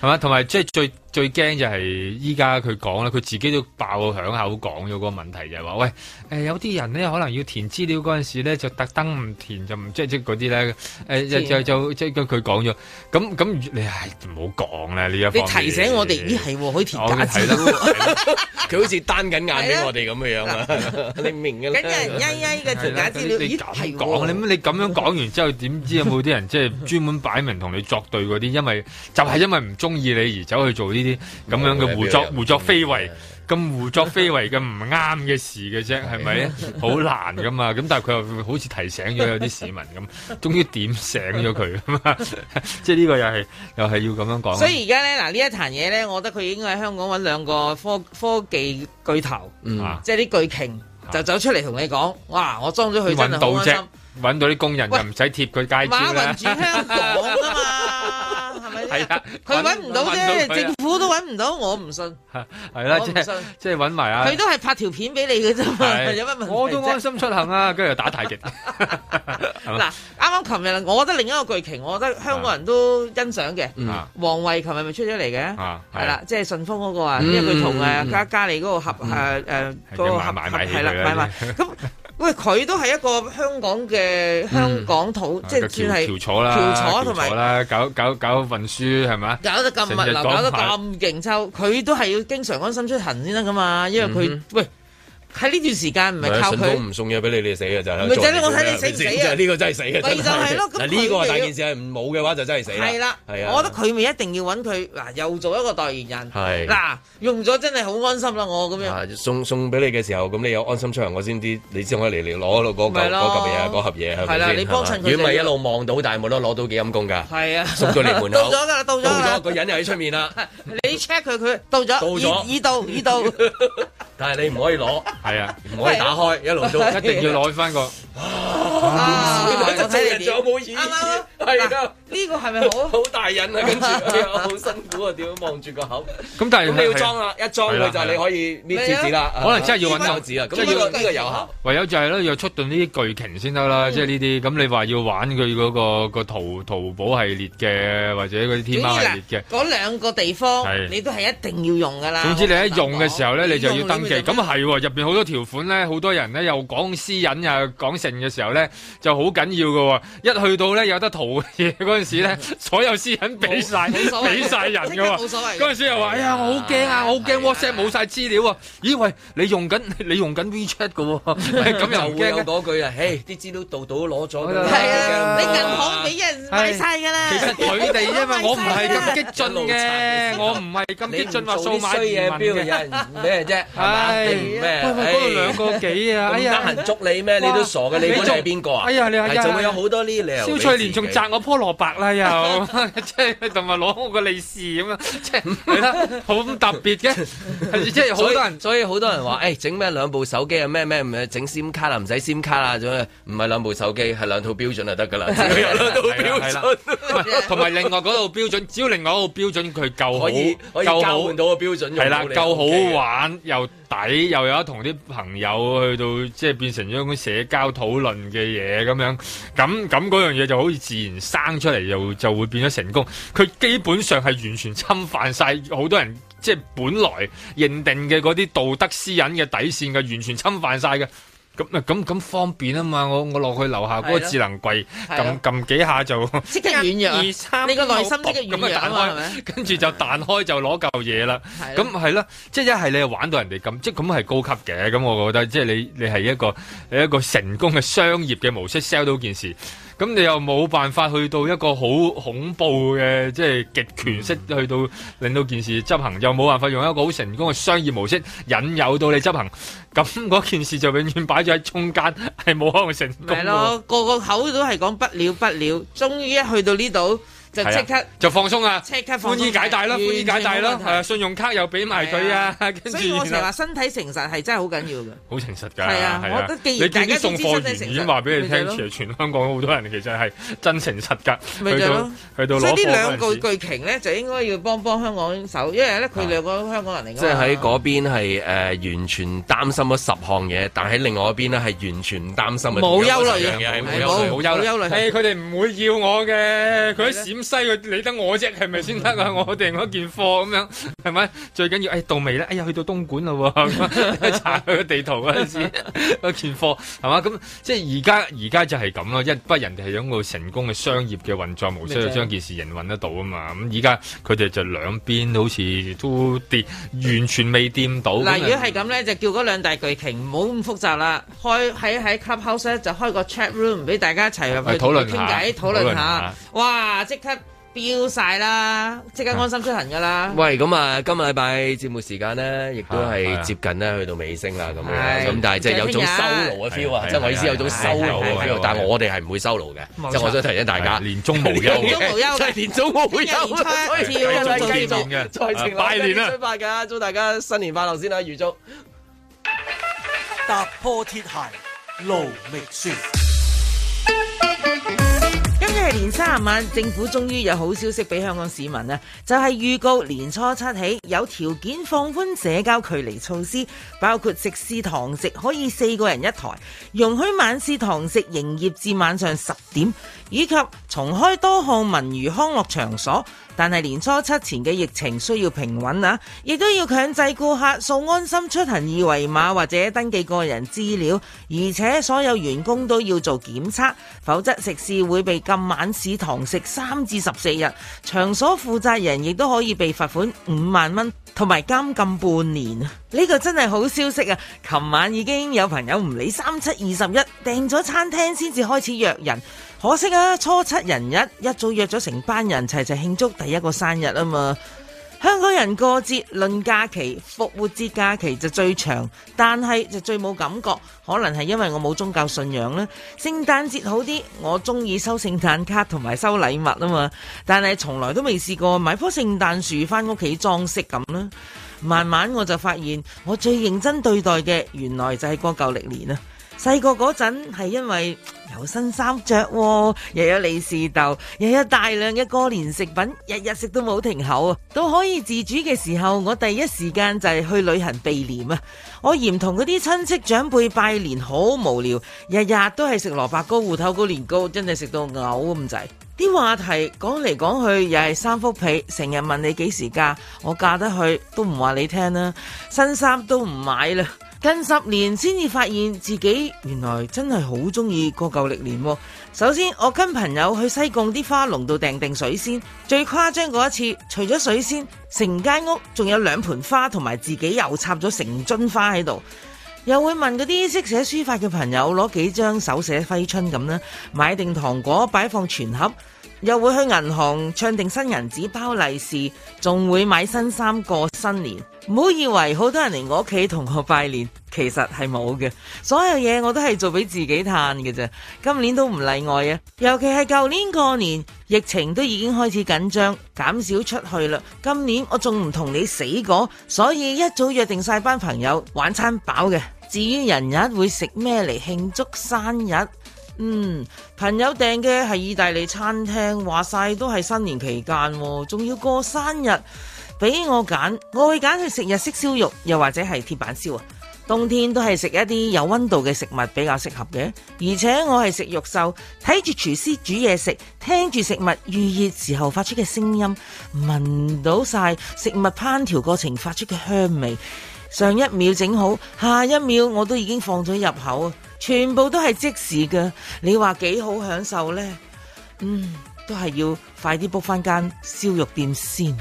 [SPEAKER 3] 係嘛？同埋即係最最驚就係依家佢講啦，佢自己都爆響口講咗個問題就係話：喂，誒、有啲人咧可能要填資料嗰陣時咧，就特登唔填就唔即係即係嗰啲咧誒
[SPEAKER 6] 啊
[SPEAKER 3] 就就就即係佢講咗。咁咁你唉唔好講啦呢一方
[SPEAKER 6] 你
[SPEAKER 3] 面
[SPEAKER 6] 提醒我哋，咦係喎可以填
[SPEAKER 3] 我
[SPEAKER 6] 假
[SPEAKER 3] 係
[SPEAKER 6] 字
[SPEAKER 3] 啦。
[SPEAKER 1] 佢好似單緊眼俾我哋咁嘅樣啊！ 你明㗎啦，
[SPEAKER 6] 梗有人曳曳嘅
[SPEAKER 3] 係
[SPEAKER 6] 填
[SPEAKER 3] 啦
[SPEAKER 6] 假資料，
[SPEAKER 3] 你你
[SPEAKER 6] 咦
[SPEAKER 3] 咁
[SPEAKER 6] 係
[SPEAKER 3] 講，
[SPEAKER 6] 喎
[SPEAKER 3] 你你咁樣講完之後，點知有冇啲人即係專門擺明同你作對嗰啲？因為 就係因為唔中意你而走去做呢啲咁樣嘅胡作
[SPEAKER 1] 冇嘅
[SPEAKER 3] 胡作非為。咁胡作非為嘅唔啱嘅事嘅啫，係咪？好難噶嘛，咁但係佢又好似提醒咗有啲市 民咁，終於點醒咗佢啊嘛， 即係呢個又係又係要咁樣講。
[SPEAKER 6] 所以而家咧嗱呢一壇嘢咧，我覺得佢應該喺香港揾兩個科科技巨頭，
[SPEAKER 3] 嗯啊
[SPEAKER 6] 即係啲巨鯨就走出嚟同你講，哇！我裝咗嗯佢真
[SPEAKER 3] 揾
[SPEAKER 6] 係
[SPEAKER 3] 到
[SPEAKER 6] 好安
[SPEAKER 3] 啫
[SPEAKER 6] 心。，
[SPEAKER 3] 揾到啲工人就唔使貼佢街招
[SPEAKER 6] 馬
[SPEAKER 3] 啦
[SPEAKER 6] 雲。住香港啊 嘛，係咪
[SPEAKER 3] 係啊，
[SPEAKER 6] 佢揾唔到
[SPEAKER 3] 揾到
[SPEAKER 6] 啫，
[SPEAKER 3] 佢啊
[SPEAKER 6] 政府都揾唔到，我唔信。
[SPEAKER 3] 係啦，
[SPEAKER 6] 我唔
[SPEAKER 3] 即係
[SPEAKER 6] 信
[SPEAKER 3] 即係揾埋啊。
[SPEAKER 6] 佢都係拍條片俾你嘅啫嘛，
[SPEAKER 3] 係
[SPEAKER 6] 有乜問題啫？
[SPEAKER 3] 我都安心出行啊，跟住又打太極。嗱啊
[SPEAKER 6] 嗱，啱啱琴日，我覺得另一個巨鯨，我覺得香港人都欣賞嘅。
[SPEAKER 3] 啊
[SPEAKER 6] 王慧琴日咪出咗嚟嘅
[SPEAKER 3] 啊，
[SPEAKER 6] 係啦，即係順豐嗰個啊，
[SPEAKER 3] 嗯
[SPEAKER 6] 因為佢同
[SPEAKER 3] 嗯
[SPEAKER 6] 誒加加利嗰個合誒誒嗰
[SPEAKER 3] 係
[SPEAKER 6] 個
[SPEAKER 3] 要買
[SPEAKER 6] 合
[SPEAKER 3] 買
[SPEAKER 6] 合
[SPEAKER 3] 買起
[SPEAKER 6] 係啦
[SPEAKER 3] 佢啦啊
[SPEAKER 6] 買買，咁喂佢都係一個香港
[SPEAKER 3] 嗯
[SPEAKER 6] 嘅香港
[SPEAKER 3] 啊
[SPEAKER 6] 土， 即係算係
[SPEAKER 3] 橋坐啦，
[SPEAKER 6] 橋
[SPEAKER 3] 橋
[SPEAKER 6] 坐同埋
[SPEAKER 3] 坐啦，搞搞搞運輸係 咪？
[SPEAKER 6] 搞得咁
[SPEAKER 3] 成
[SPEAKER 6] 密
[SPEAKER 3] 日
[SPEAKER 6] 流，
[SPEAKER 3] 講
[SPEAKER 6] 搞得
[SPEAKER 3] 埋
[SPEAKER 6] 咁勁抽，佢都係要經常安心出行先得噶嘛，因為佢、
[SPEAKER 1] 嗯
[SPEAKER 6] 喂喺呢段時間唔
[SPEAKER 1] 唔
[SPEAKER 6] 係靠
[SPEAKER 1] 信封
[SPEAKER 6] 佢。
[SPEAKER 1] 唔送嘢俾你，你死啊嘅就係。
[SPEAKER 6] 咪就係咯我睇你死唔死啊
[SPEAKER 1] 就係呢個真係死嘅。
[SPEAKER 6] 咪就係咯
[SPEAKER 1] 真係
[SPEAKER 6] 咁
[SPEAKER 1] 嗱呢個
[SPEAKER 6] 佢
[SPEAKER 1] 係
[SPEAKER 6] 就
[SPEAKER 1] 大
[SPEAKER 6] 要
[SPEAKER 1] 件事係唔冇嘅話就真係死啦。
[SPEAKER 6] 係啦，
[SPEAKER 1] 係啊，
[SPEAKER 6] 我覺得佢咪一定要揾佢嗱，又做一個代言人。
[SPEAKER 1] 係
[SPEAKER 6] 嗱，用咗真係好安心啦，我咁樣。
[SPEAKER 1] 啊送送俾你嘅時候，咁你有安心出行，我先知你先可以嚟嚟攞到嗰嚿
[SPEAKER 6] 咪
[SPEAKER 1] 嗰嚿
[SPEAKER 6] 咯
[SPEAKER 1] 嘢，嗰盒嘢係咪
[SPEAKER 6] 係啦
[SPEAKER 1] 先
[SPEAKER 6] 你幫襯
[SPEAKER 1] 係
[SPEAKER 6] 佢
[SPEAKER 1] 嘛如果唔係
[SPEAKER 6] 就
[SPEAKER 1] 一
[SPEAKER 6] 要
[SPEAKER 1] 路望到，但係冇得攞到，幾陰功 㗎。
[SPEAKER 6] 係啊，
[SPEAKER 1] 送到你 門口
[SPEAKER 6] 到咗㗎啦，到咗㗎
[SPEAKER 1] 到咗
[SPEAKER 6] 啦。
[SPEAKER 1] 個人又喺出面 啦，
[SPEAKER 6] 你 check 佢，佢到
[SPEAKER 1] 到
[SPEAKER 6] 咗，
[SPEAKER 1] 咗
[SPEAKER 6] 已已到，已到。
[SPEAKER 1] 但係你唔可以 攞，
[SPEAKER 3] 係啊，
[SPEAKER 1] 唔可以打開，一路都
[SPEAKER 3] 一定要攞翻個。
[SPEAKER 6] 啊
[SPEAKER 1] 我 睇你仲有冇意義
[SPEAKER 6] 啱啱？
[SPEAKER 1] 係啊，
[SPEAKER 6] 呢個係咪好？
[SPEAKER 1] 好大癮啊！ 跟住哎呀好辛苦啊，點樣望住個口？
[SPEAKER 3] 咁
[SPEAKER 6] 啊
[SPEAKER 3] 但係
[SPEAKER 1] 咁你要裝啦，一裝
[SPEAKER 3] 係啦
[SPEAKER 1] 佢就你可以搣
[SPEAKER 3] 係
[SPEAKER 1] 紙
[SPEAKER 3] 啊
[SPEAKER 1] 紙啦。
[SPEAKER 3] 可能真係要搵
[SPEAKER 1] 手指啊！咁
[SPEAKER 3] 真係
[SPEAKER 1] 呢
[SPEAKER 3] 要
[SPEAKER 1] 個呢個有效。
[SPEAKER 3] 唯有就係咧，要出動呢啲巨鯨先得
[SPEAKER 6] 嗯
[SPEAKER 3] 啦，即係呢啲咁你話要玩佢嗰個個淘淘寶系列嘅，或者嗰啲天
[SPEAKER 6] 總
[SPEAKER 3] 貓
[SPEAKER 6] 之
[SPEAKER 3] 系
[SPEAKER 6] 嗱
[SPEAKER 3] 列嘅，。
[SPEAKER 6] 嗰兩個地方
[SPEAKER 3] 係
[SPEAKER 6] 你都係一定要用㗎啦。
[SPEAKER 3] 總之你一用嘅時候咧，你就要登記。
[SPEAKER 6] 你用
[SPEAKER 3] 咁係喎，入邊好多條款咧，好多人咧又講私隱又講成嘅時候咧，就好緊要嘅喎。一去到咧有得淘嘅嘢嗰陣時 咧，所有私隱俾晒
[SPEAKER 6] 冇所謂
[SPEAKER 3] 俾晒人嘅
[SPEAKER 6] 即刻
[SPEAKER 3] 喎。
[SPEAKER 6] 冇所謂
[SPEAKER 3] 嗰陣時又話：哎呀，我好驚啊，我好驚 WhatsApp 冇晒資料啊！咦喂，你用緊你用緊 WeChat 嘅喎，咁又
[SPEAKER 1] 就
[SPEAKER 3] 唔
[SPEAKER 1] 會
[SPEAKER 3] 驚
[SPEAKER 1] 有
[SPEAKER 3] 嘅。
[SPEAKER 1] 嗰句啊，誒啲資料度度都攞咗㗎啦，
[SPEAKER 3] 係
[SPEAKER 6] 你銀行俾人買晒㗎啦。
[SPEAKER 3] 其實佢哋 因為我唔係咁激進
[SPEAKER 1] 一路
[SPEAKER 3] 嘅，我唔係咁激進話數碼移民
[SPEAKER 1] 你唔做啲衰嘢，邊度有人
[SPEAKER 3] 嘅。
[SPEAKER 1] 咩 啫？係嘛？
[SPEAKER 3] 唉
[SPEAKER 1] 你唔咩？
[SPEAKER 3] 喂喂嗰度兩個幾啊
[SPEAKER 1] 唉
[SPEAKER 3] 哎呀
[SPEAKER 1] 咁得閒捉你咩？你都傻嘅，你估你係邊個啊？
[SPEAKER 3] 哎呀你係
[SPEAKER 1] 係就會有好多呢啲理由俾
[SPEAKER 3] 蕭
[SPEAKER 1] 自己。
[SPEAKER 3] 翠蓮仲摘我棵蘿蔔啦，又 即係同埋攞我個利是咁樣，即係係啦，好咁特別嘅，即係好多 人。
[SPEAKER 1] 人，所以好多人話：，誒 哎整咩兩部手機啊？咩咩咩整 SIM 卡啦，唔使 SIM 卡啦，咁樣唔係兩部手機，係兩套標準就得㗎 啦。只要有兩套標
[SPEAKER 3] 係啦
[SPEAKER 1] 準，
[SPEAKER 3] 係啦 同埋另外嗰度標準，只要另外嗰度標準佢夠好，
[SPEAKER 1] 可以可以
[SPEAKER 3] 夠
[SPEAKER 1] 交
[SPEAKER 3] 好
[SPEAKER 1] 換到個標準用到你就 OK 嘅。
[SPEAKER 3] 係啦，夠好玩又抵，又有得同啲朋友去到即係變成咗種社交討論嘅嘢咁樣，咁咁嗰樣嘢就好似自然生出嚟，又就會變咗成功。佢基本上係完全侵犯晒好多人。即係本來認定嘅嗰啲道德私隱嘅底線嘅，完全侵犯晒嘅。咁咁咁方便啊嘛！我我落去樓下嗰個
[SPEAKER 6] 係咯
[SPEAKER 3] 智能櫃
[SPEAKER 6] 係咯
[SPEAKER 3] 撳撳幾下就
[SPEAKER 6] 即刻軟弱啊
[SPEAKER 3] 一二三
[SPEAKER 6] 你個內心即刻
[SPEAKER 3] 咁
[SPEAKER 6] 軟弱
[SPEAKER 3] 啊
[SPEAKER 6] 啊嘛係咪
[SPEAKER 3] 彈開，跟住就彈開就攞嚿嘢啦。
[SPEAKER 6] 係
[SPEAKER 3] 咁
[SPEAKER 6] 咯
[SPEAKER 3] 係啦，即係一係你係玩到人哋咁，即係咁係高級呃嘅。咁我覺得即係你你係一個你一個成功嘅商業嘅模式 sell 到件事。咁你又冇辦法去到一個好恐怖嘅，即係極權式去到令到件事執行，又冇辦法用一個好成功嘅商業模式引誘到你執行，咁嗰件事就永遠擺咗喺中間，係冇可能成功
[SPEAKER 6] 咪
[SPEAKER 3] 㗎
[SPEAKER 6] 咯
[SPEAKER 3] 喎。，
[SPEAKER 6] 個個口都係講不了不了，終於一去到呢度就即
[SPEAKER 3] 係
[SPEAKER 6] 刻
[SPEAKER 3] 啊就放鬆啊，
[SPEAKER 6] 即刻放
[SPEAKER 3] 寬
[SPEAKER 6] 鬆
[SPEAKER 3] 衣解帶啦，寬衣解帶啦
[SPEAKER 6] 完全冇問，題
[SPEAKER 3] 係啊，信用卡又俾埋佢啊，跟
[SPEAKER 6] 所以
[SPEAKER 3] 住
[SPEAKER 6] 我成日
[SPEAKER 3] 然
[SPEAKER 6] 話
[SPEAKER 3] 後
[SPEAKER 6] 身體誠實係真係好緊要嘅。
[SPEAKER 3] 好誠實㗎，
[SPEAKER 6] 係啊
[SPEAKER 3] 係
[SPEAKER 6] 我覺得既
[SPEAKER 3] 你見
[SPEAKER 6] 然大
[SPEAKER 3] 啲
[SPEAKER 6] 家都
[SPEAKER 3] 送
[SPEAKER 6] 知
[SPEAKER 3] 貨
[SPEAKER 6] 身體誠
[SPEAKER 3] 員
[SPEAKER 6] 實
[SPEAKER 3] 已經話俾你
[SPEAKER 6] 咪就
[SPEAKER 3] 聽，
[SPEAKER 6] 係咯
[SPEAKER 3] 其實全香港好多人其實係真誠實㗎，
[SPEAKER 6] 咪
[SPEAKER 3] 去
[SPEAKER 6] 就係
[SPEAKER 3] 到
[SPEAKER 6] 咯
[SPEAKER 3] 去到
[SPEAKER 6] 所以
[SPEAKER 3] 攞貨嗰
[SPEAKER 6] 呢兩
[SPEAKER 3] 陣
[SPEAKER 6] 個
[SPEAKER 3] 時。啊
[SPEAKER 6] 巨瓊咧，就應該要幫幫香港手，因為咧佢兩個都香港人嚟㗎
[SPEAKER 1] 即係
[SPEAKER 6] 嘛。
[SPEAKER 1] 喺嗰邊係誒、呃完全擔心咗十項嘢，但喺另外一邊咧係完全唔擔心嘅
[SPEAKER 6] 冇憂慮
[SPEAKER 1] 同樣嘅係哎
[SPEAKER 6] 嘅
[SPEAKER 1] 冇憂慮，
[SPEAKER 3] 冇
[SPEAKER 1] 冇
[SPEAKER 3] 憂
[SPEAKER 1] 憂慮。
[SPEAKER 3] 慮，誒哎佢哋唔會要我嘅，佢喺陝西佢理得我啫，係咪先得啊？我訂嗰件貨咁樣，係咪？最緊要誒到未咧？哎呀，去到東莞咯喎，咁樣查佢個地圖嗰陣時，嗰件貨係嘛？咁即係而家而家就係咁咯，一不人哋係用個成功嘅商業嘅運作模式
[SPEAKER 5] 咪就
[SPEAKER 3] 去
[SPEAKER 5] 係
[SPEAKER 3] 將件事營運得到啊嘛。咁而家佢哋就兩邊好似都跌，完全未掂到。
[SPEAKER 6] 嗱，如果
[SPEAKER 3] 咁啊
[SPEAKER 6] 係咁咧，就叫嗰兩大巨鯨唔好咁複雜啦，開喺喺 clubhouse 咧就開個 chat room 俾大家一齊入去
[SPEAKER 3] 係討論
[SPEAKER 6] 傾
[SPEAKER 3] 下
[SPEAKER 6] 偈，討
[SPEAKER 3] 討論
[SPEAKER 6] 論
[SPEAKER 3] 下
[SPEAKER 6] 下，哇！即刻飆晒啦，即刻安心出行噶啦。
[SPEAKER 1] 喂，咁啊，今日禮拜節目時間咧，亦都
[SPEAKER 3] 係係啊
[SPEAKER 1] 係接近咧去到尾聲啦，咁
[SPEAKER 6] 係
[SPEAKER 1] 樣咁，但係即係有種收爐嘅 feel 啊
[SPEAKER 3] 係，
[SPEAKER 1] 即係我意思有種收
[SPEAKER 3] 係係
[SPEAKER 1] 爐嘅
[SPEAKER 3] 係
[SPEAKER 1] feel，
[SPEAKER 3] 係
[SPEAKER 1] 但係我哋係唔會收爐嘅，
[SPEAKER 3] 冇
[SPEAKER 1] 即係我
[SPEAKER 3] 錯
[SPEAKER 1] 想提醒大家，
[SPEAKER 3] 年中無憂啊
[SPEAKER 6] 年中無憂嘅
[SPEAKER 1] 年中無
[SPEAKER 6] 聽日年初 一
[SPEAKER 1] 憂，
[SPEAKER 6] 至要
[SPEAKER 1] 再
[SPEAKER 6] 做
[SPEAKER 1] 繼
[SPEAKER 6] 節
[SPEAKER 1] 續
[SPEAKER 6] 目
[SPEAKER 3] 嘅啊
[SPEAKER 1] 在晴朗
[SPEAKER 3] 拜年啦
[SPEAKER 1] 的一天出發㗎，啊祝大家新年快樂先啦，啊預祝。
[SPEAKER 2] 踏破鐵鞋路未雪。
[SPEAKER 6] 今日係年三十晚，政府終於有好消息俾香港市民啊！就係、預告年初七起有條件放寬社交距離措施，包括食肆堂食可以四個人一台，容許晚市堂食營業至晚上十點，以及重開多項文娛康樂場所。但係年初七前嘅疫情需要平穩啊，亦都要強制顧客掃安心出行二維碼或者登記個人資料，而且所有員工都要做檢測，否則食肆會被禁晚市堂食三至十四日，場所負責人亦都可以被罰款五萬蚊。同埋監禁半年，啊呢、個真係好消息啊！琴晚已經有朋友唔理三七二十一訂咗餐廳先至開始約人，可惜啊，初七人日一早約咗成班人齊齊慶祝第一個生日啊嘛。香港人過節論假期，復活節假期就最長，但係就最冇感覺。可能係因為我冇宗教信仰啦。聖誕節好啲，我中意收聖誕卡同埋收禮物啊嘛。但係從來都未試過買棵聖誕樹翻屋企裝飾咁啦。慢慢我就發現，我最認真對待嘅原來就係過舊歷年啊。細個嗰陣係因為有新衫着喎，又有利是豆，又有大量嘅過年食品，日日食到冇停口啊！到可以自主嘅時候，我第一時間就係去旅行避廉啊！我嫌同嗰啲親戚長輩拜年好無聊，日日都係食蘿蔔糕、芋頭糕、年糕，真係食到嘔咁滯。啲話題講嚟講去又係三幅被，成日問你幾時嫁，我嫁得去都唔話你聽啦，新衫都唔買啦。近十年先至發現自己原來真係好中意過舊歷年喎。首先，我跟朋友去西貢啲花農度訂定水仙，最誇張嗰一次，除咗水仙，成間屋仲有兩盆花，同埋自己又插咗成樽花喺度。又會問嗰啲識寫書法嘅朋友攞幾張手寫揮春咁啦，買定糖果擺放全盒，又會去銀行唱定新銀紙包利是，仲會買新衫過新年。唔好以為好多人嚟我屋企同我拜年，其實係冇嘅。所有嘢我都係做俾自己嘆嘅啫，今年都唔例外啊。尤其係舊年過年，疫情都已經開始緊張，減少出去啦。今年我仲唔同你死過，所以一早約定晒班朋友玩餐飽嘅。至於人日會食咩嚟慶祝生日？嗯，朋友訂嘅係意大利餐廳，話晒都係新年期間喎，仲要過生日，俾我揀，我會揀去食日式燒肉，又或者係鐵板燒啊。冬天都係食一啲有温度嘅食物比較適合嘅，而且我係食肉獸，睇住廚師煮嘢食，聽住食物預熱時候發出嘅聲音，聞到晒食物烹調過程發出嘅香味。上一秒整好，下一秒我都已經放咗入口啊！全部都係即時嘅，你話幾好享受呢？嗯，都係要快啲 book 翻間燒肉店先。